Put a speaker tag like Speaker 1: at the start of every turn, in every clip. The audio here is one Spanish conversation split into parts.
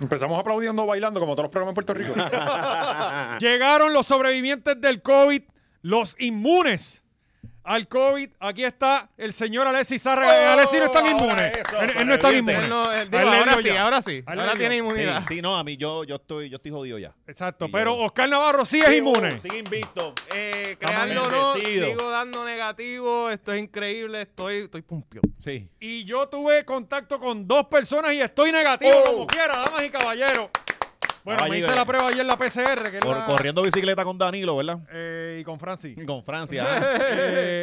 Speaker 1: Empezamos aplaudiendo, bailando, como todos los programas en Puerto Rico.
Speaker 2: Llegaron los sobrevivientes del COVID, los inmunes al COVID. Aquí está el señor Alexis
Speaker 1: Oh,
Speaker 2: Sarra. Alexis no es tan
Speaker 3: ahora
Speaker 2: inmune.
Speaker 3: eso,
Speaker 2: Él- él, no es tan
Speaker 3: sobreviviente.
Speaker 2: inmune.
Speaker 4: Él no- él- digo,
Speaker 2: A él le
Speaker 4: ahora
Speaker 2: dio
Speaker 4: sí,
Speaker 2: ya.
Speaker 4: ahora sí.
Speaker 2: A él le
Speaker 4: Ahora
Speaker 2: dio.
Speaker 4: tiene
Speaker 3: Sí,
Speaker 4: inmunidad.
Speaker 3: sí, no, a mí yo, yo, estoy, yo estoy jodido ya.
Speaker 2: Exacto.
Speaker 3: Sí,
Speaker 2: Pero
Speaker 3: yo-
Speaker 2: Oscar Navarro sí es
Speaker 1: oh,
Speaker 2: inmune.
Speaker 3: Sigue invicto.
Speaker 4: Eh,
Speaker 3: Estamos
Speaker 4: crearlo o no,
Speaker 3: bendecidos.
Speaker 4: sigo dando negativo, esto es increíble, estoy, estoy pumpio.
Speaker 3: Sí.
Speaker 2: Y yo tuve contacto con dos personas y estoy negativo
Speaker 3: Oh.
Speaker 2: como quiera, damas y caballeros. Bueno, me
Speaker 3: Caballero.
Speaker 2: hice la prueba ayer la PCR, que es
Speaker 3: Cor-
Speaker 2: la-
Speaker 3: corriendo bicicleta con Danilo, ¿verdad?
Speaker 2: eh, y con Francis.
Speaker 3: Con Francia. ¿eh?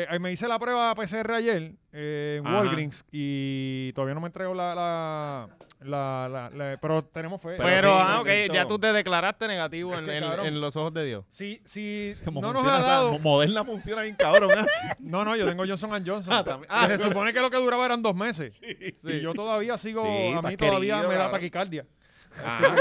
Speaker 2: Eh, ahí me hice la prueba PCR ayer eh, en
Speaker 3: Ajá.
Speaker 2: Walgreens y todavía no me entrego la, la, la, la- la- pero tenemos fe.
Speaker 3: Pero
Speaker 4: Pero,
Speaker 3: sí,
Speaker 4: ah, ok,
Speaker 3: bendito.
Speaker 4: ya tú te declaraste negativo
Speaker 2: Es
Speaker 4: en,
Speaker 2: que,
Speaker 4: en-
Speaker 2: cabrón.
Speaker 4: en los ojos de Dios.
Speaker 2: Si, si
Speaker 3: Como
Speaker 2: no nos
Speaker 3: funciona
Speaker 2: ha
Speaker 3: esa-
Speaker 2: dado.
Speaker 3: Moderna funciona bien cabrón. ¿eh?
Speaker 2: No, no, yo tengo Johnson and Johnson.
Speaker 3: Ah, también. Ah,
Speaker 2: se
Speaker 3: bueno.
Speaker 2: supone que lo que duraba eran dos meses. Y yo todavía sigo,
Speaker 3: Sí,
Speaker 2: a
Speaker 3: estás
Speaker 2: mí todavía
Speaker 3: querido,
Speaker 2: me da
Speaker 3: cabrón.
Speaker 2: taquicardia.
Speaker 3: Ah.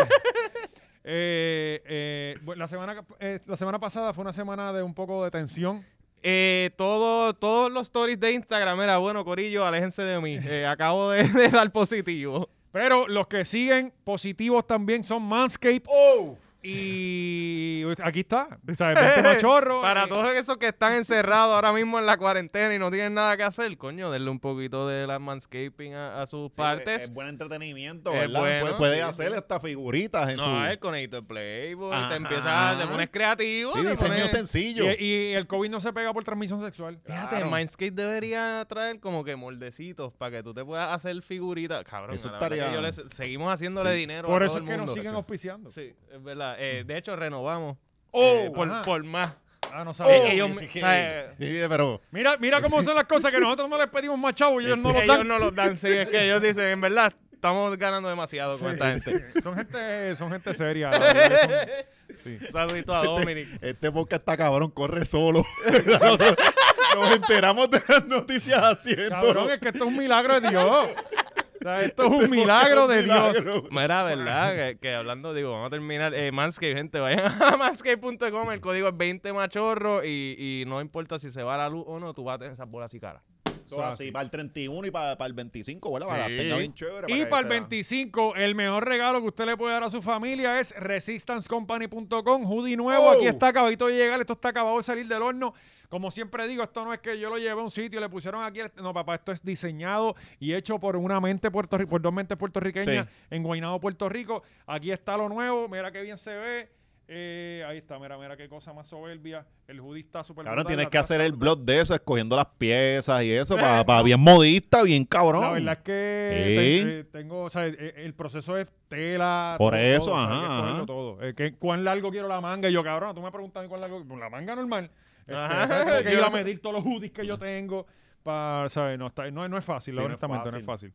Speaker 2: Eh, eh, bueno, la, semana, eh, la semana pasada fue una semana de un poco de tensión.
Speaker 4: Eh, todo, todos los stories de Instagram era, bueno, Corillo, aléjense de mí. Eh, acabo de, de dar positivo.
Speaker 2: Pero los que siguen positivos también son Manscape.
Speaker 4: Oh.
Speaker 2: Y aquí está. O sea, vente machorro.
Speaker 4: Para
Speaker 2: Eh,
Speaker 4: todos esos que están encerrados ahora mismo en la cuarentena y no tienen nada que hacer, coño, denle un poquito de la manscaping a, a sus
Speaker 3: Es,
Speaker 4: partes.
Speaker 3: buen entretenimiento,
Speaker 4: Es
Speaker 3: ¿verdad?
Speaker 4: bueno,
Speaker 3: Puedes- puedes
Speaker 4: sí,
Speaker 3: hacer
Speaker 4: sí.
Speaker 3: estas figuritas en
Speaker 4: No, el
Speaker 3: su.
Speaker 4: conejito de Playboy,
Speaker 3: Ajá.
Speaker 4: te empiezas, te pones creativo.
Speaker 3: Sí,
Speaker 4: te
Speaker 3: diseño
Speaker 4: pones-
Speaker 3: sencillo.
Speaker 2: y, y el COVID no se pega por transmisión sexual.
Speaker 4: Fíjate, Mindscape debería traer como que moldecitos para que tú te puedas hacer figuritas. Cabrón,
Speaker 3: Eso
Speaker 4: la verdad
Speaker 3: estaría-
Speaker 4: que yo les- seguimos haciéndole dinero
Speaker 2: Por
Speaker 4: a
Speaker 2: eso es
Speaker 4: todo el
Speaker 2: que nos
Speaker 4: mundo.
Speaker 2: siguen auspiciando.
Speaker 4: Sí, es verdad. Eh, de hecho, renovamos.
Speaker 3: ¡Oh!
Speaker 4: eh, por,
Speaker 2: Ajá.
Speaker 4: por más.
Speaker 2: Ah, no
Speaker 3: Oh,
Speaker 2: sabía.
Speaker 4: Eh, ellos-
Speaker 3: dice que-
Speaker 4: o sea,
Speaker 3: Sí, pero.
Speaker 2: Mira, mira cómo son las cosas que nosotros no les pedimos más chavo y ellos no los
Speaker 4: ellos
Speaker 2: dan.
Speaker 4: no los dan. Sí, es que ellos dicen, en verdad, estamos ganando demasiado con esta gente.
Speaker 2: Son gente, son gente seria. la verdad, son- sí.
Speaker 4: Saludito a Dominic.
Speaker 3: Este podcast está cabrón, corre solo. Nosotros nos enteramos de las noticias haciendo.
Speaker 2: Cabrón, es que esto es un milagro de Dios. O sea, esto es un milagro de Dios.
Speaker 4: Mira, verdad, que, que hablando, digo, vamos a terminar. Eh, Manscape, gente, vayan a manscape.com, el código es 20 machorro y, y no importa si se va la luz o no, tú vas a tener esas bolas y cara.
Speaker 3: Eso es así, para el 31 y para, para el 25, ¿verdad? Para
Speaker 4: Sí.
Speaker 3: las tenga bien chévere.
Speaker 2: Y
Speaker 3: que
Speaker 2: para el
Speaker 3: sea-
Speaker 2: 25, el mejor regalo que usted le puede dar a su familia es resistancecompany.com. Hoodie nuevo, aquí
Speaker 3: Oh.
Speaker 2: está acabadito de llegar, esto está acabado de salir del horno. Como siempre digo, esto no es que yo lo llevé a un sitio y le pusieron aquí. el- No, papá, esto es diseñado y hecho por una mente puertorriqueña, por dos mentes puertorriqueñas
Speaker 3: Sí.
Speaker 2: en Guaynabo, Puerto Rico. Aquí está lo nuevo, mira qué bien se ve. Eh, ahí está, mira, mira qué cosa más soberbia. El hoodie está súper
Speaker 3: Cabrón,
Speaker 2: brutal,
Speaker 3: tienes
Speaker 2: la
Speaker 3: que
Speaker 2: taza
Speaker 3: hacer el
Speaker 2: brutal.
Speaker 3: blog de eso, escogiendo las piezas y eso, para, para bien modista, bien cabrón.
Speaker 2: La verdad es que
Speaker 3: Sí.
Speaker 2: te- eh, tengo, o sea, eh, eh, el proceso es tela.
Speaker 3: Por
Speaker 2: todo,
Speaker 3: eso,
Speaker 2: todo, o sea, hay que
Speaker 3: ajá,
Speaker 2: cogerlo
Speaker 3: ajá.
Speaker 2: todo. Eh, ¿qué- ¿Cuán largo quiero la manga? Y yo, cabrón, tú me preguntas cuán largo. pues, La manga normal. Este,
Speaker 4: Ajá.
Speaker 2: ¿sabes? Tengo que
Speaker 4: Yo-
Speaker 2: ir a medir todos los hoodies que yo tengo. Para, ¿sabes? No, está- no, no es fácil,
Speaker 3: Sí, no es
Speaker 2: honestamente, no es fácil.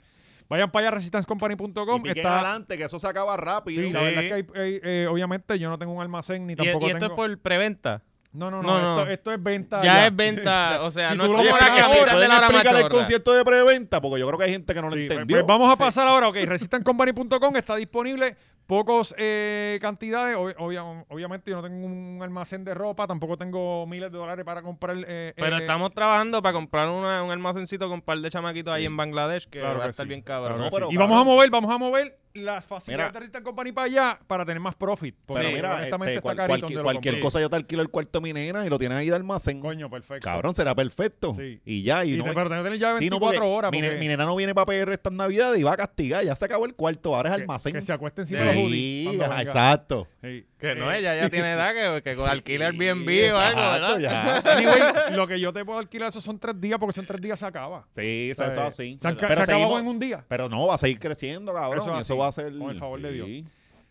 Speaker 2: Vayan para allá, resistancecompany.com.
Speaker 3: Y piquen
Speaker 2: Está.
Speaker 3: adelante, que eso se acaba rápido.
Speaker 2: Sí, la verdad es que hay- hay, eh, obviamente yo no tengo un almacén ni
Speaker 4: Y,
Speaker 2: tampoco
Speaker 4: y esto es
Speaker 2: tengo.
Speaker 4: por preventa.
Speaker 2: No, no, no,
Speaker 4: No, no.
Speaker 2: Esto, esto es venta.
Speaker 4: Ah, Ya, es venta, o sea,
Speaker 2: Si tú
Speaker 4: no
Speaker 2: lo
Speaker 4: es como
Speaker 2: compras
Speaker 4: la
Speaker 2: ahora,
Speaker 4: camisa de
Speaker 3: ¿Pueden
Speaker 4: la hora
Speaker 3: explicar el
Speaker 4: machorra.
Speaker 3: concierto de preventa? Porque yo creo que hay gente que no lo
Speaker 2: Sí, pues,
Speaker 3: entendió.
Speaker 2: pues vamos a pasar ahora, ok. Resistancecompany.com está disponible pocos eh, cantidades. Ob- obvia- obviamente yo no tengo un almacén de ropa, tampoco tengo miles de dólares para comprar. eh,
Speaker 4: Pero
Speaker 2: eh,
Speaker 4: estamos trabajando para comprar una- un almacencito con un par de chamaquitos ahí en Bangladesh que
Speaker 2: Claro
Speaker 4: va
Speaker 2: que
Speaker 4: a estar
Speaker 2: sí,
Speaker 4: bien
Speaker 2: claro
Speaker 4: cabrón.
Speaker 2: que
Speaker 3: No,
Speaker 2: sí.
Speaker 3: pero,
Speaker 2: y vamos a
Speaker 3: cabrón.
Speaker 2: mover, vamos a mover las facilidades
Speaker 3: Mira.
Speaker 2: de Resistancecompany para allá para tener más profit. porque
Speaker 3: Pero mira,
Speaker 2: honestamente
Speaker 3: este,
Speaker 2: está
Speaker 3: cual-
Speaker 2: carito
Speaker 3: cualquier-
Speaker 2: donde lo
Speaker 3: cualquier
Speaker 2: compré.
Speaker 3: cosa yo te alquilo el cuarto de mi nena y lo tienes ahí de almacén.
Speaker 2: Coño, perfecto.
Speaker 3: Cabrón, será perfecto.
Speaker 2: Sí.
Speaker 3: Y ya, y,
Speaker 2: Y
Speaker 3: no,
Speaker 2: te- pero tengo que tener ya
Speaker 3: Sí, no,
Speaker 2: 24
Speaker 3: porque
Speaker 2: horas.
Speaker 3: mi, ne-
Speaker 2: porque
Speaker 3: mi nena no viene para PR estas navidades y va a castigar. Ya se acabó el cuarto, ahora es
Speaker 2: que-
Speaker 3: almacén.
Speaker 2: Que se acuesten encima de los hoodies.
Speaker 3: Sí,
Speaker 2: cuando
Speaker 3: ajá,
Speaker 2: venga.
Speaker 3: exacto.
Speaker 2: Sí.
Speaker 4: Que Pues, no,
Speaker 2: Eh,
Speaker 4: ella ya tiene edad que, que alquila el bien
Speaker 3: Sí,
Speaker 4: o algo,
Speaker 3: exacto,
Speaker 4: ¿verdad?
Speaker 3: ya.
Speaker 2: Anyway, lo que yo te puedo alquilar eso son tres días porque son tres días se acaba.
Speaker 3: Sí, eso
Speaker 2: sea,
Speaker 3: es así.
Speaker 2: Eh, Se, acaba
Speaker 3: Pero seguimos-
Speaker 2: en un día.
Speaker 3: Pero no, va a seguir creciendo, cabrón.
Speaker 2: Eso
Speaker 3: Eso,
Speaker 2: es
Speaker 3: eso
Speaker 2: así,
Speaker 3: va a ser.
Speaker 2: con el favor de Dios.
Speaker 3: Sí.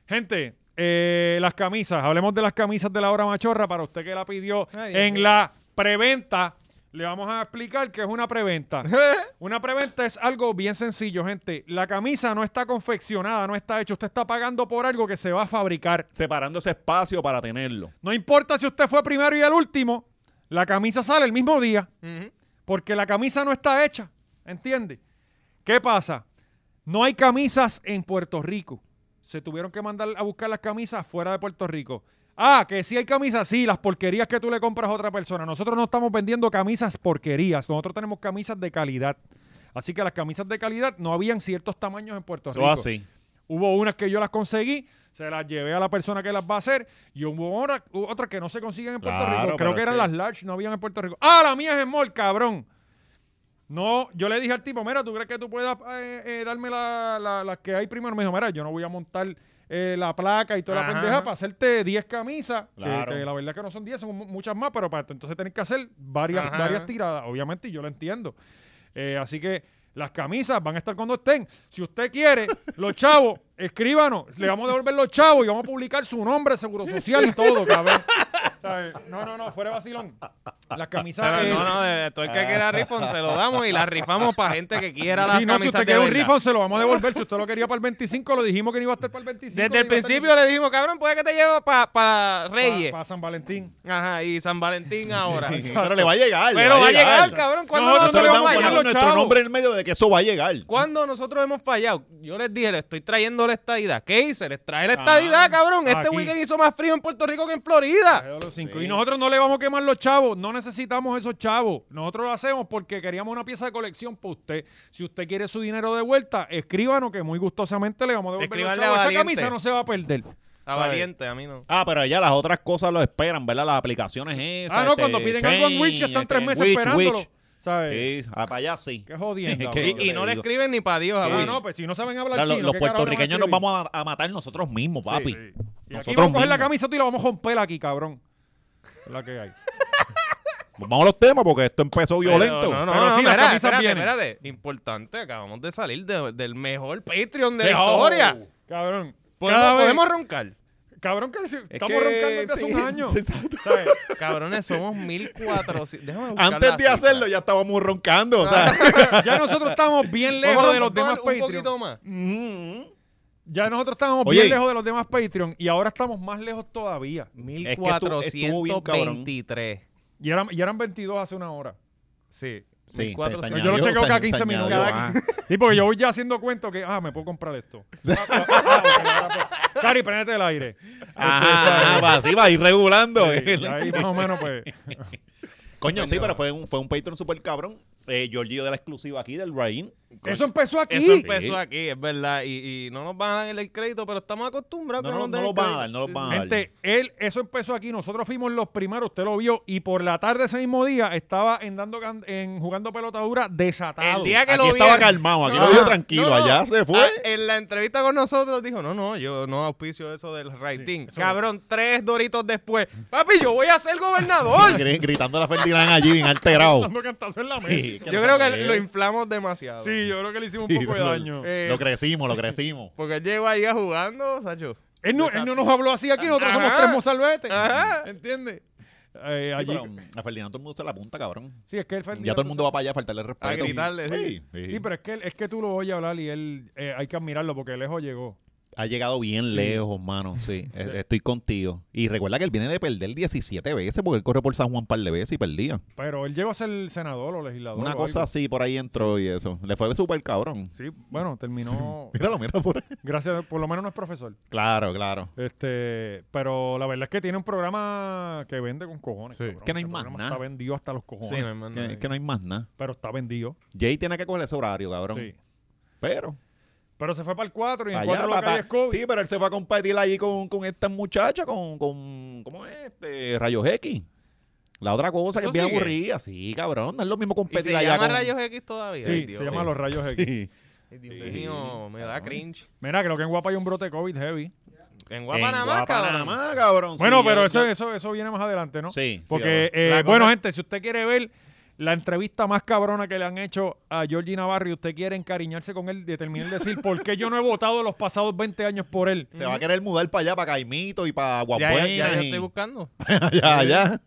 Speaker 2: Gente, eh, las camisas. Hablemos de las camisas de la hora machorra para usted que la pidió
Speaker 4: Ay, Dios
Speaker 2: en
Speaker 4: mío.
Speaker 2: la preventa. Le vamos a explicar qué es una preventa. Una preventa es algo bien sencillo, gente. La camisa no está confeccionada, no está hecha. Usted está pagando por algo que se va a fabricar.
Speaker 3: Separando ese espacio para tenerlo.
Speaker 2: No importa si usted fue primero y el último, la camisa sale el mismo día.
Speaker 4: Ujú.
Speaker 2: Porque la camisa no está hecha, ¿entiendes? ¿Qué pasa? No hay camisas en Puerto Rico. Se tuvieron que mandar a buscar las camisas fuera de Puerto Rico. Ah, que sí hay camisas, sí, las porquerías que tú le compras a otra persona. Nosotros no estamos vendiendo camisas porquerías, nosotros tenemos camisas de calidad. Así que las camisas de calidad no habían ciertos tamaños en Puerto
Speaker 3: Eso
Speaker 2: Rico.
Speaker 3: así.
Speaker 2: Hubo unas que yo las conseguí, se las llevé a la persona que las va a hacer y hubo otra- hubo otras que no se consiguen en Puerto
Speaker 3: Claro,
Speaker 2: Rico.
Speaker 3: pero
Speaker 2: Creo que eran
Speaker 3: es que-
Speaker 2: las large, no habían en Puerto Rico. ¡Ah, la mía es en mall, cabrón! No, yo le dije al tipo, mira, ¿tú crees que tú puedas eh, eh, darme la- la- las que hay primero? Me dijo, mira, yo no voy a montar eh, la placa y toda
Speaker 4: Ajá,
Speaker 2: la pendeja
Speaker 4: ajá.
Speaker 2: para hacerte 10 camisas, que-
Speaker 3: Claro.
Speaker 2: que, la verdad es que no son 10, son mu- muchas más, pero para entonces tener que hacer varias,
Speaker 4: Ajá.
Speaker 2: varias tiradas, obviamente, y yo lo entiendo. Eh, así que las camisas van a estar cuando estén. Si usted quiere, los chavos, escríbanos, le vamos a devolver los chavos y vamos a publicar su nombre, seguro social y todo, cabrón. ¿Sabes? No, no, no, fuera de vacilón. Las camisas...
Speaker 4: Pero
Speaker 2: eh,
Speaker 4: no, no, de- todo el que quiera rifón se lo damos y la rifamos para gente que quiera la
Speaker 2: Sí, no, si usted quiere
Speaker 4: quiere
Speaker 2: un refund, se lo vamos a devolver. Si usted lo quería para el 25, lo dijimos que no iba a estar para el 25.
Speaker 4: Desde el principio le dijimos, cabrón, puede que te llevo para Reyes.
Speaker 2: Para San Valentín.
Speaker 4: Ajá, y San Valentín ahora.
Speaker 3: Pero le va a llegar. le
Speaker 4: Pero va a llegar, cabrón. ¿Cuándo
Speaker 2: No,
Speaker 3: Nosotros
Speaker 4: nosotros
Speaker 2: vamos
Speaker 3: le estamos
Speaker 4: hemos
Speaker 2: a
Speaker 3: poniendo
Speaker 4: fallado?
Speaker 2: llegar los
Speaker 3: nuestro
Speaker 2: chavos.
Speaker 3: nombre en el medio de que eso va a llegar.
Speaker 4: ¿Cuándo nosotros hemos fallado? Yo les dije, les estoy trayendo la estadidad. ¿Qué hice? Les traje la estadidad, cabrón. Este
Speaker 2: Ah, aquí.
Speaker 4: weekend hizo más frío en Puerto Rico que en Florida.
Speaker 2: Los cinco. Y nosotros no le vamos a quemar los chavos. No necesitamos esos chavos. Nosotros lo hacemos porque queríamos una pieza de colección para usted. Si usted quiere su dinero de vuelta, escríbanos que muy gustosamente le vamos a devolver los
Speaker 4: Escríbanle
Speaker 2: chavos.
Speaker 4: a
Speaker 2: Esa
Speaker 4: Valiente.
Speaker 2: camisa no se va a perder.
Speaker 4: A valiente, a mí no.
Speaker 3: Ah, pero allá las otras cosas lo esperan, ¿verdad? Las aplicaciones esas.
Speaker 2: ah, no,
Speaker 3: este,
Speaker 2: cuando piden algo en
Speaker 3: Chain,
Speaker 2: Witch están
Speaker 3: este,
Speaker 2: tres meses
Speaker 3: Witch,
Speaker 2: esperándolo.
Speaker 3: Witch.
Speaker 2: ¿Sabes?
Speaker 3: Sí, ah, para allá sí.
Speaker 2: Qué jodiendo.
Speaker 3: Qué-
Speaker 2: cabrón.
Speaker 4: Y, y no le
Speaker 3: digo.
Speaker 4: escriben ni para Dios a
Speaker 2: Ah,
Speaker 4: Wish.
Speaker 2: no, pues si no saben hablar
Speaker 3: Claro,
Speaker 2: chino,
Speaker 3: los
Speaker 2: ¿qué carajo le van a
Speaker 3: puertorriqueños nos
Speaker 2: escribir?
Speaker 3: vamos a, a matar nosotros mismos, papi.
Speaker 2: Sí. Y aquí
Speaker 3: Nosotros
Speaker 2: vamos a coger la
Speaker 3: mismos.
Speaker 2: camisa tú y la vamos a romper aquí, cabrón. Es la que hay.
Speaker 3: Vamos a los temas porque esto empezó
Speaker 4: Pero
Speaker 3: violento.
Speaker 4: No, no,
Speaker 2: Pero
Speaker 4: no,
Speaker 2: sí, las
Speaker 4: espera,
Speaker 2: camisas
Speaker 4: espérate,
Speaker 2: vienen.
Speaker 4: espérate. Importante, acabamos de salir de- del mejor Patreon de
Speaker 3: Sí,
Speaker 4: la
Speaker 3: oh.
Speaker 4: historia.
Speaker 2: Cabrón.
Speaker 4: ¿Podemos,
Speaker 2: cada vez-
Speaker 4: podemos roncar.
Speaker 2: Cabrón, que si- estamos
Speaker 3: que-
Speaker 2: roncando desde hace
Speaker 3: sí,
Speaker 2: un año.
Speaker 3: exacto.
Speaker 2: ¿sabes?
Speaker 4: Cabrones, somos 1400. Déjame buscar la
Speaker 3: Antes de
Speaker 4: cifra.
Speaker 3: hacerlo ya estábamos roncando. O sea,
Speaker 2: Ya nosotros estábamos bien lejos
Speaker 4: Vamos
Speaker 2: de los
Speaker 4: a
Speaker 2: demás
Speaker 4: roncar Un poquito
Speaker 2: Patreon.
Speaker 4: más.
Speaker 3: mm,
Speaker 2: Ya nosotros estábamos
Speaker 3: Oye.
Speaker 2: bien lejos de los demás Patreon y ahora estamos más lejos todavía.
Speaker 3: Es que tú- estuvo bien cabrón.
Speaker 4: 1423.
Speaker 2: Y eran, y eran 22 hace una hora.
Speaker 4: Sí.
Speaker 3: sí, se
Speaker 4: 1400.
Speaker 2: Yo lo
Speaker 3: añadió,
Speaker 2: chequeo cada
Speaker 3: se
Speaker 2: 15 minutos.
Speaker 3: añadió,
Speaker 2: Cada
Speaker 3: ah.
Speaker 2: Sí, porque yo voy ya haciendo cuento que, ah, me puedo comprar esto. Ah, ah, ah, ah, ah, ah. Cari, prendete el aire. Este,
Speaker 3: Ajá, ajá, va, Ah, así va a ir regulando.
Speaker 2: Sí,
Speaker 3: el-
Speaker 2: y ahí más o menos, pues.
Speaker 3: Coño, sí, pero fue un, fue un Patreon super cabrón. Eh, Giorgio de la exclusiva aquí del Rain.
Speaker 2: Eso empezó aquí.
Speaker 4: Eso empezó
Speaker 3: Sí.
Speaker 4: aquí, es verdad. Y, y no nos van a dar el crédito, pero estamos acostumbrados
Speaker 3: No,
Speaker 4: que
Speaker 3: no,
Speaker 4: nos den
Speaker 3: no
Speaker 4: el
Speaker 3: los van a
Speaker 4: crédito.
Speaker 3: dar, no los van a dar.
Speaker 2: Gente, él, eso empezó aquí. Nosotros fuimos los primeros, usted lo vio. Y por la tarde ese mismo día estaba en, dando, can- en jugando pelota dura desatado.
Speaker 4: El día que
Speaker 3: Aquí
Speaker 4: lo
Speaker 3: estaba
Speaker 4: vieron.
Speaker 3: calmado, aquí lo
Speaker 4: Ajá.
Speaker 3: vio tranquilo,
Speaker 4: No, no.
Speaker 3: allá se fue.
Speaker 4: Ah, en la entrevista con nosotros dijo, no, no, yo no auspicio eso del rating.
Speaker 2: eso
Speaker 4: Cabrón, tres doritos después. Papi, yo voy a ser
Speaker 3: Ah,
Speaker 4: gobernador.
Speaker 3: gri- Gritando a la Ferdinand allí, bien alterado.
Speaker 2: Dando cantazo en la mesa.
Speaker 3: Sí,
Speaker 2: Sí,
Speaker 4: yo creo que lo inflamos demasiado.
Speaker 2: yo creo que le hicimos
Speaker 3: Sí,
Speaker 2: un poco de
Speaker 3: lo-
Speaker 2: daño.
Speaker 4: Eh,
Speaker 3: Lo crecimos, lo crecimos.
Speaker 4: Porque él llegó ahí a jugando, Sacho.
Speaker 2: él, no, él no nos habló así aquí. Nosotros somos
Speaker 4: Ajá.
Speaker 2: tres mozalbetes.
Speaker 4: Ajá, ¿entiendes?
Speaker 2: Eh,
Speaker 3: Sí,
Speaker 2: allí-
Speaker 3: pero, mm, a Ferdinand todo el mundo se la punta, cabrón.
Speaker 2: sí, es que él Ferdinand-
Speaker 3: Ya todo el mundo va para allá a faltarle el respeto.
Speaker 4: A gritarle, sí.
Speaker 3: sí.
Speaker 2: Sí, pero es que, él- es que tú lo oyes hablar y él eh, hay que admirarlo porque lejos llegó.
Speaker 3: Ha llegado bien lejos, mano. Sí, Eh, estoy contigo. Y recuerda que él viene de perder 17 veces porque él corrió por San Juan un par de veces y perdía.
Speaker 2: Pero él llegó a ser senador o legislador.
Speaker 3: Una
Speaker 2: o
Speaker 3: cosa
Speaker 2: algo.
Speaker 3: así por ahí entró y eso. Le fue súper cabrón.
Speaker 2: Sí, bueno, terminó.
Speaker 3: Míralo, míralo por ahí.
Speaker 2: gracias, por lo menos no es profesor.
Speaker 3: Claro, claro.
Speaker 2: Este, pero la verdad es que tiene un programa que vende con cojones.
Speaker 4: Sí.
Speaker 2: cabrón.
Speaker 3: Es que no hay
Speaker 2: Ese
Speaker 3: más
Speaker 2: programa
Speaker 3: nada.
Speaker 2: Está vendido hasta los cojones.
Speaker 4: Sí, no hay más
Speaker 3: Que,
Speaker 4: nada.
Speaker 3: que no hay más nada.
Speaker 2: Pero está vendido.
Speaker 3: Jay tiene que coger ese horario, cabrón.
Speaker 2: Sí.
Speaker 3: Pero.
Speaker 2: Pero se fue para el 4 y en el
Speaker 3: Allá,
Speaker 2: 4 lo que hay
Speaker 3: papá.
Speaker 2: es COVID.
Speaker 3: Sí, pero él se fue a competir allí con, con esta muchacha, con, con. ¿Cómo es? Este, Rayos X. La otra cosa que
Speaker 4: ¿Eso
Speaker 3: es bien
Speaker 4: sigue?
Speaker 3: aburrida. Sí, cabrón. No es lo mismo
Speaker 4: ¿Y
Speaker 3: competir
Speaker 4: se
Speaker 3: allá
Speaker 4: llama
Speaker 3: con.
Speaker 4: Rayos X todavía?
Speaker 2: Sí,
Speaker 4: Ay,
Speaker 2: se
Speaker 4: Dios.
Speaker 2: llama Los Rayos X.
Speaker 3: Sí.
Speaker 4: Ay, Dios mío, me da cringe.
Speaker 2: Mira, creo que en Guapa hay un brote de COVID heavy.
Speaker 4: En
Speaker 3: En
Speaker 4: Guapa nada más,
Speaker 3: Guapa,
Speaker 4: cabrón.
Speaker 3: nada más, cabrón.
Speaker 2: Bueno,
Speaker 3: Sí,
Speaker 2: pero
Speaker 3: ya-
Speaker 2: eso,
Speaker 3: ya-
Speaker 2: eso, eso viene más adelante, ¿no?
Speaker 3: Sí, sí,
Speaker 2: Porque,
Speaker 3: ahora.
Speaker 2: eh,
Speaker 4: La cosa-
Speaker 2: bueno, gente, si usted quiere ver la entrevista más cabrona que le han hecho a Georgie Navarro y usted quiere encariñarse con él, determinar decir por qué yo no he votado los pasados 20 años por él.
Speaker 3: Se va a querer mudar para allá, para Caimito y para
Speaker 4: Mm. Ya,
Speaker 3: Guapuena.
Speaker 4: ya, ya yo
Speaker 3: y-
Speaker 4: estoy buscando.
Speaker 3: allá, allá.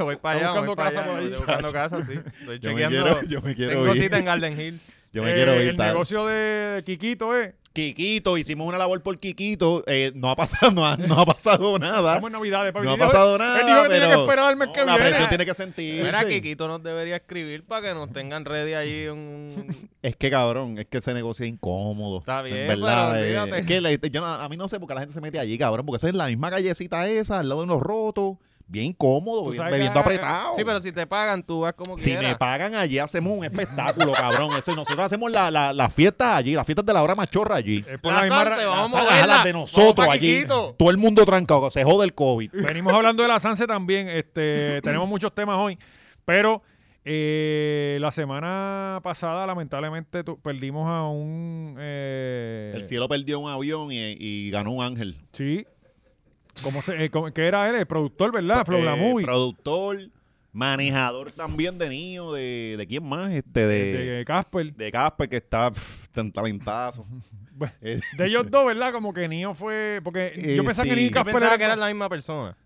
Speaker 4: voy para allá,
Speaker 2: buscando
Speaker 4: voy para
Speaker 2: casa
Speaker 4: allá.
Speaker 2: por ahí.
Speaker 4: Estoy buscando casa, sí. Estoy
Speaker 3: Yo me
Speaker 4: chequeando.
Speaker 3: quiero, yo me quiero
Speaker 4: Tengo
Speaker 3: ir.
Speaker 4: cita en Garden Hills.
Speaker 3: Yo me
Speaker 2: Eh,
Speaker 3: quiero ir.
Speaker 2: El
Speaker 3: tal.
Speaker 2: negocio de Kikito, ¿eh?
Speaker 3: Quiquito, hicimos una labor por Quiquito. eh, no, ha pasado, no, ha, no ha pasado nada.
Speaker 2: Estamos en Navidades. papi.
Speaker 3: Ah, No ha
Speaker 2: Dijo-
Speaker 3: pasado
Speaker 2: Él dijo que
Speaker 3: nada. pero
Speaker 2: tiene que esperar el mes
Speaker 3: no,
Speaker 2: que
Speaker 3: la
Speaker 2: viene.
Speaker 3: presión tiene que sentirse.
Speaker 4: Mira, Kikito nos debería escribir para que nos tengan ready ahí un...
Speaker 3: Es que cabrón, es que ese negocio es incómodo.
Speaker 4: Está bien,
Speaker 3: en verdad.
Speaker 4: pero
Speaker 3: eh,
Speaker 4: olvídate.
Speaker 3: es que la- yo no- a mí no sé por qué la gente se mete allí, cabrón, porque esa es la misma callecita esa, al lado de unos rotos. bien incómodo,
Speaker 2: Tú
Speaker 3: bien,
Speaker 2: sabes que-
Speaker 3: bebiendo apretado.
Speaker 4: eh, Sí, pero si te pagan, tú vas como
Speaker 3: Si me
Speaker 4: quieras.
Speaker 3: pagan allí, hacemos un espectáculo, cabrón. Eso, y nosotros hacemos la- la- las fiestas allí, las fiestas de la hora machorra allí.
Speaker 2: Eh, por
Speaker 4: La
Speaker 2: la misma ra-
Speaker 4: Sanse, vamos a
Speaker 3: Las
Speaker 4: moverla.
Speaker 3: alas de
Speaker 4: Vamos
Speaker 3: nosotros
Speaker 4: pa'
Speaker 3: allí.
Speaker 4: Quiquito. Eh.
Speaker 3: Todo el mundo trancado, se jode el COVID.
Speaker 2: Venimos hablando de la Sanse también. Este, tenemos muchos temas hoy. Pero eh, la semana pasada, lamentablemente, tu- perdimos a un. eh,
Speaker 3: El cielo perdió un avión y, y ganó un ángel.
Speaker 2: Sí. ¿Cómo se, eh, cómo- ¿Qué era él? El productor,
Speaker 4: Ah,
Speaker 2: ¿verdad? Flow la
Speaker 3: Eh,
Speaker 2: Movie.
Speaker 3: Productor, manejador también de niño, de, de quién más, este, de,
Speaker 2: de Casper.
Speaker 3: de Casper, que está pff, tan talentazo.
Speaker 2: Bueno,
Speaker 3: Eh,
Speaker 2: De ellos dos, ¿verdad? Como que Nio fue. Porque yo
Speaker 3: Eh,
Speaker 2: pensaba que
Speaker 3: sí.
Speaker 2: Nio y
Speaker 3: Yo
Speaker 4: Yo
Speaker 2: Casper
Speaker 4: pensaba
Speaker 2: eran-
Speaker 4: que eran la misma persona.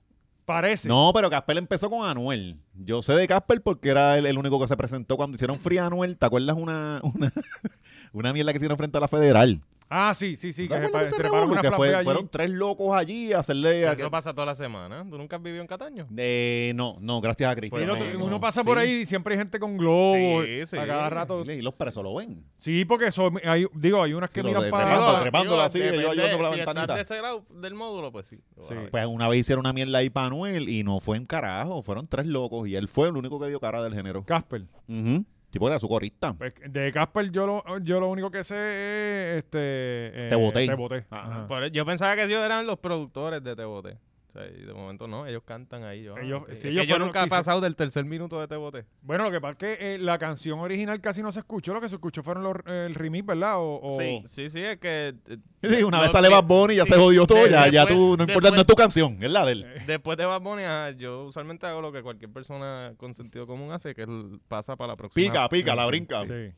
Speaker 2: Parece.
Speaker 3: No, pero Casper empezó con Anuel. Yo sé de Casper porque era el, el único que se presentó cuando hicieron Free Anuel. ¿Te acuerdas una, una, una mierda que hicieron frente a la Federal?
Speaker 2: Ah, sí, sí, sí.
Speaker 3: ¿Te
Speaker 2: Que se
Speaker 3: acuerdas
Speaker 2: pa-
Speaker 3: de ese
Speaker 2: treparon
Speaker 3: revolú?
Speaker 2: una
Speaker 3: Que fue-
Speaker 2: flappea allí.
Speaker 3: fueron tres locos allí a hacerle... a-
Speaker 4: Eso pasa toda la semana. ¿Tú nunca has vivido en Cataño?
Speaker 3: Eh, no, no, gracias a Cristo.
Speaker 2: Y el otro-
Speaker 3: no, no.
Speaker 2: uno pasa por
Speaker 3: Sí.
Speaker 2: ahí y siempre hay gente con globos.
Speaker 4: Sí, sí.
Speaker 2: A cada rato.
Speaker 3: Y los presos lo ven.
Speaker 2: Sí, porque son, hay, digo, hay unas que
Speaker 3: Sí, lo
Speaker 2: miran
Speaker 3: de-
Speaker 2: para.
Speaker 3: Trepando, trepándolo así, yo
Speaker 4: depende,
Speaker 3: ayudando por la
Speaker 4: si estás
Speaker 3: ventanita.
Speaker 4: de ese lado del módulo, pues sí.
Speaker 2: Sí.
Speaker 3: Pues una vez hicieron una mierda ahí para Anuel y no fue en carajo, fueron tres locos y él fue el único que dio cara del género.
Speaker 2: Casper.
Speaker 3: Ujú. Tipo era su corista.
Speaker 2: Pues, de Casper yo lo, yo lo único que sé es este. eh,
Speaker 3: Te boté.
Speaker 2: Te boté.
Speaker 3: Ajá.
Speaker 2: Ajá. Pues,
Speaker 4: Por- yo pensaba que ellos eran los productores de Teboté. O sea, y de momento no, ellos cantan ahí. Yo, ah,
Speaker 2: Ellos-
Speaker 4: ok.
Speaker 2: sí,
Speaker 4: Es
Speaker 2: ellos
Speaker 4: que yo
Speaker 2: fueron
Speaker 4: nunca
Speaker 2: los
Speaker 4: he
Speaker 2: que hizo-
Speaker 4: pasado del tercer minuto de Teboté.
Speaker 2: Bueno, lo que pasa es que eh, la canción original casi no se escuchó. Lo que se escuchó fueron los, el remix, ¿verdad? O, o-
Speaker 4: Sí, sí, es que... eh,
Speaker 3: Sí, una vez
Speaker 4: no,
Speaker 3: sale
Speaker 4: de-
Speaker 3: Bad Bunny, ya
Speaker 4: sí,
Speaker 3: se jodió todo,
Speaker 4: de-
Speaker 3: ya, ya
Speaker 4: después-
Speaker 3: tú, no importa,
Speaker 4: después-
Speaker 3: no es tu canción, es la de él.
Speaker 4: Después de Bad Bunny, ajá, yo usualmente hago lo que cualquier persona con sentido común hace, que es l- pasa para la próxima.
Speaker 3: Pica, pica, la
Speaker 4: Sí.
Speaker 3: brinca.
Speaker 2: Sí.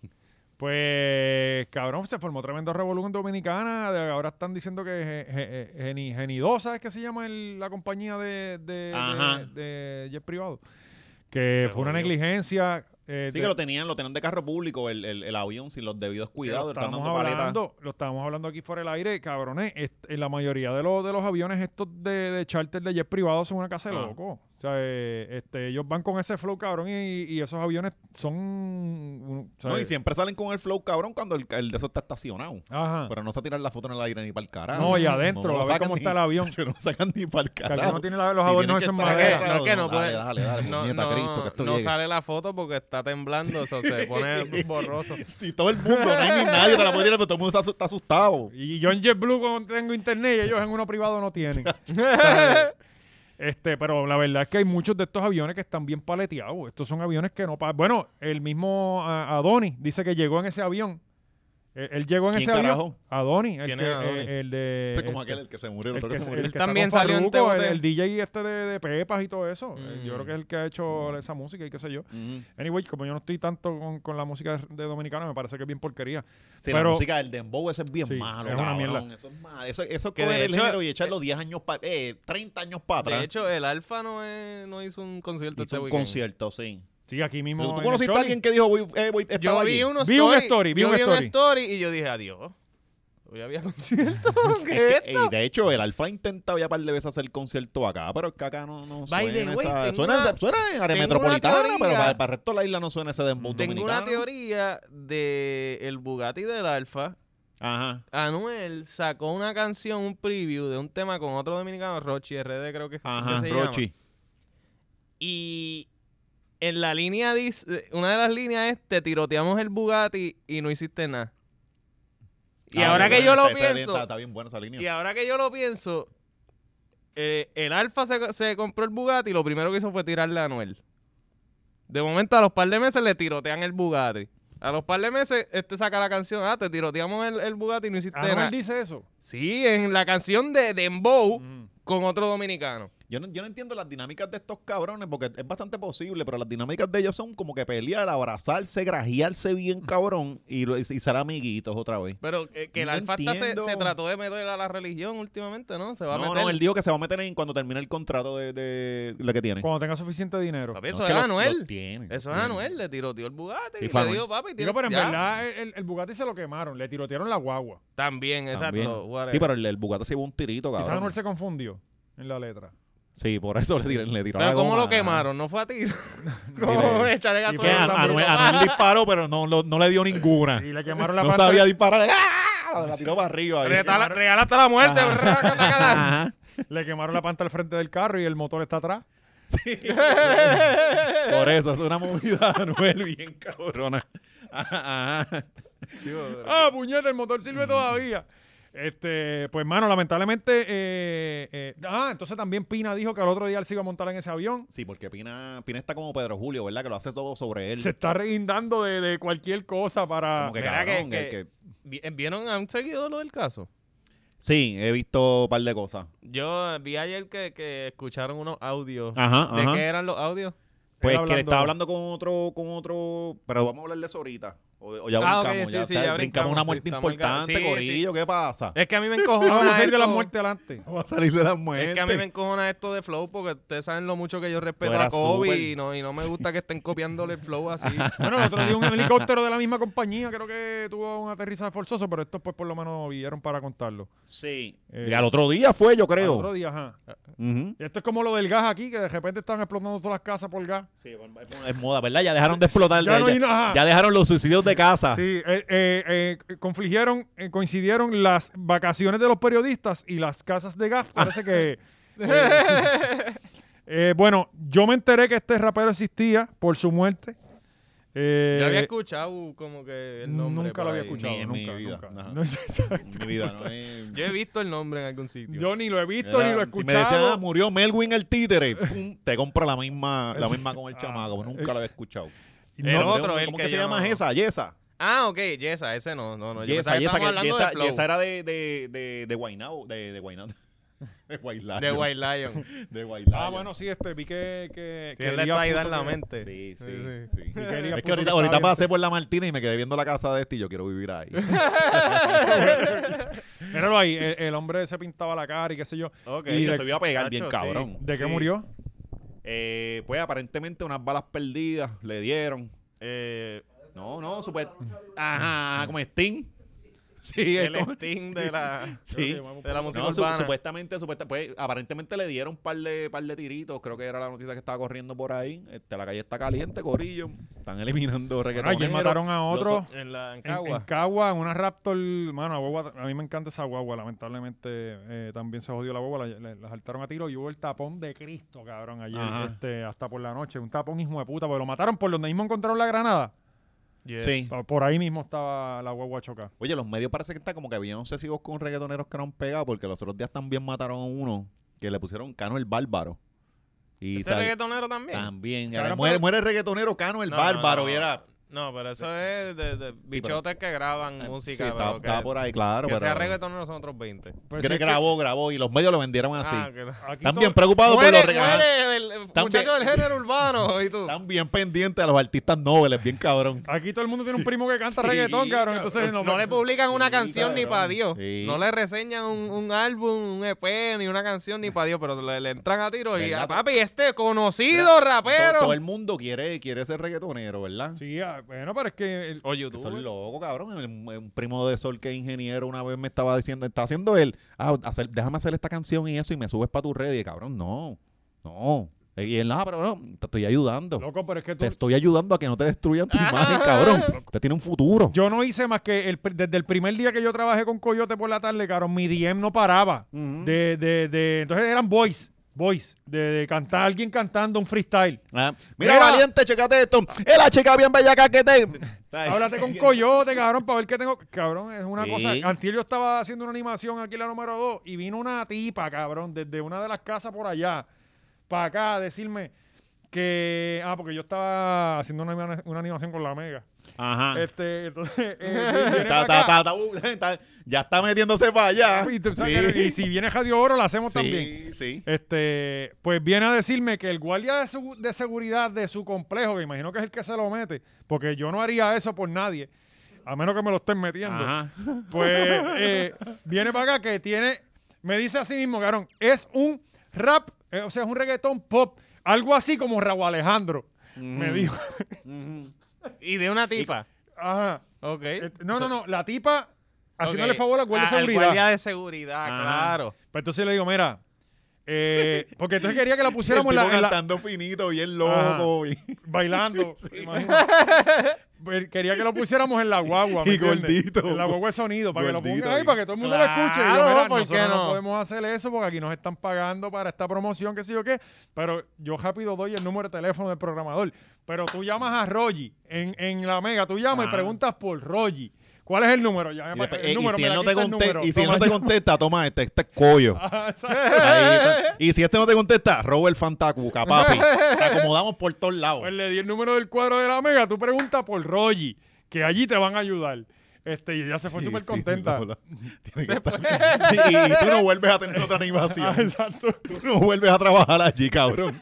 Speaker 2: Pues, cabrón, se formó tremendo revolución dominicana. de- ahora están diciendo que Je- Je- Je- Geni- Genidosa es que se llama el- la compañía de, de,
Speaker 3: Ajá.
Speaker 2: de- de jet privado. Que
Speaker 4: Se
Speaker 2: fue una
Speaker 4: jodió.
Speaker 2: negligencia. eh,
Speaker 3: Sí
Speaker 2: de-
Speaker 3: que lo tenían, lo tenían de carro público, el, el- el avión sin los debidos
Speaker 2: que
Speaker 3: cuidados,
Speaker 2: lo,
Speaker 3: están
Speaker 2: estábamos
Speaker 3: dando paletas.
Speaker 2: hablando, lo estábamos hablando aquí fuera del aire, cabrones. est- en la mayoría de, los de los aviones estos de, de charter de jet privado son una casa de
Speaker 3: Ah.
Speaker 2: locos. O sea, eh, este, ellos van con ese flow, cabrón, y, y esos aviones son... un- o sea,
Speaker 3: No, y siempre salen con el flow cabrón cuando el, el de eso está estacionado.
Speaker 2: Ajá.
Speaker 3: Pero no se tiran la foto en el aire ni para el carajo.
Speaker 2: Ah. No, y adentro,
Speaker 3: lo
Speaker 2: a ver
Speaker 3: sacan
Speaker 2: cómo
Speaker 3: ni-
Speaker 2: está el avión.
Speaker 3: No lo sacan ni para el
Speaker 2: O sea, que
Speaker 3: carajo.
Speaker 2: no tiene la- los
Speaker 3: Y
Speaker 2: adornos
Speaker 3: tienen que
Speaker 2: esos en
Speaker 3: estar
Speaker 2: madera.
Speaker 4: acá, No, es que no puede-
Speaker 3: Dale, dale, dale,
Speaker 4: No,
Speaker 3: puñeta,
Speaker 4: no,
Speaker 3: Cristo, que esto
Speaker 4: no
Speaker 3: llegue.
Speaker 4: sale la foto porque está temblando, o sea, se pone borroso.
Speaker 3: Y todo el mundo, no hay ni nadie te la puede tirar, pero todo el mundo está, está asustado.
Speaker 2: Y yo en JetBlue cuando tengo internet y ellos en uno privado no tienen. ¿Sabes? este, pero la verdad es que hay muchos de estos aviones que están bien paleteados. Estos son aviones que no pa- Bueno, el mismo a- Adonis dice que llegó en ese avión. E-, Él, él llegó en
Speaker 3: ¿Quién
Speaker 2: ese avión.
Speaker 3: carajo?
Speaker 2: Adonis, el,
Speaker 4: ¿Quién
Speaker 2: que,
Speaker 4: es Adonis?
Speaker 2: el- el de.
Speaker 3: Ese es como
Speaker 2: este,
Speaker 3: aquel, el que se murió, el
Speaker 2: el
Speaker 3: otro
Speaker 2: que,
Speaker 3: que se murió.
Speaker 2: el que
Speaker 4: También
Speaker 2: está con
Speaker 4: salió en
Speaker 2: Farruko, el,
Speaker 4: TBT.
Speaker 2: el DJ este de, de Pepas y todo eso. Eh, Yo
Speaker 4: Mm.
Speaker 2: creo que es el que ha hecho esa música y qué sé yo.
Speaker 3: Ujú.
Speaker 2: Anyway, como yo no estoy tanto con, con la música de Dominicana, me parece que es bien porquería.
Speaker 3: Sí,
Speaker 2: Pero-
Speaker 3: la música del dembow ese es bien
Speaker 2: Sí,
Speaker 3: malo,
Speaker 2: es una
Speaker 3: cabrón.
Speaker 2: mierda.
Speaker 3: Eso es malo. Eso, eso es
Speaker 4: Que de
Speaker 3: coger el
Speaker 4: hecho-
Speaker 3: género y echarlo 10 años para... Eh, 30 años para atrás.
Speaker 4: De hecho, el Alfa no, es- no hizo un concierto
Speaker 3: hizo
Speaker 4: este
Speaker 3: un
Speaker 4: weekend.
Speaker 3: concierto, sí.
Speaker 2: Sí, aquí mismo.
Speaker 3: ¿Tú
Speaker 2: en el
Speaker 3: conociste
Speaker 2: Choli.
Speaker 3: a alguien que dijo, voy, eh, voy,
Speaker 4: Yo
Speaker 3: estaba
Speaker 4: vi
Speaker 3: allí?
Speaker 4: unos
Speaker 2: Vi un story, vi
Speaker 4: yo
Speaker 2: un
Speaker 4: vi un
Speaker 2: story.
Speaker 4: story y yo dije, adiós. Hoy había concierto.
Speaker 3: Es
Speaker 4: ¿qué
Speaker 3: que,
Speaker 4: es esto?
Speaker 3: ey, de hecho, el Alfa ha intentado ya par de veces hacer concierto acá, pero es que acá no, no
Speaker 4: By the
Speaker 3: suena.
Speaker 4: way,
Speaker 3: esa-
Speaker 4: tengo
Speaker 3: suena,
Speaker 4: una-
Speaker 3: suena en área
Speaker 4: tengo
Speaker 3: metropolitana,
Speaker 4: una teoría.
Speaker 3: pero para, para el resto de la isla no suena ese dembow
Speaker 4: Tengo
Speaker 3: dominicano.
Speaker 4: una teoría de el Bugatti del Alfa.
Speaker 3: Ajá.
Speaker 4: Anuel sacó una canción, un preview de un tema con otro dominicano, Rochi RD creo que, es que
Speaker 3: Ajá,
Speaker 4: se llama.
Speaker 3: Rochi.
Speaker 4: Y en la línea dice, una de las líneas es te tiroteamos el Bugatti y no hiciste nada. Y
Speaker 3: Ah,
Speaker 4: ahora
Speaker 3: esa-
Speaker 4: que yo lo
Speaker 3: esa- esa-
Speaker 4: pienso,
Speaker 3: Está, está bien buena esa línea.
Speaker 4: y ahora que yo lo pienso, eh, el Alfa se, se compró el Bugatti y lo primero que hizo fue tirarle a Anuel. De momento a los par de meses le tirotean el Bugatti. A los par de meses, este saca la canción, ah, te tiroteamos el, el Bugatti y no hiciste
Speaker 2: Anuel
Speaker 4: nada.
Speaker 2: Ah, dice eso.
Speaker 4: Sí, en la canción de Dembow
Speaker 3: Mm.
Speaker 4: con otro dominicano.
Speaker 3: Yo no, yo no entiendo las dinámicas de estos cabrones, porque es bastante posible, pero las dinámicas de ellos son como que pelear, abrazarse, grajearse bien
Speaker 4: Mm.
Speaker 3: cabrón y, lo- y ser amiguitos otra vez.
Speaker 4: Pero eh, que el
Speaker 3: No
Speaker 4: Alfa hasta se,
Speaker 3: entiendo.
Speaker 4: se trató de meter a la religión últimamente, ¿no? Se va
Speaker 3: No,
Speaker 4: a meter.
Speaker 3: no, él dijo que se va a meter en cuando termine el contrato de, de lo que tiene.
Speaker 2: Cuando tenga suficiente dinero.
Speaker 4: Papi,
Speaker 3: No,
Speaker 4: eso
Speaker 3: es
Speaker 4: es,
Speaker 3: que lo-
Speaker 4: Anuel.
Speaker 3: lo tiene, lo
Speaker 4: eso es
Speaker 3: tiene.
Speaker 4: Anuel, le tiroteó el Bugatti
Speaker 3: Sí,
Speaker 4: y
Speaker 3: fue
Speaker 4: le
Speaker 3: Anuel.
Speaker 4: dijo, papi,
Speaker 2: Digo,
Speaker 4: tira-
Speaker 2: pero en
Speaker 4: ya.
Speaker 2: verdad el, el Bugatti se lo quemaron, le tirotearon la guagua.
Speaker 4: También,
Speaker 3: También.
Speaker 4: exacto. whatever.
Speaker 3: Sí, pero el, el Bugatti se llevó un tirito,
Speaker 2: Quizás
Speaker 3: cabrón.
Speaker 2: Anuel se confundió en la letra.
Speaker 3: Sí, por eso le tiraron le tiró
Speaker 4: Pero
Speaker 3: la
Speaker 4: ¿cómo
Speaker 3: goma.
Speaker 4: lo quemaron? ¿No fue a tiro?
Speaker 3: Sí,
Speaker 4: ¿Cómo
Speaker 3: le-
Speaker 4: echarle
Speaker 2: Y
Speaker 3: Que
Speaker 2: fue
Speaker 3: Anu-
Speaker 4: gasolina? también?
Speaker 3: Anuel, Anuel disparó, pero no, lo- no le dio ninguna.
Speaker 2: Y le quemaron la
Speaker 3: Ah. No
Speaker 2: pantalla.
Speaker 3: sabía disparar. ¡Ah! La tiró para arriba. ahí.
Speaker 4: Retala- real hasta la muerte.
Speaker 3: Ajá.
Speaker 4: raca, taca, taca.
Speaker 3: Ajá.
Speaker 2: Le quemaron la panta al frente del carro y el motor está atrás.
Speaker 3: Por eso es una movida de Anuel bien cabrona. ah, Ajá, ajá.
Speaker 2: Ah, puñeta, el motor
Speaker 3: Mm.
Speaker 2: sirve todavía. Este, pues, mano, lamentablemente. eh, eh, ah, entonces también Pina dijo que al otro día él se iba a montar en ese avión.
Speaker 3: Sí, porque Pina, Pina está como Pedro Julio, ¿verdad? Que lo hace todo sobre él.
Speaker 2: Se está reguindando de, de cualquier cosa para.
Speaker 3: Como que
Speaker 4: Mira que-
Speaker 3: cabrón.
Speaker 4: que-
Speaker 3: que- que-
Speaker 4: Vi- eh, ¿Vieron? ¿Han seguido lo del caso?
Speaker 3: Sí, he visto un par de cosas.
Speaker 4: Yo eh, vi ayer que, que escucharon unos audios.
Speaker 3: Ajá,
Speaker 4: ¿De
Speaker 3: ajá.
Speaker 4: qué eran los audios?
Speaker 3: Pues
Speaker 2: Él
Speaker 3: que le estaba
Speaker 2: hablando-
Speaker 3: hablando con otro, con otro, pero vamos a hablar de eso ahorita. O, o ya
Speaker 4: Ah,
Speaker 3: brincamos,
Speaker 4: ok, sí,
Speaker 3: ya,
Speaker 4: sí,
Speaker 3: o sea,
Speaker 4: ya
Speaker 3: brincamos
Speaker 4: brincamos,
Speaker 3: una
Speaker 4: sí,
Speaker 3: muerte
Speaker 4: estamos
Speaker 3: importante,
Speaker 4: alca- sí,
Speaker 3: Corillo, ¿qué pasa?
Speaker 4: Es que a mí
Speaker 2: Ah,
Speaker 4: me
Speaker 2: Vamos a
Speaker 4: encojona
Speaker 2: salir de la
Speaker 4: esto.
Speaker 2: muerte adelante.
Speaker 3: Vamos a salir de las muertes.
Speaker 4: Es que a mí me encojona esto de Flow porque ustedes saben lo mucho que yo respeto
Speaker 3: eras
Speaker 4: a Kobe
Speaker 3: súper.
Speaker 4: y no, y no me gusta que estén copiándole el Flow así.
Speaker 2: Bueno, el otro día un helicóptero de la misma compañía creo que tuvo un aterrizaje forzoso, pero estos pues por lo menos vieron para contarlo.
Speaker 3: Sí.
Speaker 2: Eh,
Speaker 3: y al otro día fue, yo
Speaker 2: Al
Speaker 3: creo.
Speaker 2: otro día, ajá.
Speaker 3: Ujú.
Speaker 2: Y esto es como lo del gas aquí, que de repente están explotando todas las casas por gas.
Speaker 3: Sí, es- es moda, ¿verdad? Ya dejaron de explotar.
Speaker 2: Ya
Speaker 3: Ya,
Speaker 2: no hay
Speaker 3: ya-
Speaker 2: nada.
Speaker 3: ya dejaron los suicidios de casa.
Speaker 2: Sí, eh, eh, eh, confligieron, eh, coincidieron las vacaciones de los periodistas y las casas de gas. Parece que. eh, sí. Eh, bueno, yo me enteré que este rapero existía por su muerte. Eh,
Speaker 4: yo había escuchado como que el nombre.
Speaker 2: Nunca
Speaker 4: por
Speaker 2: lo había
Speaker 4: ahí.
Speaker 2: escuchado.
Speaker 3: Ni en
Speaker 2: nunca,
Speaker 3: mi vida,
Speaker 2: nunca.
Speaker 3: ajá.
Speaker 2: No es exacto.
Speaker 3: Mi vida no es.
Speaker 4: Yo he visto el nombre en algún sitio.
Speaker 2: Yo ni lo he visto
Speaker 3: Era-
Speaker 2: ni lo he
Speaker 3: si me decían,
Speaker 2: escuchado.
Speaker 3: "Ah, murió Melwin el títere, pum, te compra la misma, la misma con el
Speaker 2: Ah,
Speaker 3: chamaco. pues Nunca
Speaker 2: eh.
Speaker 3: la había escuchado.
Speaker 4: El
Speaker 2: No,
Speaker 4: otro, el
Speaker 3: ¿Cómo
Speaker 4: que
Speaker 3: que se
Speaker 4: yo
Speaker 3: llama
Speaker 4: no-
Speaker 3: esa? Yesa.
Speaker 4: Ah, ok, Yesa, ese no, no, no. yo
Speaker 3: Yesa,
Speaker 4: pensaba que
Speaker 3: Yesa,
Speaker 4: estábamos
Speaker 3: que
Speaker 4: hablando
Speaker 3: Yesa,
Speaker 4: de Flow,
Speaker 3: Yesa era de, de, de, de Guaynabo, de, de Guaynabo. De Guaylao.
Speaker 4: de White Lion.
Speaker 3: De Guaylao.
Speaker 2: Ah, bueno, sí, este, vi que. que, que
Speaker 4: Tiene la
Speaker 2: Elías
Speaker 4: estadidad
Speaker 2: puso
Speaker 4: en la
Speaker 2: que-
Speaker 4: mente.
Speaker 3: Sí, sí,
Speaker 4: Sí,
Speaker 3: sí.
Speaker 2: que Elías
Speaker 3: Es
Speaker 2: puso
Speaker 3: que ahorita,
Speaker 2: estaba
Speaker 3: ahorita
Speaker 2: bien.
Speaker 3: pasé por la Martina y me quedé viendo la casa de este y yo quiero vivir ahí.
Speaker 2: Míralo ahí, el, el hombre se pintaba la cara y qué sé yo.
Speaker 4: Ok.
Speaker 3: y
Speaker 2: de-
Speaker 3: se vio a pegar bien
Speaker 4: Tacho, sí.
Speaker 3: cabrón.
Speaker 2: ¿De qué
Speaker 4: Sí.
Speaker 2: murió?
Speaker 3: Eh, pues aparentemente unas balas perdidas le dieron.
Speaker 4: Eh,
Speaker 3: No, no, super. Ajá, como Sting. Sí, es
Speaker 4: el
Speaker 3: como-
Speaker 4: Sting de la,
Speaker 3: Sí.
Speaker 4: de la música
Speaker 3: No, su-
Speaker 4: urbana.
Speaker 3: supuestamente, supuesta- pues, aparentemente le dieron un par de, par de tiritos. Creo que era la noticia que estaba corriendo por ahí. Este, la calle está caliente, Corillo. Están eliminando reggaetoneros.
Speaker 2: Ah, Ayer mataron a otro.
Speaker 3: Los-
Speaker 4: en la en
Speaker 2: En, en
Speaker 4: Cagua.
Speaker 2: Cagua, en una Raptor, mano, la guagua- a mí me encanta esa guagua, lamentablemente eh, también se jodió la guagua, la, la- la saltaron a tiro y hubo el tapón de Cristo, cabrón, ayer,
Speaker 3: Ajá.
Speaker 2: este, hasta por la noche, un tapón hijo de puta, porque lo mataron por donde mismo encontraron la granada,
Speaker 4: Yes.
Speaker 3: Sí.
Speaker 2: por, por ahí mismo estaba la guagua chocada.
Speaker 3: Oye, los medios parece que está como que habían obsesivos con reggaetoneros que no han pegado porque los otros días también mataron a uno que le pusieron Cano el Bárbaro. Y
Speaker 4: ¿Ese
Speaker 3: sal-
Speaker 4: reggaetonero también?
Speaker 3: también.
Speaker 2: Claro,
Speaker 3: era-
Speaker 2: pero-
Speaker 3: muere, muere el reggaetonero Cano el
Speaker 4: No,
Speaker 3: Bárbaro.
Speaker 4: no,
Speaker 3: y era-
Speaker 4: No, pero eso es de, de bichotes que graban música.
Speaker 3: Ah, Sí, estaba,
Speaker 4: pero que,
Speaker 3: estaba por ahí, claro.
Speaker 4: que
Speaker 3: pero,
Speaker 4: sea reggaetonero son otros 20.
Speaker 2: Pues
Speaker 3: Gra-
Speaker 2: si es que
Speaker 3: grabó, grabó y los medios lo vendieron así.
Speaker 4: Ah, que-
Speaker 2: aquí
Speaker 3: Están
Speaker 2: todo-
Speaker 3: bien preocupados por
Speaker 4: Muere,
Speaker 3: los reggaetoneros.
Speaker 4: muere el, el
Speaker 3: También-
Speaker 4: muchacho del género urbano. ¿y tú?
Speaker 3: Están bien pendientes a los artistas nobles, bien cabrón.
Speaker 2: Aquí todo el mundo tiene un primo que canta reggaetón, cabrón, entonces Pues no,
Speaker 4: No le publican una
Speaker 3: Sí,
Speaker 4: canción ni
Speaker 3: cabrón.
Speaker 4: para Dios.
Speaker 3: Sí.
Speaker 4: No le reseñan un, un álbum, un EP, ni una canción ni para Dios, pero le, le entran a tiro y
Speaker 3: ¿Verdad?
Speaker 4: a papi, este conocido
Speaker 3: Todo,
Speaker 4: rapero.
Speaker 3: todo el mundo quiere, quiere ser reggaetonero, ¿verdad?
Speaker 2: Sí, ah, bueno, pero es que... el-
Speaker 4: O
Speaker 3: Que
Speaker 4: YouTube.
Speaker 3: Son locos, cabrón. El- el- un primo de Sol que es ingeniero una vez me estaba diciendo, está haciendo él, ah, hacer- déjame hacer esta canción y eso y me subes para tu red. Y cabrón, no, no. Y él, no, pero no, te estoy ayudando.
Speaker 2: Loco, pero es que tú...
Speaker 3: Te estoy ayudando a que no te destruyan tu imagen, cabrón. Usted tiene un futuro.
Speaker 2: Yo no hice más que el pr- desde el primer día que yo trabajé con Coyote por la tarde, cabrón, mi DM no paraba.
Speaker 3: Ujú.
Speaker 2: de, de, de- entonces eran voice, voice, de, de cantar, alguien cantando un freestyle.
Speaker 3: Ah, mira,
Speaker 2: Mira.
Speaker 3: valiente, checate esto. Es la chica bien bellaca que te...
Speaker 2: Háblate con Coyote, cabrón, para ver qué tengo. Cabrón, es una
Speaker 3: Sí.
Speaker 2: cosa. Antier yo estaba haciendo una animación aquí en la número 2 y vino una tipa, cabrón, desde una de las casas por allá, para acá, a decirme que. Ah, porque yo estaba haciendo una, anima- una animación con la Mega.
Speaker 3: Ajá.
Speaker 2: Este, entonces. eh, viene para
Speaker 3: Ta, ta,
Speaker 2: acá.
Speaker 3: ta, ta, uh, Ah. está- ya está metiéndose para allá.
Speaker 2: Y, tú sabes que- y si viene Radio Oro, la hacemos también.
Speaker 3: sí, sí.
Speaker 2: Este, pues viene a decirme que el guardia de, segu- de seguridad de su complejo, que imagino que es el que se lo mete, porque yo no haría eso por nadie, a menos que me lo estén metiendo.
Speaker 3: Ajá.
Speaker 2: Pues eh, viene para acá que tiene, me dice así mismo, cabrón, es un rap, eh, o sea, es un reggaetón pop, algo así como Raúl Alejandro. Me dijo,
Speaker 4: Y de una tipa.
Speaker 2: ajá.
Speaker 4: Ok.
Speaker 2: Eh, No, no, no, la tipa haciéndole
Speaker 4: Ok.
Speaker 2: favor al guardia
Speaker 4: Ah,
Speaker 2: de
Speaker 4: al
Speaker 2: seguridad.
Speaker 4: guardia de seguridad,
Speaker 3: Ajá.
Speaker 4: claro.
Speaker 2: Pues entonces le digo, mira, Eh, porque entonces quería que la
Speaker 3: El tipo
Speaker 2: pusiéramos en la- en la,
Speaker 3: cantando finito, bien loco. Y,
Speaker 2: bailando. imagínate. Pero Quería que lo pusiéramos en la guagua. ¿me
Speaker 3: Y
Speaker 2: entiendes?
Speaker 3: gordito.
Speaker 2: En la guagua de sonido, para que lo
Speaker 3: Gordito
Speaker 2: pongan ahí,
Speaker 3: ahí.
Speaker 2: para que todo el mundo lo escuche. Y yo,
Speaker 4: Claro,
Speaker 2: mira,
Speaker 4: ¿por
Speaker 2: nosotros
Speaker 4: qué
Speaker 2: no?
Speaker 4: no?
Speaker 2: podemos hacer eso porque aquí nos están pagando para esta promoción, qué sé yo qué. Pero yo rápido doy el número de teléfono del programador. Pero tú llamas a Rogi en, en la mega, tú llamas y
Speaker 3: Ah.
Speaker 2: preguntas por Rogi. ¿Cuál es el número? Llame
Speaker 3: y
Speaker 2: para-
Speaker 3: después,
Speaker 2: el
Speaker 3: eh, y
Speaker 2: número,
Speaker 3: si
Speaker 2: me
Speaker 3: él
Speaker 2: la
Speaker 3: no te
Speaker 2: quita el
Speaker 3: contesta,
Speaker 2: número.
Speaker 3: y si él no
Speaker 2: Toma, Ah,
Speaker 3: te contesta, toma este, este es collo. Ahí está. y si este no te contesta, roba el fantacuca, papi. Te acomodamos por todos lados.
Speaker 2: Pues le di el número del cuadro de la mega, tú preguntas por Rogi, que allí te van a ayudar. Este, y ella se fue
Speaker 3: Sí,
Speaker 2: súper
Speaker 3: sí,
Speaker 2: contenta.
Speaker 3: no, no. Tiene que estar- Y, y tú no vuelves a tener otra
Speaker 2: Ah,
Speaker 3: animación.
Speaker 2: exacto.
Speaker 3: Tú no vuelves a trabajar allí, cabrón.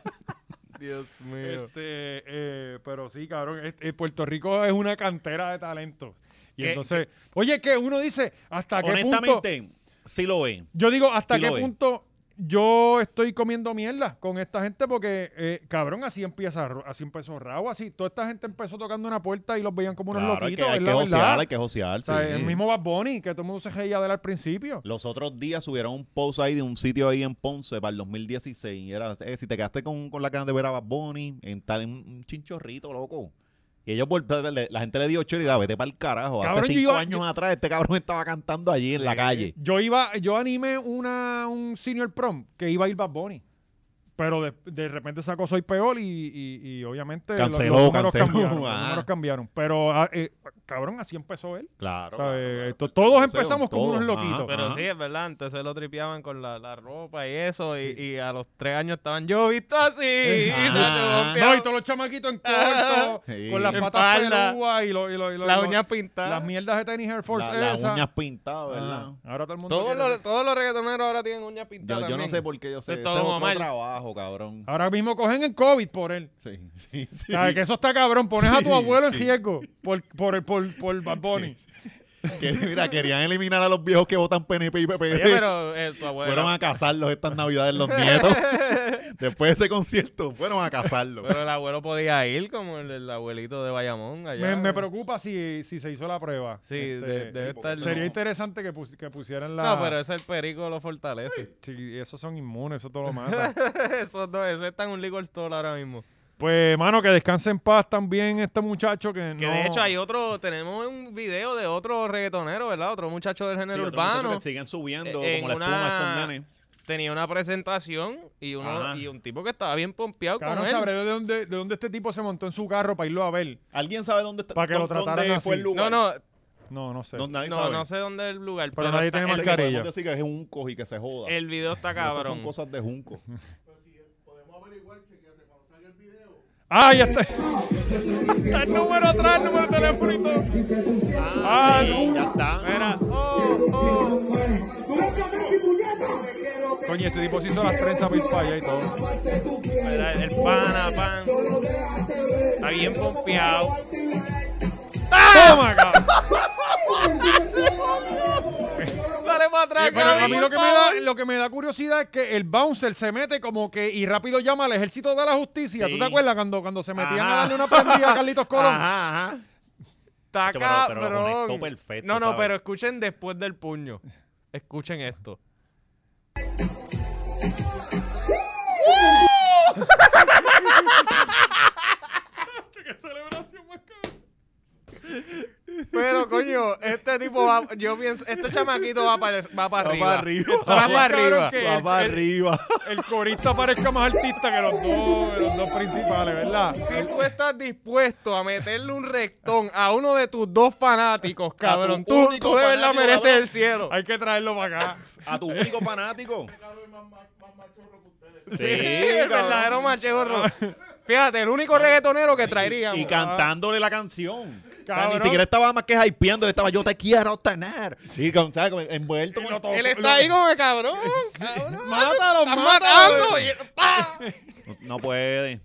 Speaker 4: Dios mío.
Speaker 2: Este, eh, pero sí, cabrón, este, eh, Puerto Rico es una cantera de talento. Y
Speaker 4: ¿Qué-
Speaker 2: entonces, oye, que uno dice, ¿hasta qué punto?
Speaker 3: Honestamente, sí lo ven.
Speaker 2: Yo digo, ¿hasta
Speaker 3: sí
Speaker 2: qué
Speaker 3: lo es.
Speaker 2: punto yo estoy comiendo mierda con esta gente? Porque, eh, cabrón, así empieza, Ro- así empezó Raúl, así. Toda esta gente empezó tocando una puerta y los veían como unos
Speaker 3: Claro, hay que,
Speaker 2: loquitos, es
Speaker 3: hay que
Speaker 2: la verdad.
Speaker 3: josear, hay que josear.
Speaker 2: O sea,
Speaker 3: sí.
Speaker 2: el mismo Bad Bunny, que todo el mundo se reía de él al principio.
Speaker 3: Los otros días subieron un post ahí de un sitio ahí en Ponce para el 2016. Y era, eh, si te quedaste con, con la ganas de ver a Bad Bunny, en tal, en un chinchorrito, loco. Y ellos, vol- le- la gente le dio chorro y da, vete para el carajo.
Speaker 2: Cabrón,
Speaker 3: Hace
Speaker 2: yo
Speaker 3: cinco
Speaker 2: iba-
Speaker 3: años
Speaker 2: yo-
Speaker 3: atrás este cabrón estaba cantando allí en la calle.
Speaker 2: Yo iba, yo animé una, un senior prom que iba a ir Bad Bunny. Pero de, de repente sacó Soy Peor y, y- y obviamente lo-
Speaker 3: Canceló,
Speaker 2: los, números
Speaker 3: canceló,
Speaker 2: cambiaron. los
Speaker 3: ah.
Speaker 2: números cambiaron. Pero ah, eh, cabrón, así empezó él.
Speaker 3: Claro.
Speaker 2: ¿sabes?
Speaker 3: claro,
Speaker 2: eh, To-
Speaker 3: claro.
Speaker 2: todos
Speaker 3: Joseo,
Speaker 2: empezamos como
Speaker 3: todos,
Speaker 2: unos loquitos.
Speaker 3: ajá,
Speaker 4: Pero
Speaker 3: ajá.
Speaker 4: sí, es verdad, antes se lo tripeaban con la, la ropa y eso, y, y a los tres años estaban yo visto así. y
Speaker 3: Ajá.
Speaker 4: yo
Speaker 3: Ah.
Speaker 2: No, y
Speaker 4: bombeado,
Speaker 2: todos los chamaquitos en corto,
Speaker 3: Sí.
Speaker 2: con las
Speaker 4: En
Speaker 2: patas
Speaker 4: falda.
Speaker 2: pelúas y, lo- y, lo- y lo-
Speaker 4: las
Speaker 2: lo-
Speaker 4: uñas pintadas.
Speaker 2: las mierdas de tenis Air Force
Speaker 3: La- las
Speaker 2: esas.
Speaker 3: uñas pintadas, ¿verdad?
Speaker 2: Ah, ahora todo el mundo
Speaker 4: Todos
Speaker 2: quiere-
Speaker 4: los, todos los reggaetoneros ahora tienen uñas pintadas.
Speaker 3: Yo, yo no
Speaker 4: también.
Speaker 3: sé por qué yo sé.
Speaker 4: Eso es
Speaker 3: Ese
Speaker 4: todo
Speaker 3: es otro
Speaker 4: mal.
Speaker 3: trabajo, cabrón.
Speaker 2: Ahora mismo cogen el COVID por él.
Speaker 3: Sí, sí, sí.
Speaker 2: ¿Sabes? Que eso está cabrón. Pones a tu
Speaker 3: Sí,
Speaker 2: abuelo en
Speaker 3: sí.
Speaker 2: riesgo por, por, por, por Bad Bunny.
Speaker 3: Que, mira, querían eliminar a los viejos que votan PNP y PPD.
Speaker 4: Oye, pero eh, tu abuelo.
Speaker 3: Fueron a casarlos estas navidades los nietos. Después de ese concierto, fueron a casarlos.
Speaker 4: Pero el abuelo podía ir como el, el abuelito de Bayamón allá.
Speaker 2: Me, me preocupa si, si se hizo la prueba.
Speaker 4: eh. Sí, de- debe
Speaker 2: eh,
Speaker 4: estar-
Speaker 2: Sería
Speaker 4: no.
Speaker 2: interesante que, pus- que pusieran la.
Speaker 4: No, pero ese el perico lo fortalece.
Speaker 2: Sí, esos son inmunes, eso todo lo mata.
Speaker 4: Esos dos, ese está en un liquor store ahora mismo.
Speaker 2: pues, mano, que descanse en paz también este muchacho que
Speaker 4: Que
Speaker 2: no.
Speaker 4: de hecho hay otro, tenemos un video de otro reggaetonero, ¿verdad? Otro muchacho del género
Speaker 3: Sí, otro muchacho
Speaker 4: urbano.
Speaker 3: que siguen subiendo
Speaker 4: en
Speaker 3: como la espuma
Speaker 4: una-
Speaker 3: estos nenes.
Speaker 4: Tenía una presentación y uno
Speaker 3: Ajá.
Speaker 4: y un tipo que estaba bien pompeado
Speaker 2: Cabrón,
Speaker 4: con él.
Speaker 2: sabré de dónde, de dónde este tipo se montó en su carro para irlo a ver.
Speaker 3: ¿Alguien sabe dónde está?
Speaker 2: Pa' que lo
Speaker 3: dónde
Speaker 2: trataran
Speaker 3: fue
Speaker 2: así.
Speaker 3: el lugar?
Speaker 4: No, no,
Speaker 2: No, no sé.
Speaker 3: No, nadie
Speaker 4: no,
Speaker 3: sabe.
Speaker 4: no sé dónde es el lugar.
Speaker 2: Pero nadie
Speaker 4: está-
Speaker 2: tiene
Speaker 3: Eso que
Speaker 2: mascarilla.
Speaker 3: podemos decir que es un cojo y que se joda.
Speaker 4: El, el video está
Speaker 3: Esas son
Speaker 4: cabrón.
Speaker 3: cosas de junco.
Speaker 2: Ah, ya está. está el número atrás, el número de teléfono y todo. Ah, no.
Speaker 3: ya está.
Speaker 2: Mira, oh, oh. Coño, este tipo se hizo las trenzas para ir para allá y todo.
Speaker 4: Mira, el pana, pan. Está bien pompeado. ¡Ah! Oh
Speaker 2: ¡Toma, cabrón!
Speaker 4: Dale para atrás,
Speaker 2: Pero a mí lo que, me da, lo que me da curiosidad es que el bouncer se mete como que y rápido llama al ejército de la justicia. ¿Tú
Speaker 3: Sí.
Speaker 2: te acuerdas cuando, cuando se metían
Speaker 3: Ajá.
Speaker 2: a darle una prendida a Carlitos Colón?
Speaker 3: Ajá, ajá.
Speaker 4: Está
Speaker 3: Chacho, pero- pero lo
Speaker 4: cabrón.
Speaker 3: conectó perfecto,
Speaker 4: no, no,
Speaker 3: ¿sabes?
Speaker 4: pero escuchen después del puño. Escuchen esto.
Speaker 2: ¡Qué celebración más cabrón!
Speaker 4: Pero coño, este tipo va, yo pienso, este chamaquito va para va para
Speaker 3: Va
Speaker 4: arriba.
Speaker 3: para arriba.
Speaker 4: Va para
Speaker 2: Cabrón,
Speaker 4: arriba.
Speaker 2: que
Speaker 3: Va
Speaker 2: el-
Speaker 3: para
Speaker 2: el-
Speaker 3: arriba.
Speaker 2: El corista parezca más artista que los dos, que los dos principales, ¿verdad?
Speaker 4: Si tú estás dispuesto a meterle un rectón a uno de tus dos fanáticos, cabrón, tú,
Speaker 3: único
Speaker 4: tú de verdad
Speaker 3: fanático,
Speaker 4: mereces
Speaker 3: cabrón.
Speaker 4: el cielo.
Speaker 2: Hay que traerlo para acá.
Speaker 3: A tu único fanático. Sí,
Speaker 4: el
Speaker 3: cabrón.
Speaker 4: verdadero machorro. Fíjate, el único reggaetonero que traeríamos.
Speaker 3: Y cantándole la canción. O sea,
Speaker 2: Cabrón.
Speaker 3: ni siquiera estaba más que hypeando, estaba yo te quiero tener. Y con, ¿sabes? Como envuelto.
Speaker 2: Y
Speaker 3: con-
Speaker 2: lo to-
Speaker 4: Él está ahí con el cabrón. cabrón.
Speaker 2: Mátalo, mátalo.
Speaker 4: Estás matando. Y, ¡pa!
Speaker 3: No puede.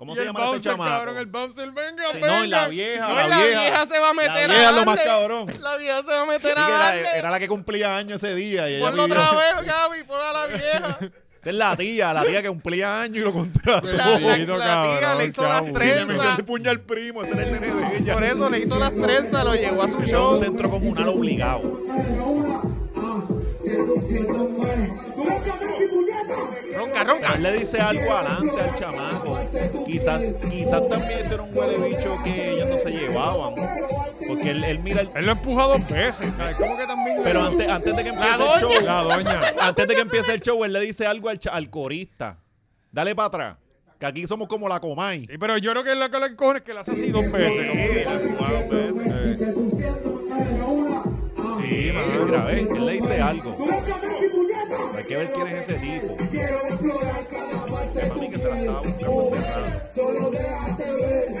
Speaker 3: ¿Cómo
Speaker 2: Y
Speaker 3: se
Speaker 2: el
Speaker 3: llama este
Speaker 2: bouncer,
Speaker 3: chamaco?
Speaker 2: cabrón, el bouncer, venga,
Speaker 3: Sí,
Speaker 2: venga.
Speaker 3: no, y la vieja,
Speaker 4: No,
Speaker 3: la,
Speaker 4: y la
Speaker 3: vieja.
Speaker 4: vieja se va a meter a
Speaker 3: La vieja es lo más
Speaker 4: darle.
Speaker 3: cabrón.
Speaker 4: La vieja se va a
Speaker 3: Sí,
Speaker 4: meter
Speaker 3: que
Speaker 4: a
Speaker 3: era,
Speaker 4: darle.
Speaker 3: era la que cumplía años ese día. Y ella
Speaker 4: Ponlo
Speaker 3: pidió-
Speaker 4: otra vez, Gaby, pon a la vieja.
Speaker 3: Esa es la tía, la tía que cumplía años y lo contrató.
Speaker 4: La, la,
Speaker 2: Poquito
Speaker 4: la tía
Speaker 2: cabrón,
Speaker 4: le hizo
Speaker 2: qué
Speaker 4: las
Speaker 2: aburrido.
Speaker 3: Le metió
Speaker 4: trenzas.
Speaker 3: el puño al primo, ese era el nene de ella.
Speaker 4: Por eso le hizo las trenzas, lo llevó a su
Speaker 3: Era un
Speaker 4: show.
Speaker 3: centro comunal obligado.
Speaker 5: Siento, siento, muere. ¡Tú me cambiaste, puñeta!
Speaker 2: ronca, ronca.
Speaker 3: Él le dice algo adelante al chamaco. Quizás quizás también este era un huele bicho que ellos no se llevaban. Porque él, él mira el.
Speaker 2: Él lo empuja dos veces, ¿sabes? ¿Cómo que también?
Speaker 3: Pero antes, antes de que empiece
Speaker 4: doña.
Speaker 3: el show.
Speaker 2: La doña.
Speaker 3: Antes de que empiece el show, él le dice algo al, cha- al corista. Dale para atrás. Que aquí somos como la Comay.
Speaker 2: Sí, pero yo creo que lo que le cojones es que la hace así dos veces. como que-
Speaker 3: Sí, madre, mira, ve, él le dice algo. Hay que ver quién es ese tipo. Para mí que se la estaba buscando hace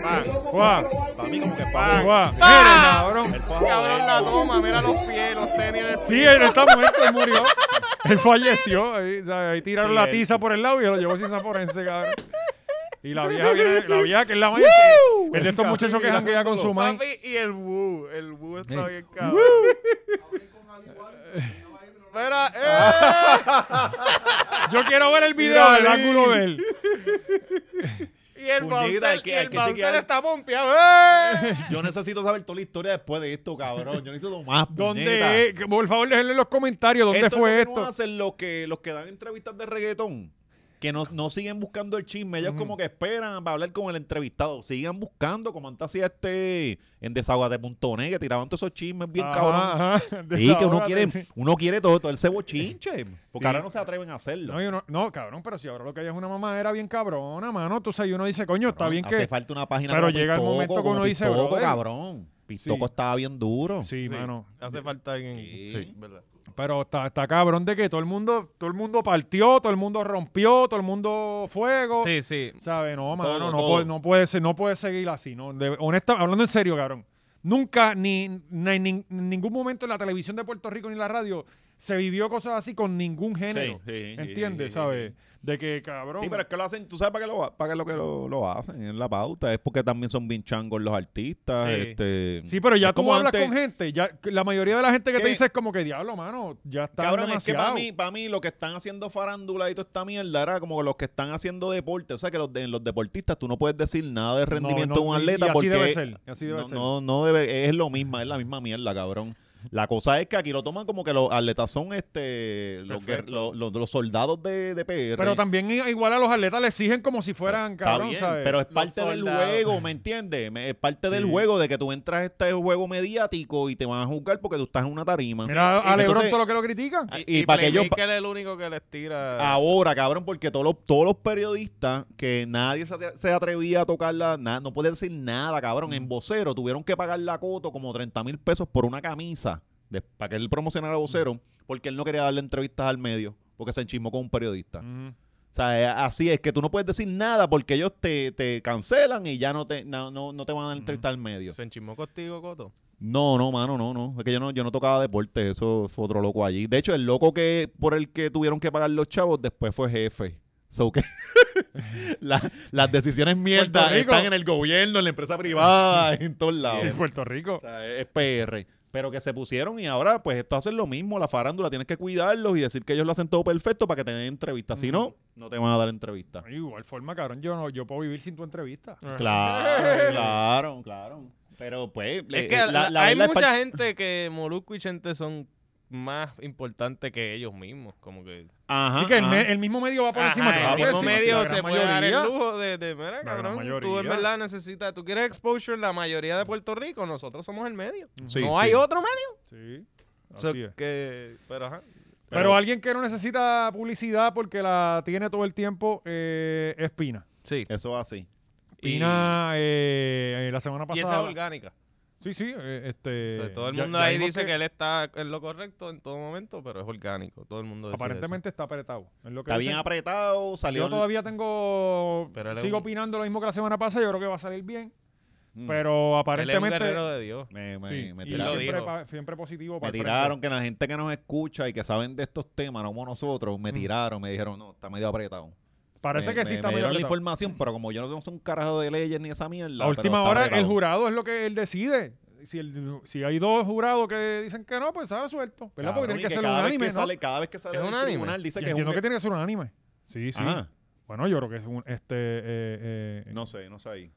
Speaker 3: rato.
Speaker 4: Pan.
Speaker 2: Guau,
Speaker 3: Para mí como que
Speaker 4: Ah,
Speaker 3: fue.
Speaker 2: guau. Mira, cabrón.
Speaker 3: Él fue a
Speaker 4: Cabrón,
Speaker 3: joder.
Speaker 4: la toma, mira los pies, los tenis en el
Speaker 2: Sí, él está muerto, él murió. Él falleció. Ahí, ¿sabes? Ahí tiraron
Speaker 3: Sí,
Speaker 2: la
Speaker 3: él-
Speaker 2: tiza por el lado y lo llevó sin esa forense, cabrón. Y la vieja, viene- la vieja que es la madre. Es de estos muchachos que janguean con su madre.
Speaker 4: Papi y el Wu. El Wu está bien cabrón. Mira, eh.
Speaker 2: Yo quiero ver el video
Speaker 3: Mira,
Speaker 2: del
Speaker 3: Ali.
Speaker 2: ángulo de él.
Speaker 4: Y el
Speaker 3: Puñeta, hay
Speaker 4: Bowser,
Speaker 3: que-
Speaker 4: y
Speaker 3: hay
Speaker 4: el
Speaker 3: que
Speaker 4: Bowser
Speaker 3: chequear.
Speaker 4: está pompeado. ¡Eh!
Speaker 3: Yo necesito saber toda la historia después de esto, cabrón. Yo necesito más. puñeta.
Speaker 2: ¿Dónde es? Que, Por favor, déjenlo en los comentarios dónde
Speaker 3: Esto es
Speaker 2: fue
Speaker 3: lo que no
Speaker 2: esto.
Speaker 3: hacen los que, los que dan entrevistas de reggaetón. Que no, no siguen buscando el chisme. Ellos como que esperan para hablar con el entrevistado. Sigan buscando, como antes hacía este en Desahogate.net, que tiraban todos esos chismes bien cabrón. Sí, que uno quiere, uno quiere todo, todo el cebo chinche. Porque
Speaker 2: Sí.
Speaker 3: ahora no se atreven a hacerlo.
Speaker 2: No, y uno- no, cabrón, pero si ahora lo que hay es una mamadera bien cabrona, mano. Tú sabes, y uno dice, coño, está
Speaker 3: Cabrón,
Speaker 2: bien
Speaker 3: Hace
Speaker 2: que.
Speaker 3: falta una página
Speaker 2: pero
Speaker 3: como
Speaker 2: llega el momento que
Speaker 3: como
Speaker 2: uno dice,
Speaker 3: Pistoco,
Speaker 2: brother.
Speaker 3: cabrón. Pistoco
Speaker 2: Sí.
Speaker 3: estaba bien duro.
Speaker 2: Sí, mano.
Speaker 4: Hace falta alguien. Sí, verdad.
Speaker 2: Pero está, está cabrón de que todo el mundo, todo el mundo partió, todo el mundo rompió, todo el mundo fuego.
Speaker 4: Sí, sí.
Speaker 2: ¿Sabes? No, mano,
Speaker 3: Todo,
Speaker 2: no,
Speaker 3: todo.
Speaker 2: Puede, no puede ser, no puede seguir así. No, de- honesta, hablando en serio, cabrón. Nunca, ni, ni- ni- en ningún momento en la televisión de Puerto Rico ni en la radio se vivió cosas así con ningún género.
Speaker 3: sí, sí,
Speaker 2: ¿Entiendes?
Speaker 3: sí,
Speaker 2: ¿Sabes? De que, cabrón.
Speaker 3: Sí, pero es que lo hacen, tú sabes para qué lo, para qué lo que lo, lo hacen en la pauta, es porque también son bien changos los artistas,
Speaker 4: Sí.
Speaker 3: este
Speaker 2: Sí, pero ya
Speaker 3: es
Speaker 2: tú
Speaker 3: como
Speaker 2: hablas
Speaker 3: antes-
Speaker 2: con gente. Ya, la mayoría de la gente que te
Speaker 3: ¿Qué?
Speaker 2: dice es como que, diablo, mano, ya está
Speaker 3: Cabrón, es que
Speaker 2: demasiado.
Speaker 3: para mí, para mí lo que están haciendo farándula y toda esta mierda era como los que están haciendo deporte. O sea, que los, de, los deportistas tú no puedes decir nada de rendimiento
Speaker 2: no,
Speaker 3: de un
Speaker 2: y-
Speaker 3: atleta
Speaker 2: y así
Speaker 3: porque
Speaker 2: debe ser, y así debe
Speaker 3: no,
Speaker 2: ser.
Speaker 3: no, no debe, es lo mismo, es la misma mierda, cabrón. La cosa es que aquí lo toman como que los atletas son este los, guer- los, los- los soldados de, de PR.
Speaker 2: Pero también i- igual a los atletas le exigen como si fueran,
Speaker 3: Está
Speaker 2: cabrón,
Speaker 3: bien,
Speaker 2: ¿sabes?
Speaker 3: Pero es
Speaker 4: Los
Speaker 3: parte del
Speaker 4: soldados.
Speaker 3: juego, ¿me entiendes? Me- Es parte del
Speaker 2: Sí.
Speaker 3: juego de que tú entras a este juego mediático y te van a juzgar porque tú estás en una tarima.
Speaker 2: Mira a Lebron
Speaker 3: Entonces,
Speaker 2: todo lo que lo critican.
Speaker 3: Ah,
Speaker 4: Y,
Speaker 3: y
Speaker 4: y
Speaker 3: para que Ah, ellos-
Speaker 4: Playmaker es el único que les tira.
Speaker 3: Ahora, cabrón, porque todos los, todos los periodistas que nadie se, atre- se atrevía a tocarla, na- no podía decir nada, cabrón.
Speaker 2: Mm.
Speaker 3: En vocero tuvieron que pagar la coto como 30 mil pesos por una camisa de- para que él promocionara
Speaker 2: Mm.
Speaker 3: vocero, porque él no quería darle entrevistas al medio, porque se enchismó con un periodista.
Speaker 2: Mm.
Speaker 3: O sea, eh, así es que tú no puedes decir nada porque ellos te, te cancelan y ya no te, no, no, no te van a entrevistar al medio.
Speaker 4: Se enchismó contigo, Coto.
Speaker 3: No, no, mano, no, no. Es que yo no, yo no tocaba deporte, eso fue otro loco allí. De hecho, el loco que por el que tuvieron que pagar los chavos después fue jefe. So que la- las decisiones mierda
Speaker 2: Puerto Rico.
Speaker 3: están en el gobierno, en la empresa privada, en todos lados.
Speaker 2: Sí, Puerto Rico.
Speaker 3: O sea, es PR. Pero que se pusieron y ahora, pues, esto hacen lo mismo. La farándula tienes que cuidarlos y decir que ellos lo hacen todo perfecto para que te den entrevista. Si no, no te van a dar entrevista.
Speaker 2: De igual forma, cabrón, yo no, yo puedo vivir sin tu entrevista.
Speaker 3: Claro, claro, claro. Pero pues, le-
Speaker 4: Es que
Speaker 3: la-
Speaker 4: la-
Speaker 3: la
Speaker 4: hay
Speaker 3: verdad es
Speaker 4: mucha
Speaker 3: par-
Speaker 4: gente que Molusco y Chente son más importantes que ellos mismos. Como que.
Speaker 3: Ajá,
Speaker 2: Así que el,
Speaker 3: ajá.
Speaker 2: me- el mismo medio va por encima.
Speaker 4: Ajá,
Speaker 2: claro,
Speaker 4: el
Speaker 2: por
Speaker 4: mismo
Speaker 2: encima, sí,
Speaker 4: medio
Speaker 2: la gran
Speaker 4: se puede dar el
Speaker 2: mayoría.
Speaker 4: lujo de, de, mira,
Speaker 2: gran
Speaker 4: cabrón, tú en
Speaker 2: mayoría.
Speaker 4: verdad necesitas, tú quieres exposure en la mayoría de Puerto Rico, nosotros somos el medio.
Speaker 3: Sí,
Speaker 4: no
Speaker 3: sí.
Speaker 4: hay otro medio.
Speaker 2: Sí,
Speaker 4: O
Speaker 2: así
Speaker 4: sea,
Speaker 2: es.
Speaker 4: que, pero ajá.
Speaker 2: Pero, alguien que no necesita publicidad porque la tiene todo el tiempo eh, es Pina.
Speaker 4: Sí.
Speaker 3: Eso así.
Speaker 4: Y-
Speaker 2: Pina eh, eh, la semana
Speaker 4: Y esa es
Speaker 2: pasada.
Speaker 4: orgánica.
Speaker 2: sí, sí. eh,
Speaker 4: O
Speaker 2: este,
Speaker 4: sea, todo el
Speaker 2: ya-
Speaker 4: mundo
Speaker 2: ya
Speaker 4: ahí
Speaker 2: vimos
Speaker 4: dice que... él está en lo correcto en todo momento, pero es orgánico. Todo el mundo dice eso.
Speaker 2: aparentemente está apretado. es lo que
Speaker 3: Está
Speaker 2: dicen.
Speaker 3: bien apretado, salió.
Speaker 2: Yo todavía tengo.
Speaker 4: Pero él es
Speaker 2: sigo
Speaker 4: un-
Speaker 2: opinando lo mismo que la semana pasada. Yo creo que va a salir bien.
Speaker 3: Mm.
Speaker 2: Pero
Speaker 4: Él es un
Speaker 2: aparentemente.
Speaker 4: guerrero de Dios.
Speaker 3: Me, me-
Speaker 2: sí,
Speaker 3: me
Speaker 2: y
Speaker 4: lo
Speaker 3: tiraron,
Speaker 4: dijo.
Speaker 2: siempre, pa- siempre positivo para
Speaker 3: me
Speaker 2: el frente.
Speaker 3: tiraron que la gente que nos escucha y que saben de estos temas, no como nosotros, me
Speaker 2: Mm.
Speaker 3: tiraron, me dijeron, no, está medio apretado.
Speaker 2: Parece
Speaker 3: Me-
Speaker 2: que
Speaker 3: me-
Speaker 2: sí está
Speaker 3: me
Speaker 2: medio
Speaker 3: dieron la
Speaker 2: apretado.
Speaker 3: información, pero como yo no tengo un carajo de leyes ni esa mierda.
Speaker 2: A
Speaker 3: pero
Speaker 2: última
Speaker 3: está
Speaker 2: hora, el
Speaker 3: apretado.
Speaker 2: jurado es lo que él decide. Si, el- si hay dos jurados que dicen que no, pues ahora suelto. ¿Verdad?
Speaker 3: Cabrón,
Speaker 2: Porque tiene
Speaker 3: y
Speaker 2: que, ser
Speaker 3: cada vez
Speaker 2: unánime,
Speaker 3: que
Speaker 2: ¿no?
Speaker 3: sale- Cada vez que sale
Speaker 4: ¿Es
Speaker 3: del
Speaker 4: unánime?
Speaker 3: tribunal dice
Speaker 2: Yo
Speaker 3: que es
Speaker 2: entiendo
Speaker 3: un...
Speaker 2: que tiene que ser unánime. Sí, sí.
Speaker 3: Ajá.
Speaker 2: Bueno, yo creo que es un. Este, eh, eh,
Speaker 3: No sé, no sé ahí.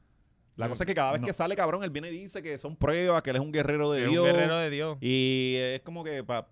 Speaker 3: La
Speaker 2: Mm,
Speaker 3: cosa es que cada vez
Speaker 2: no.
Speaker 3: que sale, cabrón, él viene y dice que son pruebas, que él es un guerrero de
Speaker 4: Es un
Speaker 3: Dios.
Speaker 4: guerrero de Dios.
Speaker 3: Y es como que para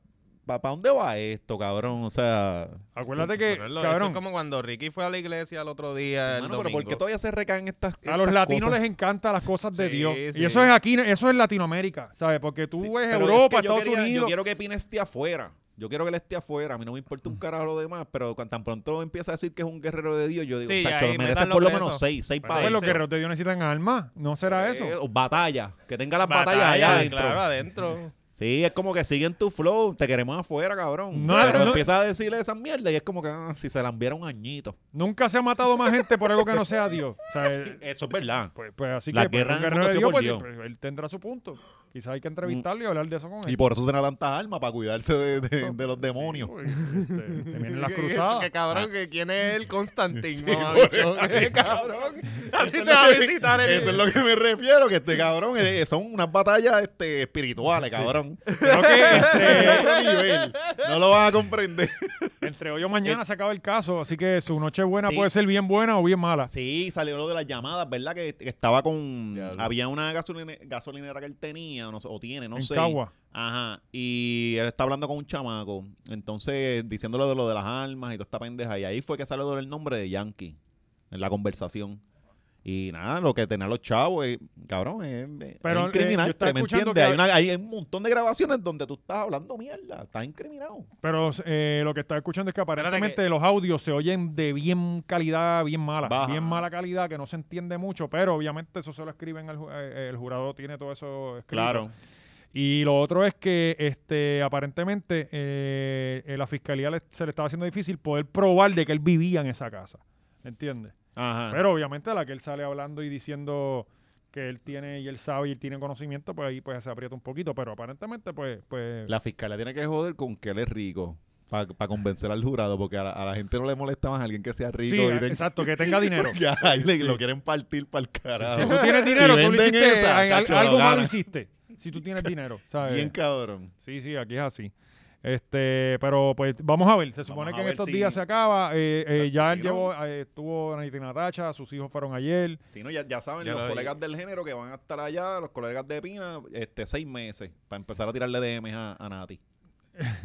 Speaker 3: ¿para dónde va esto, cabrón? O sea,
Speaker 2: Acuérdate que,
Speaker 4: Pero es lo- Eso
Speaker 2: cabrón,
Speaker 4: es como cuando Ricky fue a la iglesia el otro día. el
Speaker 3: hermano, pero ¿por qué
Speaker 4: domingo.
Speaker 3: todavía se recaen estas,
Speaker 2: a los
Speaker 3: estas
Speaker 2: latinos
Speaker 3: cosas?
Speaker 2: les encantan las cosas de
Speaker 4: Sí,
Speaker 2: Dios.
Speaker 4: sí.
Speaker 2: Y eso es aquí, eso es Latinoamérica, ¿sabes? Porque tú
Speaker 3: Sí,
Speaker 2: ves
Speaker 3: pero es
Speaker 2: Europa,
Speaker 3: que yo
Speaker 2: Estados
Speaker 3: quería- Yo
Speaker 2: Unidos.
Speaker 3: quiero que Pina esté afuera. Yo quiero que él esté afuera. A mí no me importa un carajo lo demás, pero cuando tan pronto empieza a decir que es un guerrero de Dios, yo digo,
Speaker 4: Sí, ya
Speaker 3: tacho,
Speaker 4: ahí
Speaker 3: merece
Speaker 4: metan
Speaker 3: por
Speaker 4: los
Speaker 3: lo menos
Speaker 4: pesos.
Speaker 3: seis, seis
Speaker 4: Pues
Speaker 3: para
Speaker 2: Pues los
Speaker 4: sí.
Speaker 2: guerreros de Dios necesitan armas, ¿no será eso?
Speaker 3: Eh, o batalla, que tenga las batallas
Speaker 4: Batalla,
Speaker 3: allá adentro.
Speaker 4: Claro, adentro.
Speaker 3: Sí, es como que siguen tu flow, te queremos afuera, cabrón.
Speaker 2: No,
Speaker 3: Pero
Speaker 2: no.
Speaker 3: empieza a decirle esas mierdas y es como que ah, si se la enviara un añito.
Speaker 2: Nunca se ha matado más gente por algo que no sea Dios. ¿sabes?
Speaker 3: Eso es verdad.
Speaker 2: Pues, pues así
Speaker 3: La
Speaker 2: que pues,
Speaker 3: guerra
Speaker 2: un
Speaker 3: nunca
Speaker 2: guerrero de
Speaker 3: se
Speaker 2: Dios, pues,
Speaker 3: volvió.
Speaker 2: pues, él tendrá su punto. Quizás hay que entrevistarlo y hablar de eso con él.
Speaker 3: Y por eso tendrá tantas armas, para cuidarse de, de- de los demonios.
Speaker 2: Porque, este, te vienen las
Speaker 4: Que- que-
Speaker 2: cruzadas.
Speaker 4: Que cabrón, que quién es el Constantín, mamabicho. Que cabrón. A ti
Speaker 3: Eso Este
Speaker 4: te
Speaker 3: es
Speaker 4: va a
Speaker 3: lo que-
Speaker 4: visitar el.
Speaker 3: Eso es lo que me refiero, que este cabrón, eh, son unas batallas este, espirituales, cabrón.
Speaker 2: Creo que este,
Speaker 3: Otro nivel. No lo vas a comprender.
Speaker 2: entre hoy o mañana se acaba el caso, así que su noche buena
Speaker 3: Sí.
Speaker 2: puede ser bien buena o bien mala.
Speaker 3: Sí, salió lo de las llamadas, ¿verdad? Que, que estaba con...
Speaker 4: Diablo.
Speaker 3: Había una gasoline- gasolinera que él tenía, o no sé, o tiene, no
Speaker 2: en
Speaker 3: sé.
Speaker 2: Cagua.
Speaker 3: Ajá, y él está hablando con un chamaco, entonces diciéndole de lo de las armas y toda esta pendeja, y ahí fue que salió el nombre de Yankee en la conversación. Y nada, lo que tenían los chavos, eh, cabrón, es, es
Speaker 2: Pero, eh, yo
Speaker 3: incriminante,
Speaker 2: estaba
Speaker 3: ¿me
Speaker 2: escuchando
Speaker 3: entiendes?
Speaker 2: que-
Speaker 3: Hay, una- hay un montón de grabaciones donde tú estás hablando mierda, estás incriminado.
Speaker 2: Pero eh, lo que está escuchando es que aparentemente
Speaker 4: que-
Speaker 2: los audios se oyen de bien calidad, bien mala.
Speaker 3: Baja.
Speaker 2: Bien mala calidad, que no se entiende mucho, pero obviamente eso se lo escriben, al ju- eh, el jurado tiene todo eso escrito. Y lo otro es que este aparentemente eh, eh, la fiscalía le- se le estaba haciendo difícil poder probar de que él vivía en esa casa. ¿Entiendes?
Speaker 3: Ajá.
Speaker 2: Pero obviamente a la que él sale hablando y diciendo que él tiene y él sabe y él tiene conocimiento, pues ahí pues se aprieta un poquito, pero aparentemente pues pues
Speaker 3: La fiscalía tiene que joder con que él es rico para convencer al jurado, porque a la, a la gente no le molesta más a alguien que sea rico.
Speaker 2: Sí,
Speaker 3: y
Speaker 2: eh,
Speaker 3: tenga-
Speaker 2: exacto, que tenga dinero.
Speaker 3: Ya, ahí le- lo quieren partir para el
Speaker 2: Si
Speaker 3: carajo.
Speaker 2: tú tienes dinero, tú lo
Speaker 3: venden
Speaker 2: hiciste,
Speaker 3: esa,
Speaker 2: al- al-
Speaker 3: cacho, lo
Speaker 2: algo malo
Speaker 3: ganan.
Speaker 2: hiciste. Si tú tienes dinero, ¿sabes?
Speaker 3: Bien cabrón.
Speaker 2: Sí, sí, aquí es así. Este, pero pues vamos a ver, se supone
Speaker 3: Vamos a
Speaker 2: que en
Speaker 3: ver
Speaker 2: estos
Speaker 3: si-
Speaker 2: días se acaba, eh, eh,
Speaker 3: Exacto,
Speaker 2: ya
Speaker 3: si
Speaker 2: él
Speaker 3: no-
Speaker 2: llevó, eh, estuvo Naitina Natacha, sus hijos fueron ayer,
Speaker 3: Si no, ya, ya saben,
Speaker 4: Ya
Speaker 3: los
Speaker 4: lo
Speaker 3: colegas del género que van a estar allá, los colegas de Pina, este, seis meses, para empezar a tirarle DMs a, a Nati.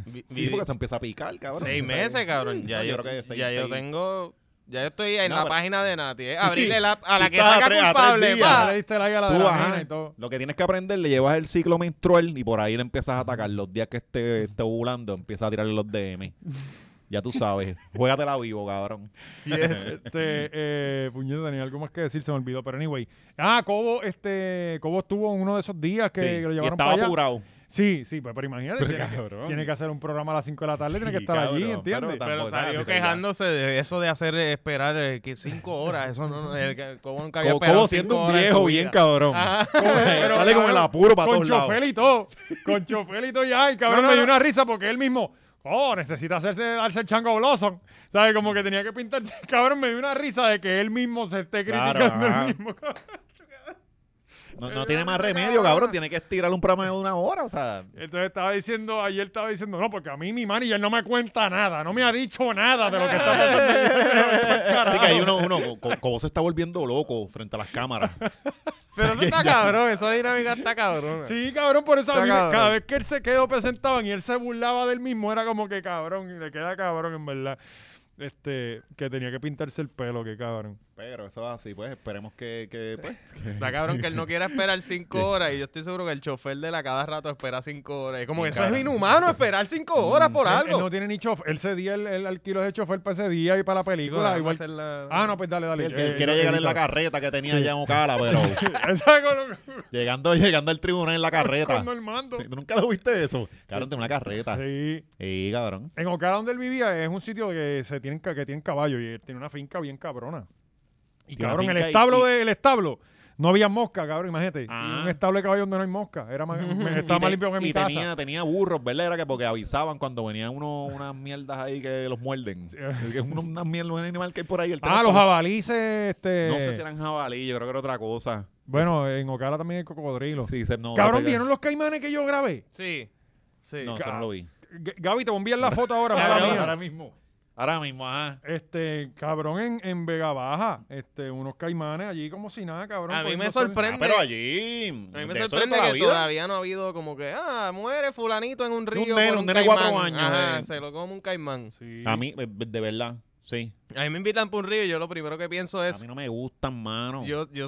Speaker 4: Vi-
Speaker 3: Sí,
Speaker 4: vi-
Speaker 3: porque se empieza a picar, cabrón.
Speaker 4: Seis
Speaker 3: O sea,
Speaker 4: meses, cabrón.
Speaker 3: sí,
Speaker 4: Ya,
Speaker 3: no,
Speaker 4: yo,
Speaker 3: Ah, creo que seis-
Speaker 4: ya yo
Speaker 3: seis-
Speaker 4: tengo. Ya yo estoy en
Speaker 3: No,
Speaker 4: la
Speaker 3: pero-
Speaker 4: página de Nati. eh.
Speaker 3: Sí.
Speaker 4: Abrirle la, a la
Speaker 3: Tú
Speaker 4: que
Speaker 3: estás a
Speaker 4: saca
Speaker 3: tres- a tres
Speaker 4: culpable.
Speaker 3: días.
Speaker 2: ya
Speaker 4: pa.
Speaker 2: le diste like a la
Speaker 3: Tú,
Speaker 2: de la
Speaker 3: ajá,
Speaker 2: nena y todo.
Speaker 3: Lo que tienes que aprender, le llevas el ciclo menstrual y por ahí le empiezas a atacar. Los días que esté, esté ovulando, empiezas a tirarle los DM. Ya tú sabes, juégatela vivo, cabrón.
Speaker 2: Este, eh, puñeta, tenía algo más que decir, se me olvidó, pero anyway. Ah, Cobo, este, Cobo estuvo en uno de esos días que,
Speaker 3: Sí,
Speaker 2: que lo
Speaker 3: y
Speaker 2: llevaron
Speaker 3: estaba
Speaker 2: para allá.
Speaker 3: apurado.
Speaker 2: Sí, sí, pues, pero imagínate,
Speaker 3: Pero,
Speaker 2: tiene, que,
Speaker 3: cabrón.
Speaker 2: tiene que hacer un programa a las 5 de la tarde, tiene que
Speaker 3: Sí,
Speaker 2: estar allí,
Speaker 3: cabrón, pero
Speaker 2: ¿entiendes?
Speaker 3: tan-
Speaker 4: Pero
Speaker 3: Tampoco, nada,
Speaker 4: salió
Speaker 3: si te- ya.
Speaker 4: quejándose de eso de hacer eh, esperar eh, que cinco horas. Eso no, no, el, que- Cobo nunca había
Speaker 3: Como,
Speaker 4: esperado
Speaker 3: como siendo
Speaker 4: cinco
Speaker 3: un
Speaker 4: horas en su
Speaker 3: viejo bien
Speaker 4: vida.
Speaker 3: cabrón.
Speaker 2: Pero,
Speaker 3: Sale con el
Speaker 2: cabrón,
Speaker 3: apuro para
Speaker 2: Con
Speaker 3: todos lados.
Speaker 2: chofer y todo. Con chofer y todo. Y ay, cabrón,
Speaker 3: No, no,
Speaker 2: me dio
Speaker 3: no.
Speaker 2: una risa porque él mismo. Oh, necesita hacerse darse el chango Blossom. ¿Sabes? Como que tenía que pintarse. Cabrón, me dio una risa de que él mismo se esté
Speaker 3: Claro,
Speaker 2: criticando
Speaker 3: ajá.
Speaker 2: el mismo.
Speaker 3: No, no tiene más remedio, cabrón. Tiene que estirar un programa de una hora. O sea,
Speaker 2: Entonces estaba diciendo, ayer estaba diciendo, no, porque a mí mi manager no me cuenta nada, no me ha dicho nada de lo que está pasando.
Speaker 3: Así que hay uno, uno co- co- como se está volviendo loco frente a las cámaras.
Speaker 4: Pero eso está cabrón. Esa dinámica está cabrón.
Speaker 2: Sí, cabrón, por eso a
Speaker 4: Está
Speaker 2: mí me-
Speaker 4: cabrón.
Speaker 2: cada vez que él se quedó presentaban y él se burlaba del mismo, era como que cabrón, y le queda cabrón en verdad. Este, que tenía que pintarse el pelo, que cabrón.
Speaker 3: Pero eso es así, pues esperemos que, que, pues, que-
Speaker 4: Está cabrón que él no quiera esperar cinco horas y yo estoy seguro que el chofer de la cada rato espera cinco horas. Es como que eso es inhumano esperar cinco
Speaker 3: Mm,
Speaker 4: horas por
Speaker 2: Él- Él,
Speaker 4: algo.
Speaker 2: no tiene ni chofer, él se día, él, él alquiló ese chofer para ese día y para la
Speaker 4: Chico,
Speaker 2: película.
Speaker 4: déjame
Speaker 2: igual-
Speaker 4: hacer la-
Speaker 2: Ah, no, pues dale,
Speaker 3: Sí,
Speaker 2: dale.
Speaker 3: el que
Speaker 2: eh,
Speaker 3: él quiere
Speaker 2: yo-
Speaker 3: llegar en la
Speaker 2: yo-
Speaker 3: carreta que tenía allá en Ocala, pero
Speaker 2: Esa con,
Speaker 3: llegando, llegando al tribunal en la carreta.
Speaker 2: con Normando.
Speaker 3: Sí, ¿tú nunca lo viste eso? Cabrón, tiene una carreta.
Speaker 2: Sí.
Speaker 3: Sí, cabrón.
Speaker 2: En Ocala donde él vivía es un sitio que se tienen ca- que tienen caballos y él tiene una finca bien cabrona. Y
Speaker 3: Tiene una
Speaker 2: cabrón, el
Speaker 3: finca y-
Speaker 2: establo
Speaker 3: y-
Speaker 2: del establo no había mosca, cabrón, imagínate.
Speaker 3: Ah.
Speaker 2: Y un establo de caballos donde no hay mosca, era más, me- estaba más
Speaker 3: Y te-
Speaker 2: limpio que mi
Speaker 3: y
Speaker 2: casa.
Speaker 3: Tenía, tenía burros, ¿verdad? Era que porque avisaban cuando venían uno, unas mierdas ahí que los muerden. Es que uno- Unas mierdas, un animal que hay por ahí. él tenía
Speaker 2: Ah, los
Speaker 3: como-
Speaker 2: jabalices, este
Speaker 3: No sé si eran jabalí, yo creo que era otra cosa.
Speaker 2: Bueno, en Ocala también hay cocodrilos.
Speaker 3: Sí, se- no,
Speaker 2: cabrón,
Speaker 3: se-
Speaker 2: ¿vieron los caimanes que yo grabé?
Speaker 4: Sí. Sí.
Speaker 3: No, eso no lo vi.
Speaker 2: Ah, G- Gaby, te voy a enviar la foto ahora,
Speaker 3: Ahora,
Speaker 2: mala
Speaker 3: ahora,
Speaker 2: mía.
Speaker 3: mismo. Ahora mismo, ajá. Ah,
Speaker 2: Este, cabrón, en, en Vega Baja, este, unos caimanes allí como si nada, cabrón.
Speaker 4: A mí me
Speaker 2: pudiendo hacer-
Speaker 3: Ah,
Speaker 4: sorprende.
Speaker 3: pero allí.
Speaker 4: A mí me
Speaker 3: de eso
Speaker 4: sorprende
Speaker 3: toda la
Speaker 4: que
Speaker 3: vida.
Speaker 4: todavía no ha habido como que, ah, muere fulanito en un río.
Speaker 3: nene,
Speaker 4: por
Speaker 3: un nene de cuatro
Speaker 4: caimán.
Speaker 3: años,
Speaker 4: Ajá,
Speaker 3: eh.
Speaker 4: se lo come un caimán.
Speaker 2: Ah, Sí.
Speaker 3: A mí, eh, de verdad, sí.
Speaker 4: A mí me invitan por un río y yo lo primero que pienso
Speaker 3: A
Speaker 4: es,
Speaker 3: mí no me gustan, mano.
Speaker 4: yo, yo,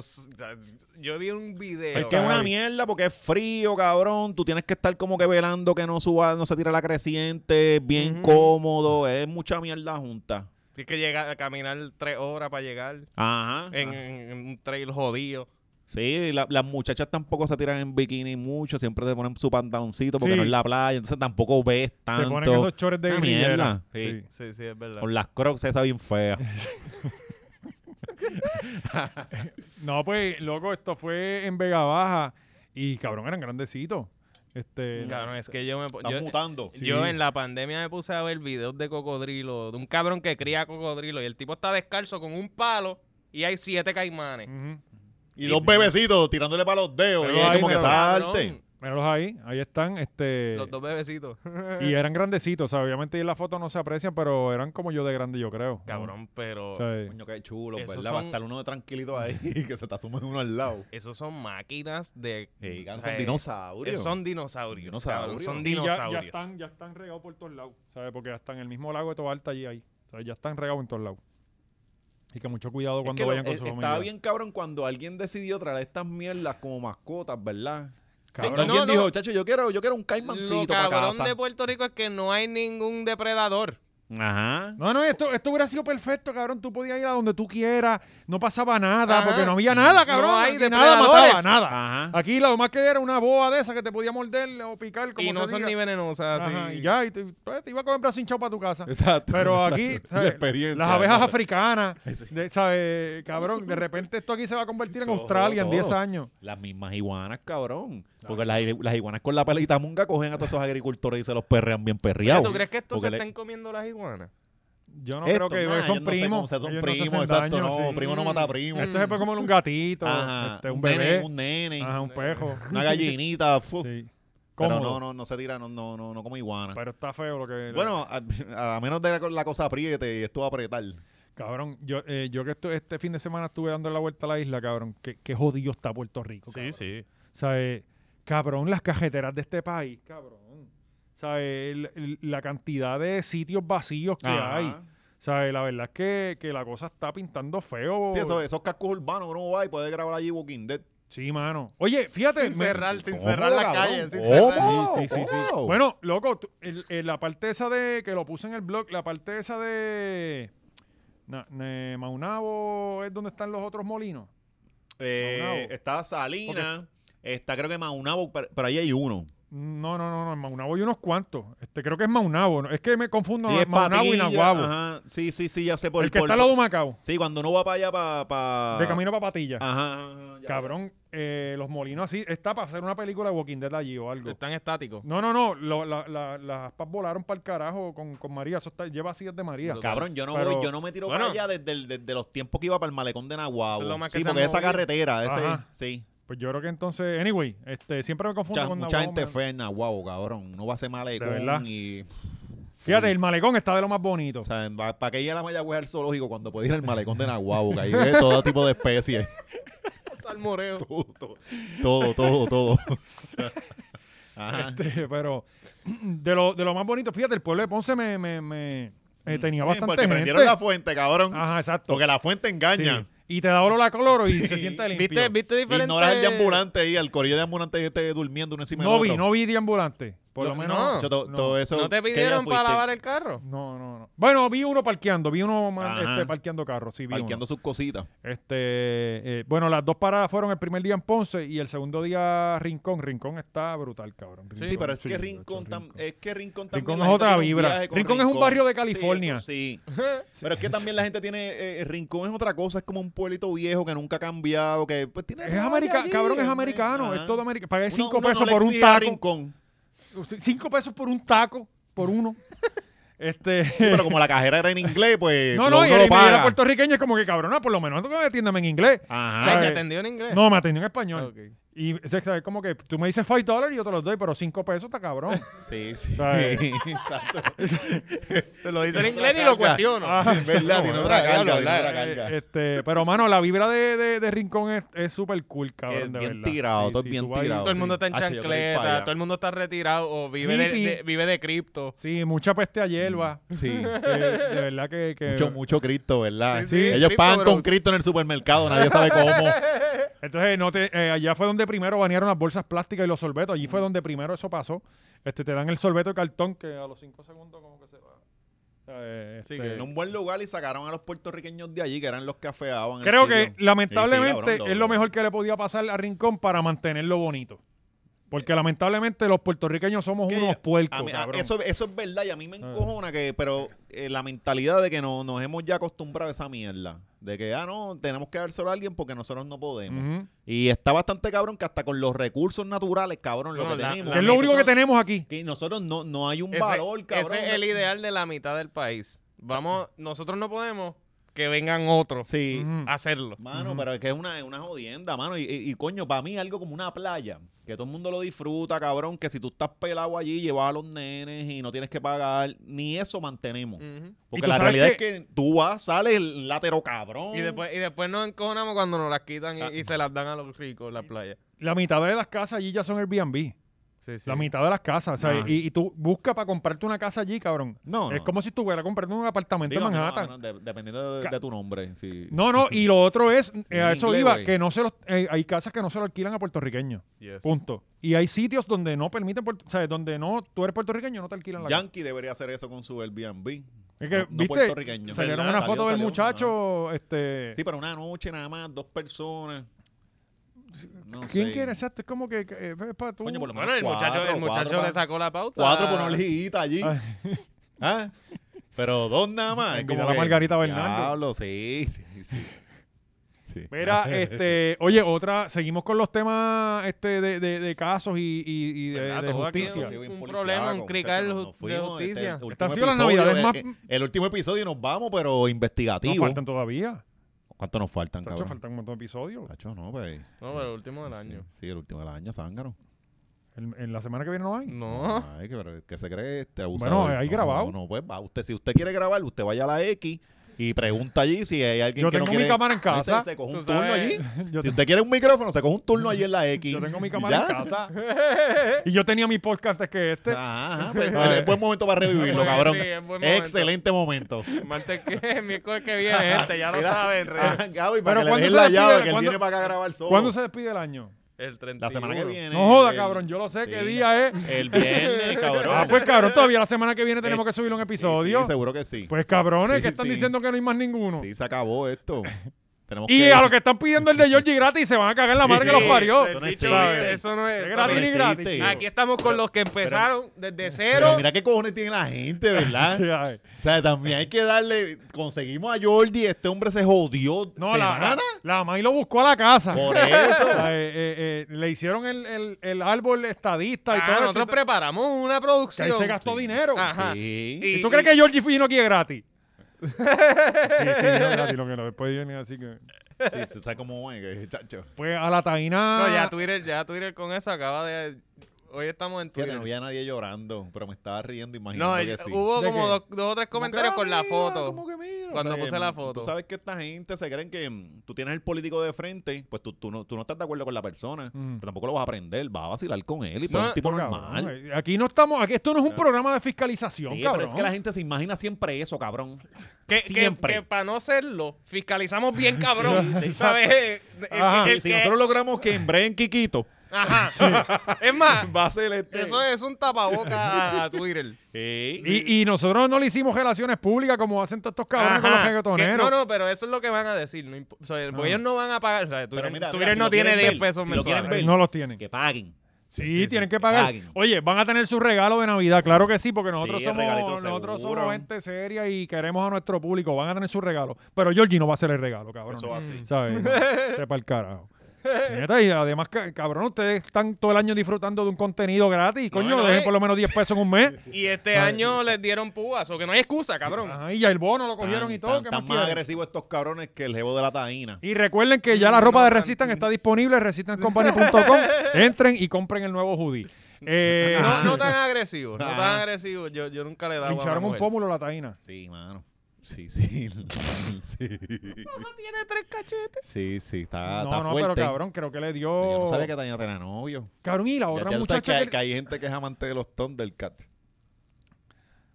Speaker 4: yo vi un
Speaker 3: Es
Speaker 4: video.
Speaker 3: que es una
Speaker 2: Ay.
Speaker 3: mierda porque es frío, cabrón. Tú tienes que estar como que velando que no suba, no se tire la creciente, bien
Speaker 4: Ujú.
Speaker 3: cómodo. Es mucha mierda junta.
Speaker 4: Tienes que llegar a caminar tres horas para llegar
Speaker 3: Ajá.
Speaker 4: en, en un trail jodido.
Speaker 3: Sí, la- las muchachas tampoco se tiran en bikini mucho, siempre te ponen su pantaloncito porque
Speaker 2: Sí.
Speaker 3: no es la playa, entonces tampoco ves tanto.
Speaker 2: Se ponen esos chores de
Speaker 3: Una
Speaker 2: guerrillera.
Speaker 3: mierda, sí.
Speaker 4: Sí, sí, es verdad.
Speaker 3: Con las crocs esa bien fea.
Speaker 2: Sí. No, pues, loco, esto fue en Vega Baja y, cabrón, eran grandecitos. Este,
Speaker 4: Cabrón, es que yo me... po-
Speaker 3: Están
Speaker 2: eh,
Speaker 4: Yo,
Speaker 3: mutando.
Speaker 4: yo
Speaker 2: Sí.
Speaker 4: en la pandemia me puse a ver videos de cocodrilo, de un cabrón que cría cocodrilo y el tipo está descalzo con un palo y hay siete caimanes.
Speaker 2: ujú.
Speaker 3: Y dos bebecitos tirándole para los dedos.
Speaker 2: Pero
Speaker 3: y es
Speaker 2: ahí,
Speaker 3: como que
Speaker 2: pero-
Speaker 3: salte.
Speaker 2: Míralos ahí, ahí están, este,
Speaker 4: Los dos bebecitos.
Speaker 2: y eran grandecitos, o sea, obviamente ahí en la foto no se aprecian, pero eran como yo de grande, yo creo.
Speaker 4: Cabrón,
Speaker 2: O
Speaker 4: pero
Speaker 2: sea,
Speaker 3: Coño, qué chulo,
Speaker 4: Esos
Speaker 3: ¿verdad?
Speaker 4: son-
Speaker 3: Va a estar uno tranquilito ahí que se te asume uno al lado.
Speaker 4: esos son máquinas de...
Speaker 2: Eh,
Speaker 3: Ey,
Speaker 4: o
Speaker 3: son
Speaker 4: sea,
Speaker 3: dinosaurios.
Speaker 4: esos Son dinosaurios.
Speaker 3: Dinosaurios.
Speaker 4: cabrón, son
Speaker 2: Y ya- ya,
Speaker 4: dinosaurios.
Speaker 2: están, ya están regados por todos lados, ¿sabes? Porque hasta en el mismo lago de Tobalta allí ahí. O sea, ya están regados en todos lados. Y que mucho cuidado
Speaker 3: Es
Speaker 2: cuando
Speaker 3: que lo-
Speaker 2: vayan con
Speaker 3: es-
Speaker 2: su familia.
Speaker 3: Estaba bien cabrón cuando alguien decidió traer estas mierdas como mascotas, ¿verdad?
Speaker 4: Cabrón.
Speaker 3: Cuando alguien
Speaker 4: No, no.
Speaker 3: dijo, chacho, yo quiero, yo quiero un
Speaker 4: Lo
Speaker 3: caimancito para
Speaker 4: cabrón
Speaker 3: casa.
Speaker 4: de Puerto Rico es que no hay ningún depredador.
Speaker 3: Ajá.
Speaker 2: No, no, esto, esto hubiera sido perfecto, cabrón. Tú podías ir a donde tú quieras, no pasaba nada,
Speaker 4: Ajá.
Speaker 2: porque no había nada,
Speaker 4: No
Speaker 2: cabrón.
Speaker 4: hay
Speaker 2: aquí nada
Speaker 4: depredadores.
Speaker 2: mataba, nada.
Speaker 3: Ajá.
Speaker 2: Aquí lo más que era una boa de esa que te podía morder o picar como
Speaker 4: Y no
Speaker 2: se
Speaker 4: son
Speaker 2: diga.
Speaker 4: ni venenosas.
Speaker 2: Ajá,
Speaker 4: sí.
Speaker 2: y ya, y te, pues, te iba con el brazo hinchado para tu casa.
Speaker 3: Exacto.
Speaker 2: Pero
Speaker 3: Exacto.
Speaker 2: aquí,
Speaker 3: la,
Speaker 2: ¿sabes?
Speaker 3: experiencia.
Speaker 2: las abejas
Speaker 3: ¿no?
Speaker 2: africanas,
Speaker 3: Sí.
Speaker 2: de- ¿sabes? Cabrón, de repente esto aquí se va a convertir en
Speaker 3: Todo,
Speaker 2: Australia en
Speaker 3: todo.
Speaker 2: 10 años.
Speaker 3: Las mismas iguanas, cabrón. Porque las, las iguanas con la pelita munga cogen a todos esos agricultores y se los perrean bien perreados.
Speaker 4: ¿Tú crees que estos
Speaker 3: Porque
Speaker 4: se
Speaker 3: le-
Speaker 4: están comiendo las iguanas?
Speaker 2: Yo no creo
Speaker 3: Esto,
Speaker 2: que
Speaker 3: nah,
Speaker 2: son
Speaker 3: ellos no se-
Speaker 2: primos.
Speaker 3: no se- son
Speaker 2: ellos no se
Speaker 3: primos,
Speaker 2: hacen
Speaker 3: exacto.
Speaker 2: daño,
Speaker 3: no,
Speaker 2: sí.
Speaker 3: primo no mata primo.
Speaker 2: Esto se puede comer un gatito,
Speaker 3: Ajá,
Speaker 2: este, un, bebé,
Speaker 3: Nene, un nene.
Speaker 2: ajá, un pejo.
Speaker 3: Una gallinita. fu.
Speaker 2: Sí. Pues,
Speaker 3: Pero
Speaker 2: Cómodo.
Speaker 3: no, no, no se tira, no, no, no, no como iguana.
Speaker 2: Pero está feo lo que.
Speaker 3: Bueno, a, a menos de la, co- la cosa apriete y esto va a apretar.
Speaker 2: Cabrón, yo, eh, yo que estu- este fin de semana estuve dando la vuelta a la isla, cabrón. Qué, qué jodido está Puerto Rico. cabrón.
Speaker 4: sí.
Speaker 2: ¿Sabes? Cabrón, las cajeteras de este país, cabrón. ¿Sabes? El- el- La cantidad de sitios vacíos que
Speaker 3: Ajá.
Speaker 2: hay. ¿Sabes? La verdad es que, que la cosa está pintando feo.
Speaker 3: Sí, eso- esos cascos urbanos, uno va y puede grabar allí Walking Dead.
Speaker 2: Sí, mano. Oye, fíjate.
Speaker 4: Sin
Speaker 2: me-
Speaker 4: cerrar, sin
Speaker 3: ¿Cómo,
Speaker 4: cerrar la
Speaker 3: cabrón?
Speaker 4: calle. Sin
Speaker 3: ¿Cómo?
Speaker 4: cerrar.
Speaker 2: Sí, sí, sí, sí.
Speaker 3: Wow.
Speaker 2: Bueno, loco, tú- el- el- la parte esa de. que lo puse en el blog, la parte esa de. na- ne- Maunabo es donde están los otros molinos.
Speaker 3: Eh,
Speaker 2: Maunabo.
Speaker 3: está Salina, está creo que Maunabo, pero, pero ahí hay uno.
Speaker 2: No, no, no, no, en Maunabo hay unos cuantos. Este, creo que es Maunabo, ¿no? es que me confundo
Speaker 3: Y es
Speaker 2: Maunabo y
Speaker 3: Patilla,
Speaker 2: Nahuabo.
Speaker 3: Ajá. Sí, sí, sí, ya sé por
Speaker 2: el que
Speaker 3: por-
Speaker 2: está
Speaker 3: Ah.
Speaker 2: al lado de Macao,
Speaker 3: Sí, cuando uno va para allá, para.
Speaker 2: de camino para Patilla.
Speaker 3: Ajá. ya.
Speaker 2: Cabrón, eh, los molinos así, está para hacer una película de Walking Dead allí o algo.
Speaker 4: Están estáticos.
Speaker 2: No, no, no, lo- la- la- las aspas volaron para el carajo con, con María, eso está, lleva sillas de María.
Speaker 4: Brutal.
Speaker 3: Cabrón, yo no
Speaker 2: Pero-
Speaker 3: voy, yo no me tiro
Speaker 4: Bueno.
Speaker 3: para allá desde, el- desde los tiempos que iba para el malecón de Nahuabo.
Speaker 4: Eso es lo más que
Speaker 3: sí,
Speaker 4: se han
Speaker 3: porque esa
Speaker 4: movido.
Speaker 3: carretera, ese,
Speaker 2: Ajá.
Speaker 3: sí.
Speaker 2: Pues yo creo que entonces, anyway, este, siempre me confundo
Speaker 3: Mucha,
Speaker 2: con
Speaker 3: mucha
Speaker 2: Nahuabo,
Speaker 3: gente
Speaker 2: me-
Speaker 3: fea en Nahuabo, cabrón. Uno va a hacer malecón
Speaker 2: De verdad.
Speaker 3: y.
Speaker 2: Fíjate, el malecón está de lo más bonito.
Speaker 3: O sea, ¿para qué ir a la Mayagüez al zoológico cuando podía ir al malecón de Nahuabo? Que ahí es todo tipo de especies.
Speaker 4: Salmoreo.
Speaker 3: Todo, todo, todo, todo. todo. Ajá.
Speaker 2: Este, pero de lo, de lo más bonito, fíjate, el pueblo de Ponce me, me- me, eh, tenía
Speaker 3: Mm, Porque
Speaker 2: bastante gente. Ah,
Speaker 3: prendieron la fuente, cabrón.
Speaker 2: Ajá, exacto.
Speaker 3: Porque la fuente engaña.
Speaker 2: Sí. Y te da olor a cloro y
Speaker 3: Sí.
Speaker 2: se siente limpio.
Speaker 4: ¿Viste, viste diferente?
Speaker 3: Ignorar el de ambulante ahí, al corillo de ambulante este durmiendo uno encima
Speaker 2: No
Speaker 3: del
Speaker 2: vi,
Speaker 3: otro.
Speaker 2: no vi de ambulante. Por
Speaker 4: No,
Speaker 2: lo menos.
Speaker 3: Chato,
Speaker 2: no.
Speaker 3: todo eso
Speaker 4: ¿No te
Speaker 3: que ya
Speaker 4: pidieron
Speaker 3: fuiste
Speaker 4: para lavar el carro?
Speaker 2: No, no, no. Bueno, vi uno parqueando, vi uno man-
Speaker 3: Ajá.
Speaker 2: este, parqueando carros, sí, vi uno.
Speaker 3: Parqueando sus cositas.
Speaker 2: Este, eh, bueno, las dos paradas fueron el primer día en Ponce y el segundo día Rincón. Rincón está brutal, cabrón.
Speaker 3: Sí,
Speaker 2: Rincón,
Speaker 3: pero es que
Speaker 2: chacho,
Speaker 3: Rincón, tam- eh,
Speaker 2: Rincón.
Speaker 3: es que Rincón también.
Speaker 2: Rincón
Speaker 3: la
Speaker 2: es
Speaker 3: gente
Speaker 2: otra
Speaker 3: tiene un
Speaker 2: vibra.
Speaker 3: viaje con
Speaker 2: Rincón es un barrio de
Speaker 3: Sí, eso
Speaker 2: California.
Speaker 3: Sí, Pero es que también la gente tiene. eh, Rincón es otra cosa, es como un pueblito viejo que nunca ha cambiado. Que, pues, tiene
Speaker 2: Es
Speaker 3: playa
Speaker 2: americano,
Speaker 3: allí,
Speaker 2: cabrón, es
Speaker 3: hombre.
Speaker 2: americano,
Speaker 3: Ajá.
Speaker 2: es todo americano. Pagué
Speaker 3: Uno-
Speaker 2: 5
Speaker 3: uno
Speaker 2: pesos
Speaker 3: no le
Speaker 2: por un
Speaker 3: exige a
Speaker 2: taco.
Speaker 3: Rincón.
Speaker 2: Usted- Cinco pesos por un taco, por uno. Este.
Speaker 3: Pero como la cajera era en inglés, pues.
Speaker 2: no,
Speaker 3: lo-
Speaker 2: no, y
Speaker 3: uno
Speaker 2: el
Speaker 3: lo paga.
Speaker 2: puertorriqueño es como que cabrón, por lo menos atiéndame en inglés.
Speaker 4: O
Speaker 3: Ajá.
Speaker 4: sea,
Speaker 2: ¿Sabes?
Speaker 3: Eh.
Speaker 4: que atendió en inglés.
Speaker 2: No, me atendió en español.
Speaker 4: Ok.
Speaker 2: Y, Y o sea, es como que tú me dices 5 dólares y yo te los doy, pero 5 pesos está cabrón.
Speaker 3: Sí, sí.
Speaker 2: ¿Sabes?
Speaker 3: Exacto.
Speaker 4: Te lo dice en inglés y lo cuestiono.
Speaker 2: Ajá.
Speaker 3: Es verdad, tiene otra carga, tiene otra carga.
Speaker 2: Este, pero mano, la vibra de, de, de Rincón es- es súper cool, cabrón.
Speaker 3: Es
Speaker 2: de
Speaker 3: bien
Speaker 2: verdad.
Speaker 3: tirado, todo es
Speaker 2: sí,
Speaker 3: bien
Speaker 2: tú vas-
Speaker 3: tirado.
Speaker 4: Todo el mundo está en
Speaker 3: Hacho, yo quiero ir para
Speaker 4: chancleta,
Speaker 3: allá.
Speaker 4: todo el mundo está retirado o vive de,
Speaker 2: Hippie.
Speaker 4: de- vive de cripto.
Speaker 2: Sí, mucha peste a hierba.
Speaker 3: Sí.
Speaker 2: Eh, de, verdad que. que-
Speaker 3: Mm. Mucho, mucho Cristo, ¿verdad?
Speaker 4: Sí, sí,
Speaker 3: Ellos
Speaker 4: Cristo
Speaker 3: pagan con
Speaker 4: Bros.
Speaker 3: Cristo en el supermercado, nadie sabe cómo.
Speaker 2: Entonces, no te, eh, allá fue donde primero banearon las bolsas plásticas y los sorbetos. Allí
Speaker 3: Mm.
Speaker 2: fue donde primero eso pasó. Este, te dan el sorbeto de cartón que a los 5 segundos como que se va. Eh,
Speaker 4: Sí,
Speaker 2: este,
Speaker 3: En un buen lugar y sacaron a los puertorriqueños de allí, que eran los que afeaban. el
Speaker 2: Creo que
Speaker 3: sitio.
Speaker 2: lamentablemente
Speaker 3: Sí, sí, cabrón,
Speaker 2: es lo
Speaker 3: loco.
Speaker 2: mejor que le podía pasar a Rincón para mantenerlo bonito. Porque lamentablemente los puertorriqueños somos
Speaker 3: Eh. Es que
Speaker 2: unos puercos,
Speaker 3: a mí- a-
Speaker 2: cabrón. Ah.
Speaker 3: eso, eso es verdad y a mí me encojona que, pero eh, la mentalidad de que no, nos hemos ya acostumbrado a esa mierda. De que, ah, no, tenemos que dárselo a alguien porque nosotros no podemos.
Speaker 2: Ujú.
Speaker 3: Y está bastante cabrón que hasta con los recursos naturales, cabrón, lo
Speaker 4: No,
Speaker 3: que
Speaker 4: la-
Speaker 3: tenemos.
Speaker 2: Que es lo único que
Speaker 3: nosotros-
Speaker 2: tenemos aquí.
Speaker 3: que nosotros no, no hay un
Speaker 4: Ese,
Speaker 3: valor, cabrón.
Speaker 4: ese es el ideal de la mitad del país. Vamos, nosotros no podemos que vengan otros
Speaker 3: Sí.
Speaker 2: Ujú.
Speaker 4: a hacerlo.
Speaker 3: Mano, pero es que es una, es una jodienda, mano. Y, y- y coño, para mí algo como una playa, que todo el mundo lo disfruta, cabrón, que si tú estás pelado allí, llevas a los nenes y no tienes que pagar, ni eso mantenemos.
Speaker 4: Ujú.
Speaker 2: Y tú
Speaker 3: Porque la
Speaker 2: sabes
Speaker 3: realidad
Speaker 2: que-
Speaker 3: es que tú vas, sales el látero cabrón.
Speaker 4: Y después, y después nos encojonamos cuando nos las quitan y,
Speaker 3: Ah.
Speaker 4: y se las dan a los ricos en la playa.
Speaker 2: La mitad de las casas allí ya son Airbnb.
Speaker 4: Sí, sí.
Speaker 2: La mitad de las casas. o sea,
Speaker 3: Ajá.
Speaker 2: y, y tú buscas para comprarte una casa allí, cabrón.
Speaker 3: No,
Speaker 2: es
Speaker 3: no.
Speaker 2: como si estuvieras comprando un apartamento
Speaker 3: Digo, a
Speaker 2: en
Speaker 3: menos- a
Speaker 2: Manhattan.
Speaker 3: menos de- dependiendo de,
Speaker 2: Ca-
Speaker 3: de tu nombre. sí.
Speaker 2: No, no, y lo otro es, eh, a
Speaker 3: en
Speaker 2: eso
Speaker 3: inglés,
Speaker 2: iba,
Speaker 3: güey.
Speaker 2: que no se los, eh, hay casas que no se lo alquilan a puertorriqueños.
Speaker 4: Yes.
Speaker 2: Punto. Y hay sitios donde no permiten, puert- o sea, donde no, tú eres puertorriqueño, no te alquilan la casa.
Speaker 3: Yankee debería hacer eso con su Airbnb.
Speaker 2: Es que,
Speaker 3: no, no
Speaker 2: viste,
Speaker 3: puertorriqueño.
Speaker 2: salieron
Speaker 3: ¿Verdad?
Speaker 2: una
Speaker 3: Salió-
Speaker 2: foto del
Speaker 3: salió,
Speaker 2: muchacho, este...
Speaker 3: Sí, pero una noche nada más, dos personas. No
Speaker 2: ¿Quién
Speaker 3: sé.
Speaker 2: quiere? Exacto, es como que... eh, es para tú.
Speaker 3: pues, Coño, por lo menos
Speaker 4: Bueno, el muchacho,
Speaker 3: cuatro,
Speaker 4: el muchacho
Speaker 3: cuatro
Speaker 4: le
Speaker 3: pa-
Speaker 4: sacó la pauta.
Speaker 3: Cuatro por una orgillita allí.
Speaker 2: Ay.
Speaker 3: ¿Ah? Pero dos nada más. es
Speaker 2: Invita
Speaker 3: como
Speaker 2: a la
Speaker 3: que,
Speaker 2: Margarita Bernal.
Speaker 3: Diablo, sí, sí, sí. Sí. Ah,
Speaker 2: Mira,
Speaker 3: eh,
Speaker 2: este, oye, otra, seguimos con los temas este, de, de- de casos y, y- y de,
Speaker 4: ¿Verdad?
Speaker 2: de
Speaker 4: Todo aquí
Speaker 2: justicia.
Speaker 4: es
Speaker 3: Sí, bien
Speaker 4: un
Speaker 3: policiaco,
Speaker 4: problema, un
Speaker 3: muchacho,
Speaker 4: crical
Speaker 3: nos-
Speaker 4: ju-
Speaker 3: nos fuimos, este,
Speaker 4: de justicia.
Speaker 3: el
Speaker 2: Esta ha
Speaker 3: último
Speaker 2: sido la
Speaker 3: episodio,
Speaker 2: Navidad, es
Speaker 3: eh,
Speaker 2: más-
Speaker 3: eh, El último episodio y nos vamos, pero
Speaker 2: No
Speaker 3: investigativo.
Speaker 2: faltan todavía.
Speaker 3: ¿Cuánto nos faltan,
Speaker 2: Chacho,
Speaker 3: cabrón?
Speaker 2: faltan un montón de episodios.
Speaker 3: Cacho, no, pues.
Speaker 4: No, pero el último del año.
Speaker 3: Sí, sí, el último del año, zángano.
Speaker 2: El- en la semana que viene no hay.
Speaker 4: No.
Speaker 3: Ay, que, pero, ¿qué se cree este
Speaker 2: Bueno,
Speaker 3: abusador?
Speaker 2: ahí
Speaker 3: No,
Speaker 2: grabado.
Speaker 3: No, no, pues va. Usted, si usted quiere grabar, usted vaya a la X y pregunta allí si hay alguien
Speaker 2: Yo
Speaker 3: que no
Speaker 2: tengo mi
Speaker 3: quiere...
Speaker 2: cámara en casa.
Speaker 3: Se, se coge
Speaker 4: Tú
Speaker 3: un turno
Speaker 4: sabes.
Speaker 3: allí.
Speaker 2: Yo,
Speaker 3: Si usted quiere un micrófono, se coge un turno allí en la X.
Speaker 2: yo tengo mi
Speaker 3: Mm. ¿Y
Speaker 2: cámara en
Speaker 3: ya?
Speaker 2: casa. y yo tenía mi podcast antes que este.
Speaker 3: Ajá, ajá, pues,
Speaker 2: Ah,
Speaker 3: es
Speaker 2: eh.
Speaker 3: buen momento para revivirlo,
Speaker 4: Sí,
Speaker 3: cabrón.
Speaker 4: es buen momento.
Speaker 3: Excelente momento.
Speaker 4: Martes que miércoles que viene, gente, ya lo saben. re-
Speaker 3: Ah, Gaby,
Speaker 2: Pero
Speaker 3: para que le
Speaker 2: ¿cuándo
Speaker 3: dejes
Speaker 2: se
Speaker 3: la
Speaker 2: despide?
Speaker 3: llave, que él
Speaker 2: ¿Cuándo-
Speaker 3: viene para acá a grabar solo.
Speaker 2: ¿Cuándo se despide el año?
Speaker 4: El 31.
Speaker 3: La semana que viene.
Speaker 2: No joda,
Speaker 3: el-
Speaker 2: cabrón, yo lo sé
Speaker 3: Sí,
Speaker 2: qué
Speaker 3: no.
Speaker 2: día es.
Speaker 3: El viernes, cabrón.
Speaker 2: Ah, pues cabrón, todavía la semana que viene
Speaker 3: Eh,
Speaker 2: tenemos que subir un
Speaker 3: Sí, sí,
Speaker 2: episodio.
Speaker 3: seguro que sí.
Speaker 2: Pues cabrones,
Speaker 3: Sí,
Speaker 2: que están
Speaker 3: sí.
Speaker 2: diciendo que no hay más ninguno.
Speaker 3: Sí, se acabó esto. Tenemos
Speaker 2: Y a los que están pidiendo el de Georgie gratis se van a cagar en la madre
Speaker 3: Sí,
Speaker 2: que los parió.
Speaker 3: Eso
Speaker 4: Eso
Speaker 3: no
Speaker 4: no
Speaker 3: existe.
Speaker 4: Eso no es.
Speaker 2: Es gratis
Speaker 3: no
Speaker 2: ni
Speaker 3: existe.
Speaker 2: gratis.
Speaker 4: Aquí estamos con los que empezaron desde cero.
Speaker 3: Pero mira qué cojones tiene la gente, ¿verdad?
Speaker 2: Sí, ay.
Speaker 3: O sea, también hay que darle. Conseguimos a Jordi, este hombre se jodió.
Speaker 2: No, la,
Speaker 3: semana.
Speaker 2: la, la May lo buscó a la casa.
Speaker 3: Por eso.
Speaker 2: O sea, eh, eh, eh, le hicieron el, el- el árbol estadista y
Speaker 4: Ah,
Speaker 2: todo eso.
Speaker 4: nosotros preparamos una
Speaker 2: que
Speaker 4: producción.
Speaker 2: ahí se gastó
Speaker 3: Sí.
Speaker 2: dinero.
Speaker 4: Ajá.
Speaker 3: Sí.
Speaker 2: ¿Y,
Speaker 4: Y-
Speaker 2: tú crees que Georgie Fino aquí es gratis? sí, sí, no es gratis lo que no. Después viene así que.
Speaker 3: Sí, se sabe cómo es, que, chacho.
Speaker 2: Pues a la taina.
Speaker 4: No, ya Twitter, ya Twitter con eso acaba de. Hoy estamos en
Speaker 3: Fíjate,
Speaker 4: Twitter.
Speaker 3: no había nadie llorando, pero me estaba riendo imaginando
Speaker 4: No,
Speaker 3: que sí.
Speaker 4: hubo
Speaker 2: ¿De
Speaker 4: como
Speaker 2: qué?
Speaker 4: dos, dos o
Speaker 3: Como
Speaker 4: tres
Speaker 3: que,
Speaker 4: comentarios
Speaker 3: ah,
Speaker 4: con la
Speaker 3: mira, como
Speaker 4: foto.
Speaker 3: que mira. em,
Speaker 4: cuando puse la foto.
Speaker 3: Tú sabes que esta gente se creen que mm, tú tienes el político de frente, pues tú, tú no, tú no estás de acuerdo con la persona,
Speaker 2: Mm.
Speaker 3: pero tampoco lo vas a aprender, vas a vacilar con él y
Speaker 4: No,
Speaker 3: ser un tipo
Speaker 2: Cabrón,
Speaker 3: normal.
Speaker 2: ay, Aquí no estamos. Aquí, esto no es un programa de fiscalización,
Speaker 3: Sí,
Speaker 2: cabrón.
Speaker 3: pero es que la gente se imagina siempre eso, cabrón.
Speaker 4: Que, que,
Speaker 3: siempre.
Speaker 4: para no serlo, fiscalizamos bien cabrón.
Speaker 3: Sí, sí.
Speaker 4: ¿Sabes? El que-
Speaker 2: Ajá.
Speaker 4: el
Speaker 3: Sí, Ah, si
Speaker 4: que-
Speaker 3: nosotros logramos que en Kikito
Speaker 4: Ajá. Es más,
Speaker 3: va a ser este.
Speaker 4: eso es un tapaboca a, a Twitter.
Speaker 3: Sí, sí.
Speaker 2: Y, y nosotros no le hicimos relaciones públicas como hacen todos estos cabrones
Speaker 4: Ajá.
Speaker 2: con los
Speaker 4: Que-
Speaker 2: reggaetoneros.
Speaker 4: no, no, pero eso es lo que van a decir. no impo- o sea, porque
Speaker 2: Ah.
Speaker 4: ellos no van a pagar. O sea,
Speaker 3: Pero
Speaker 4: Twitter,
Speaker 3: mira, mira,
Speaker 4: Twitter
Speaker 3: si
Speaker 4: no
Speaker 3: lo
Speaker 4: tiene
Speaker 3: quieren
Speaker 4: 10
Speaker 3: ver,
Speaker 4: pesos
Speaker 3: si lo quieren
Speaker 4: mensuales.
Speaker 3: ver.
Speaker 2: Eh, no los tienen.
Speaker 3: que paguen.
Speaker 2: Sí,
Speaker 3: Sí, sí,
Speaker 2: tienen
Speaker 3: sí,
Speaker 2: que
Speaker 3: que
Speaker 2: pagar.
Speaker 3: paguen.
Speaker 2: Oye, van a tener su regalo de Navidad, claro que sí, porque nosotros
Speaker 3: Sí, el regalito
Speaker 2: somos
Speaker 3: seguro.
Speaker 2: nosotros somos gente seria y queremos a nuestro público, van a tener su regalo, pero Georgie no va a ser el regalo, cabrón.
Speaker 3: Eso va así.
Speaker 2: ¿Sabes? No, sepa el carajo. Neta, y además, ca- cabrón, ustedes están todo el año disfrutando de un contenido gratis. Coño,
Speaker 4: no,
Speaker 2: dejen
Speaker 4: eh.
Speaker 2: por lo menos 10 pesos en un mes.
Speaker 4: Y este
Speaker 2: Ay.
Speaker 4: año les dieron púas, o que no hay excusa, cabrón.
Speaker 2: Ajá, y ya el bono lo cogieron
Speaker 3: Tan-
Speaker 2: y todo.
Speaker 3: tan-
Speaker 2: ¿qué
Speaker 3: tan
Speaker 2: más
Speaker 3: más
Speaker 2: quieren?
Speaker 3: agresivos estos cabrones que el jevo de la taína.
Speaker 2: Y recuerden que
Speaker 3: Mm,
Speaker 2: ya la ropa
Speaker 4: No,
Speaker 2: de
Speaker 4: tan-
Speaker 2: Resistan está disponible, resistancompany.com. Entren y compren el nuevo hoodie. Eh,
Speaker 4: No, no tan agresivos, no tan
Speaker 3: Ajá.
Speaker 4: agresivos. Yo, yo nunca le he dado
Speaker 2: pincharon
Speaker 4: a
Speaker 2: un
Speaker 4: una mujer.
Speaker 2: pómulo a la taína.
Speaker 3: Sí, mano. Sí, sí. sí.
Speaker 4: Tiene tres cachetes.
Speaker 3: Sí, sí, está,
Speaker 2: no,
Speaker 3: Ah, está
Speaker 2: no,
Speaker 3: fuerte.
Speaker 2: pero cabrón, creo que le
Speaker 3: Yo
Speaker 2: dio.
Speaker 3: no sabía que Taina tenía novio.
Speaker 2: Cabrón, y la
Speaker 3: Ya-
Speaker 2: otra
Speaker 3: ya tú sabes
Speaker 2: muchacha.
Speaker 3: que,
Speaker 2: que-
Speaker 3: que hay gente que es amante de los Thundercats.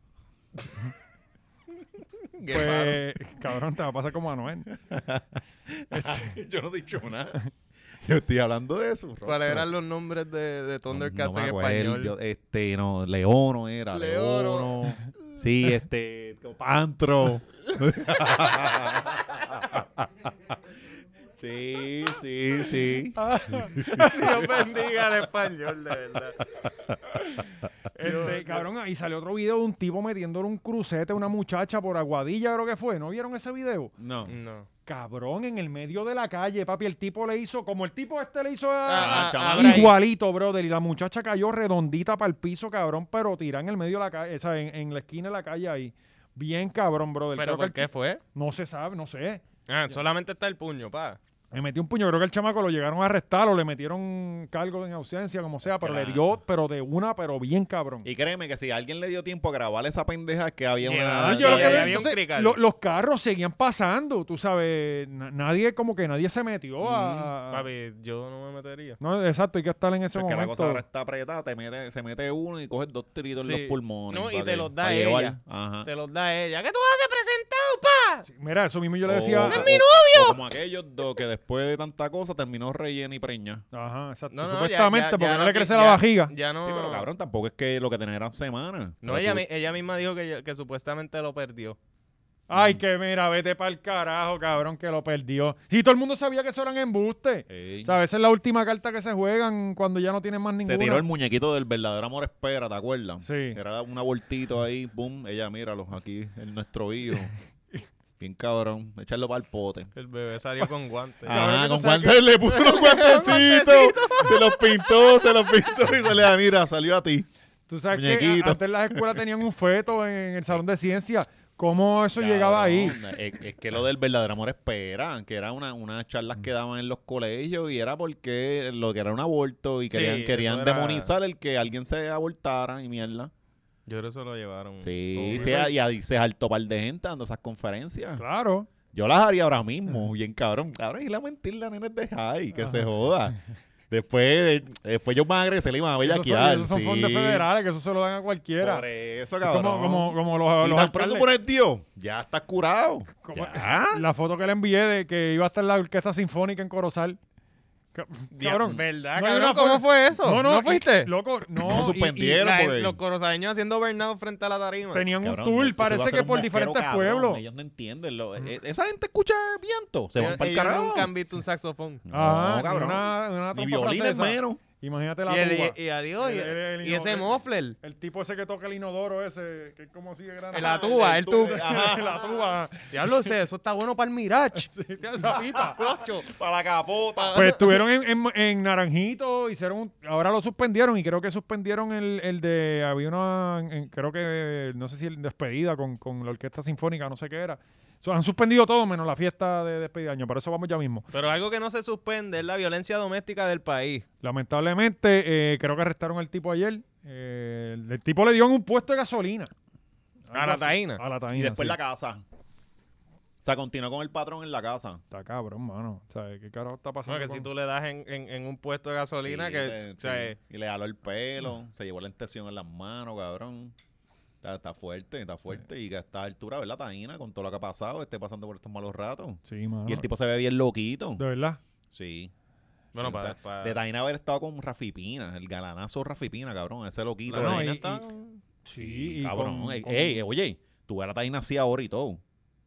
Speaker 2: Pues, cabrón, te va a pasar como a Noel.
Speaker 3: Yo no he dicho nada. Yo estoy hablando de eso. Rob.
Speaker 4: ¿Cuáles eran los nombres de, de
Speaker 3: No,
Speaker 4: Thundercats
Speaker 3: no me
Speaker 4: en
Speaker 3: acuerdo,
Speaker 4: español?
Speaker 3: yo- este, no, Leono era.
Speaker 4: Leono.
Speaker 3: Leono. Sí, este, Pantro. sí, sí, sí.
Speaker 4: Dios bendiga al español, de verdad.
Speaker 2: Este, cabrón, ahí salió otro video de un tipo metiéndole un crucete a una muchacha por Aguadilla, creo que fue. ¿No vieron ese video?
Speaker 3: No.
Speaker 4: No.
Speaker 2: Cabrón, en el medio de la calle, papi, el tipo le hizo, como el tipo este le hizo a,
Speaker 4: Ah,
Speaker 3: Ah,
Speaker 4: ah,
Speaker 3: chaval.
Speaker 4: ahora ahí.
Speaker 2: igualito, brother. Y la muchacha cayó redondita para el piso, cabrón, pero tirada en el medio de la calle, o sea, en, en la esquina de la calle ahí. Bien cabrón, brother. Creo
Speaker 4: ¿Pero
Speaker 2: que
Speaker 4: por
Speaker 2: el
Speaker 4: qué
Speaker 2: chi-
Speaker 4: fue?
Speaker 2: No se sabe, no sé.
Speaker 4: Ah, solamente está el puño, pa.
Speaker 2: Le metió un puño, creo que el chamaco lo llegaron a arrestar o le metieron cargo en ausencia, como sea, pero le
Speaker 3: Claro.
Speaker 2: dio, pero de una, pero bien cabrón.
Speaker 3: Y créeme que si alguien le dio tiempo a grabar esa pendeja es que había
Speaker 4: Yeah,
Speaker 3: una...
Speaker 2: yo lo que veo,
Speaker 4: Ah, había- había un
Speaker 2: entonces,
Speaker 4: crical.
Speaker 2: lo- los carros seguían pasando, tú sabes, na- nadie, como que nadie se metió a...
Speaker 4: Mm, Papi, yo no me metería.
Speaker 2: No, exacto, hay que estar en
Speaker 3: O sea,
Speaker 2: ese
Speaker 3: que la
Speaker 2: momento.
Speaker 3: cosa ahora está apretada, te mete, se mete uno y coges dos tiritos en
Speaker 4: Sí.
Speaker 3: los pulmones.
Speaker 4: No, y
Speaker 3: pa'
Speaker 4: te
Speaker 3: que-
Speaker 4: los da
Speaker 3: pa' llevar.
Speaker 4: ella.
Speaker 3: Ajá.
Speaker 4: Te los da ella. ¿Qué tú haces presentado, pa?
Speaker 2: Sí, Mira, eso mismo yo le
Speaker 3: O-
Speaker 2: decía...
Speaker 3: o-
Speaker 4: Oh. mi
Speaker 3: o como aquellos dos que después de tanta cosa terminó rellena y preña.
Speaker 2: Ajá, exacto.
Speaker 4: No, no, ya-
Speaker 2: Supuestamente,
Speaker 4: ya-
Speaker 2: porque
Speaker 4: ya
Speaker 2: no le
Speaker 4: que-
Speaker 2: crece
Speaker 4: ya- Mm.
Speaker 2: la vajiga.
Speaker 4: Ya no.
Speaker 3: Sí, pero cabrón, tampoco es que lo que tenían eran semanas.
Speaker 4: Ah. No,
Speaker 3: Pero
Speaker 4: ella,
Speaker 3: tú-
Speaker 4: mi- ella misma dijo que, que supuestamente lo perdió.
Speaker 2: Ay, que mira, vete para el carajo, cabrón, que lo perdió. Si todo el mundo sabía que eso eran embuste.
Speaker 3: Ey.
Speaker 2: O sea, a veces es la última carta que se juegan cuando ya no tienen más ninguna.
Speaker 3: Se tiró el muñequito del verdadero amor espera, ¿te acuerdas?
Speaker 2: Sí.
Speaker 3: Era una voltito ahí, boom, ella, míralos, aquí, el nuestro hijo. Bien cabrón, echarlo para el pote.
Speaker 4: El bebé salió con guantes.
Speaker 2: Cabrón,
Speaker 3: Ah,
Speaker 2: que tú
Speaker 3: con
Speaker 2: sabes
Speaker 3: guantes, le puso unos guantecitos, se los pintó, se los pintó y se le da, mira, salió a ti.
Speaker 2: Tú sabes que
Speaker 3: Muñequito.
Speaker 2: a- antes las escuelas tenían un feto en el salón de ciencia. ¿Cómo eso llegaba ahí?
Speaker 3: Cabrón, Es, es que lo del verdadero amor espera, que era una, unas charlas que daban en los colegios y era porque lo que era un aborto y
Speaker 4: Sí,
Speaker 3: querían,
Speaker 4: eso
Speaker 3: querían
Speaker 4: era-
Speaker 3: demonizar el que alguien se abortara y mierda.
Speaker 4: Yo creo que se lo llevaron. Oh,
Speaker 3: Sí,
Speaker 4: Como-
Speaker 3: sí, y ahí se saltó par de gente dando esas conferencias.
Speaker 2: Claro.
Speaker 3: Yo las haría ahora mismo, bien cabrón. Cabrón, y la mentir la nena es de high, que se joda. Después, de- después yo más agresé, le iba a
Speaker 2: Esos son,
Speaker 3: bellaquear.
Speaker 2: esos son
Speaker 3: sí.
Speaker 2: fondos federales, que eso se lo dan a cualquiera.
Speaker 3: Por eso,
Speaker 2: Es
Speaker 3: cabrón.
Speaker 2: Como, como, como los,
Speaker 3: y
Speaker 2: los
Speaker 3: tan pronto
Speaker 2: alcaldes.
Speaker 3: pones Dios, ya estás curado.
Speaker 2: Como-
Speaker 3: Ya.
Speaker 2: La foto que le envié de que iba a estar la orquesta sinfónica en Corozal. Ca- Cabrón.
Speaker 4: ¿Verdad,
Speaker 2: No hay
Speaker 4: cabrón?
Speaker 2: una
Speaker 4: ¿Cómo
Speaker 2: foto-
Speaker 4: fue eso?
Speaker 2: No, no, y-
Speaker 4: fuiste?
Speaker 2: Loco, no.
Speaker 3: No,
Speaker 2: y-
Speaker 3: suspendí.
Speaker 2: y
Speaker 3: Vieron,
Speaker 4: La-
Speaker 3: porque-
Speaker 4: Los corosadeños haciendo burnout frente a la tarima.
Speaker 2: tenían un
Speaker 3: Cabrón,
Speaker 2: tour,
Speaker 3: eso va a
Speaker 2: parece
Speaker 3: ser
Speaker 2: que
Speaker 3: un
Speaker 2: por
Speaker 3: mosquero,
Speaker 2: diferentes
Speaker 3: cabrón.
Speaker 2: pueblos.
Speaker 3: Ellos no entienden. lo- e- e- esa gente escucha viento. Se van
Speaker 4: Ellos-
Speaker 3: para el
Speaker 4: Mm. Eh, ellos
Speaker 3: carajo.
Speaker 4: nunca han visto un saxofón.
Speaker 3: No,
Speaker 2: Ajá, Ah, ni
Speaker 3: cabrón.
Speaker 2: una- una
Speaker 3: Ni
Speaker 2: trompa
Speaker 3: violines
Speaker 2: francesa.
Speaker 3: menos.
Speaker 2: Imagínate la
Speaker 4: Y, el-
Speaker 2: tuba.
Speaker 4: y- y adiós. y-
Speaker 2: El- el- el
Speaker 4: y ese
Speaker 2: inodoro.
Speaker 4: muffler.
Speaker 2: El tipo ese que toca el inodoro ese, que es como si grande.
Speaker 4: El atuba, el tubo.
Speaker 3: Ajá.
Speaker 2: la tuba.
Speaker 4: Diablo, ese, eso está bueno para el Mirage.
Speaker 2: Sí, tiene esa pipa.
Speaker 4: Cocho.
Speaker 3: Para la capota.
Speaker 2: Pues estuvieron en, en- en Naranjito, hicieron un- ahora lo suspendieron y creo que suspendieron el, el de, había una, en- en- creo que, no sé si el despedida con, con la Orquesta Sinfónica, no sé qué era. So, han suspendido todo menos la fiesta de despedida de año, por eso vamos ya mismo.
Speaker 4: Pero algo que no se suspende es la violencia doméstica del país.
Speaker 2: Lamentablemente, eh, creo que arrestaron al tipo ayer. Eh, el, el tipo le dio en un puesto de gasolina.
Speaker 4: A la taína.
Speaker 2: A la taína,
Speaker 3: Y después
Speaker 2: sí.
Speaker 3: la casa. O sea, continuó con el patrón en la casa.
Speaker 2: Está cabrón, mano. O sea, ¿qué carajo está pasando?
Speaker 4: Bueno, que si
Speaker 2: con-
Speaker 4: tú le das en, en- en un puesto de gasolina,
Speaker 3: Sí,
Speaker 4: que. Mm.
Speaker 3: le-
Speaker 4: o sea,
Speaker 3: sí. Y le jaló el pelo, se llevó la intención en las manos, cabrón. Está, está fuerte, está fuerte. Y que a esta altura, ¿verdad? Taína, con todo lo que ha pasado, esté pasando por estos malos ratos.
Speaker 2: Sí, mano.
Speaker 3: Y el tipo se ve bien loquito.
Speaker 2: De verdad.
Speaker 3: Sí.
Speaker 4: Bueno,
Speaker 3: Sí, o
Speaker 4: para-
Speaker 3: sea,
Speaker 4: para-
Speaker 3: De Taina haber estado con Rafi Pina, el galanazo Rafi Pina, cabrón, ese loquito.
Speaker 4: la
Speaker 2: no,
Speaker 3: ahí.
Speaker 4: vaina
Speaker 2: y-
Speaker 4: está-
Speaker 2: Sí, y
Speaker 3: cabrón.
Speaker 2: con-
Speaker 3: ey,
Speaker 2: con-
Speaker 3: ey, oye, tú ves a la Taina así ahora y todo,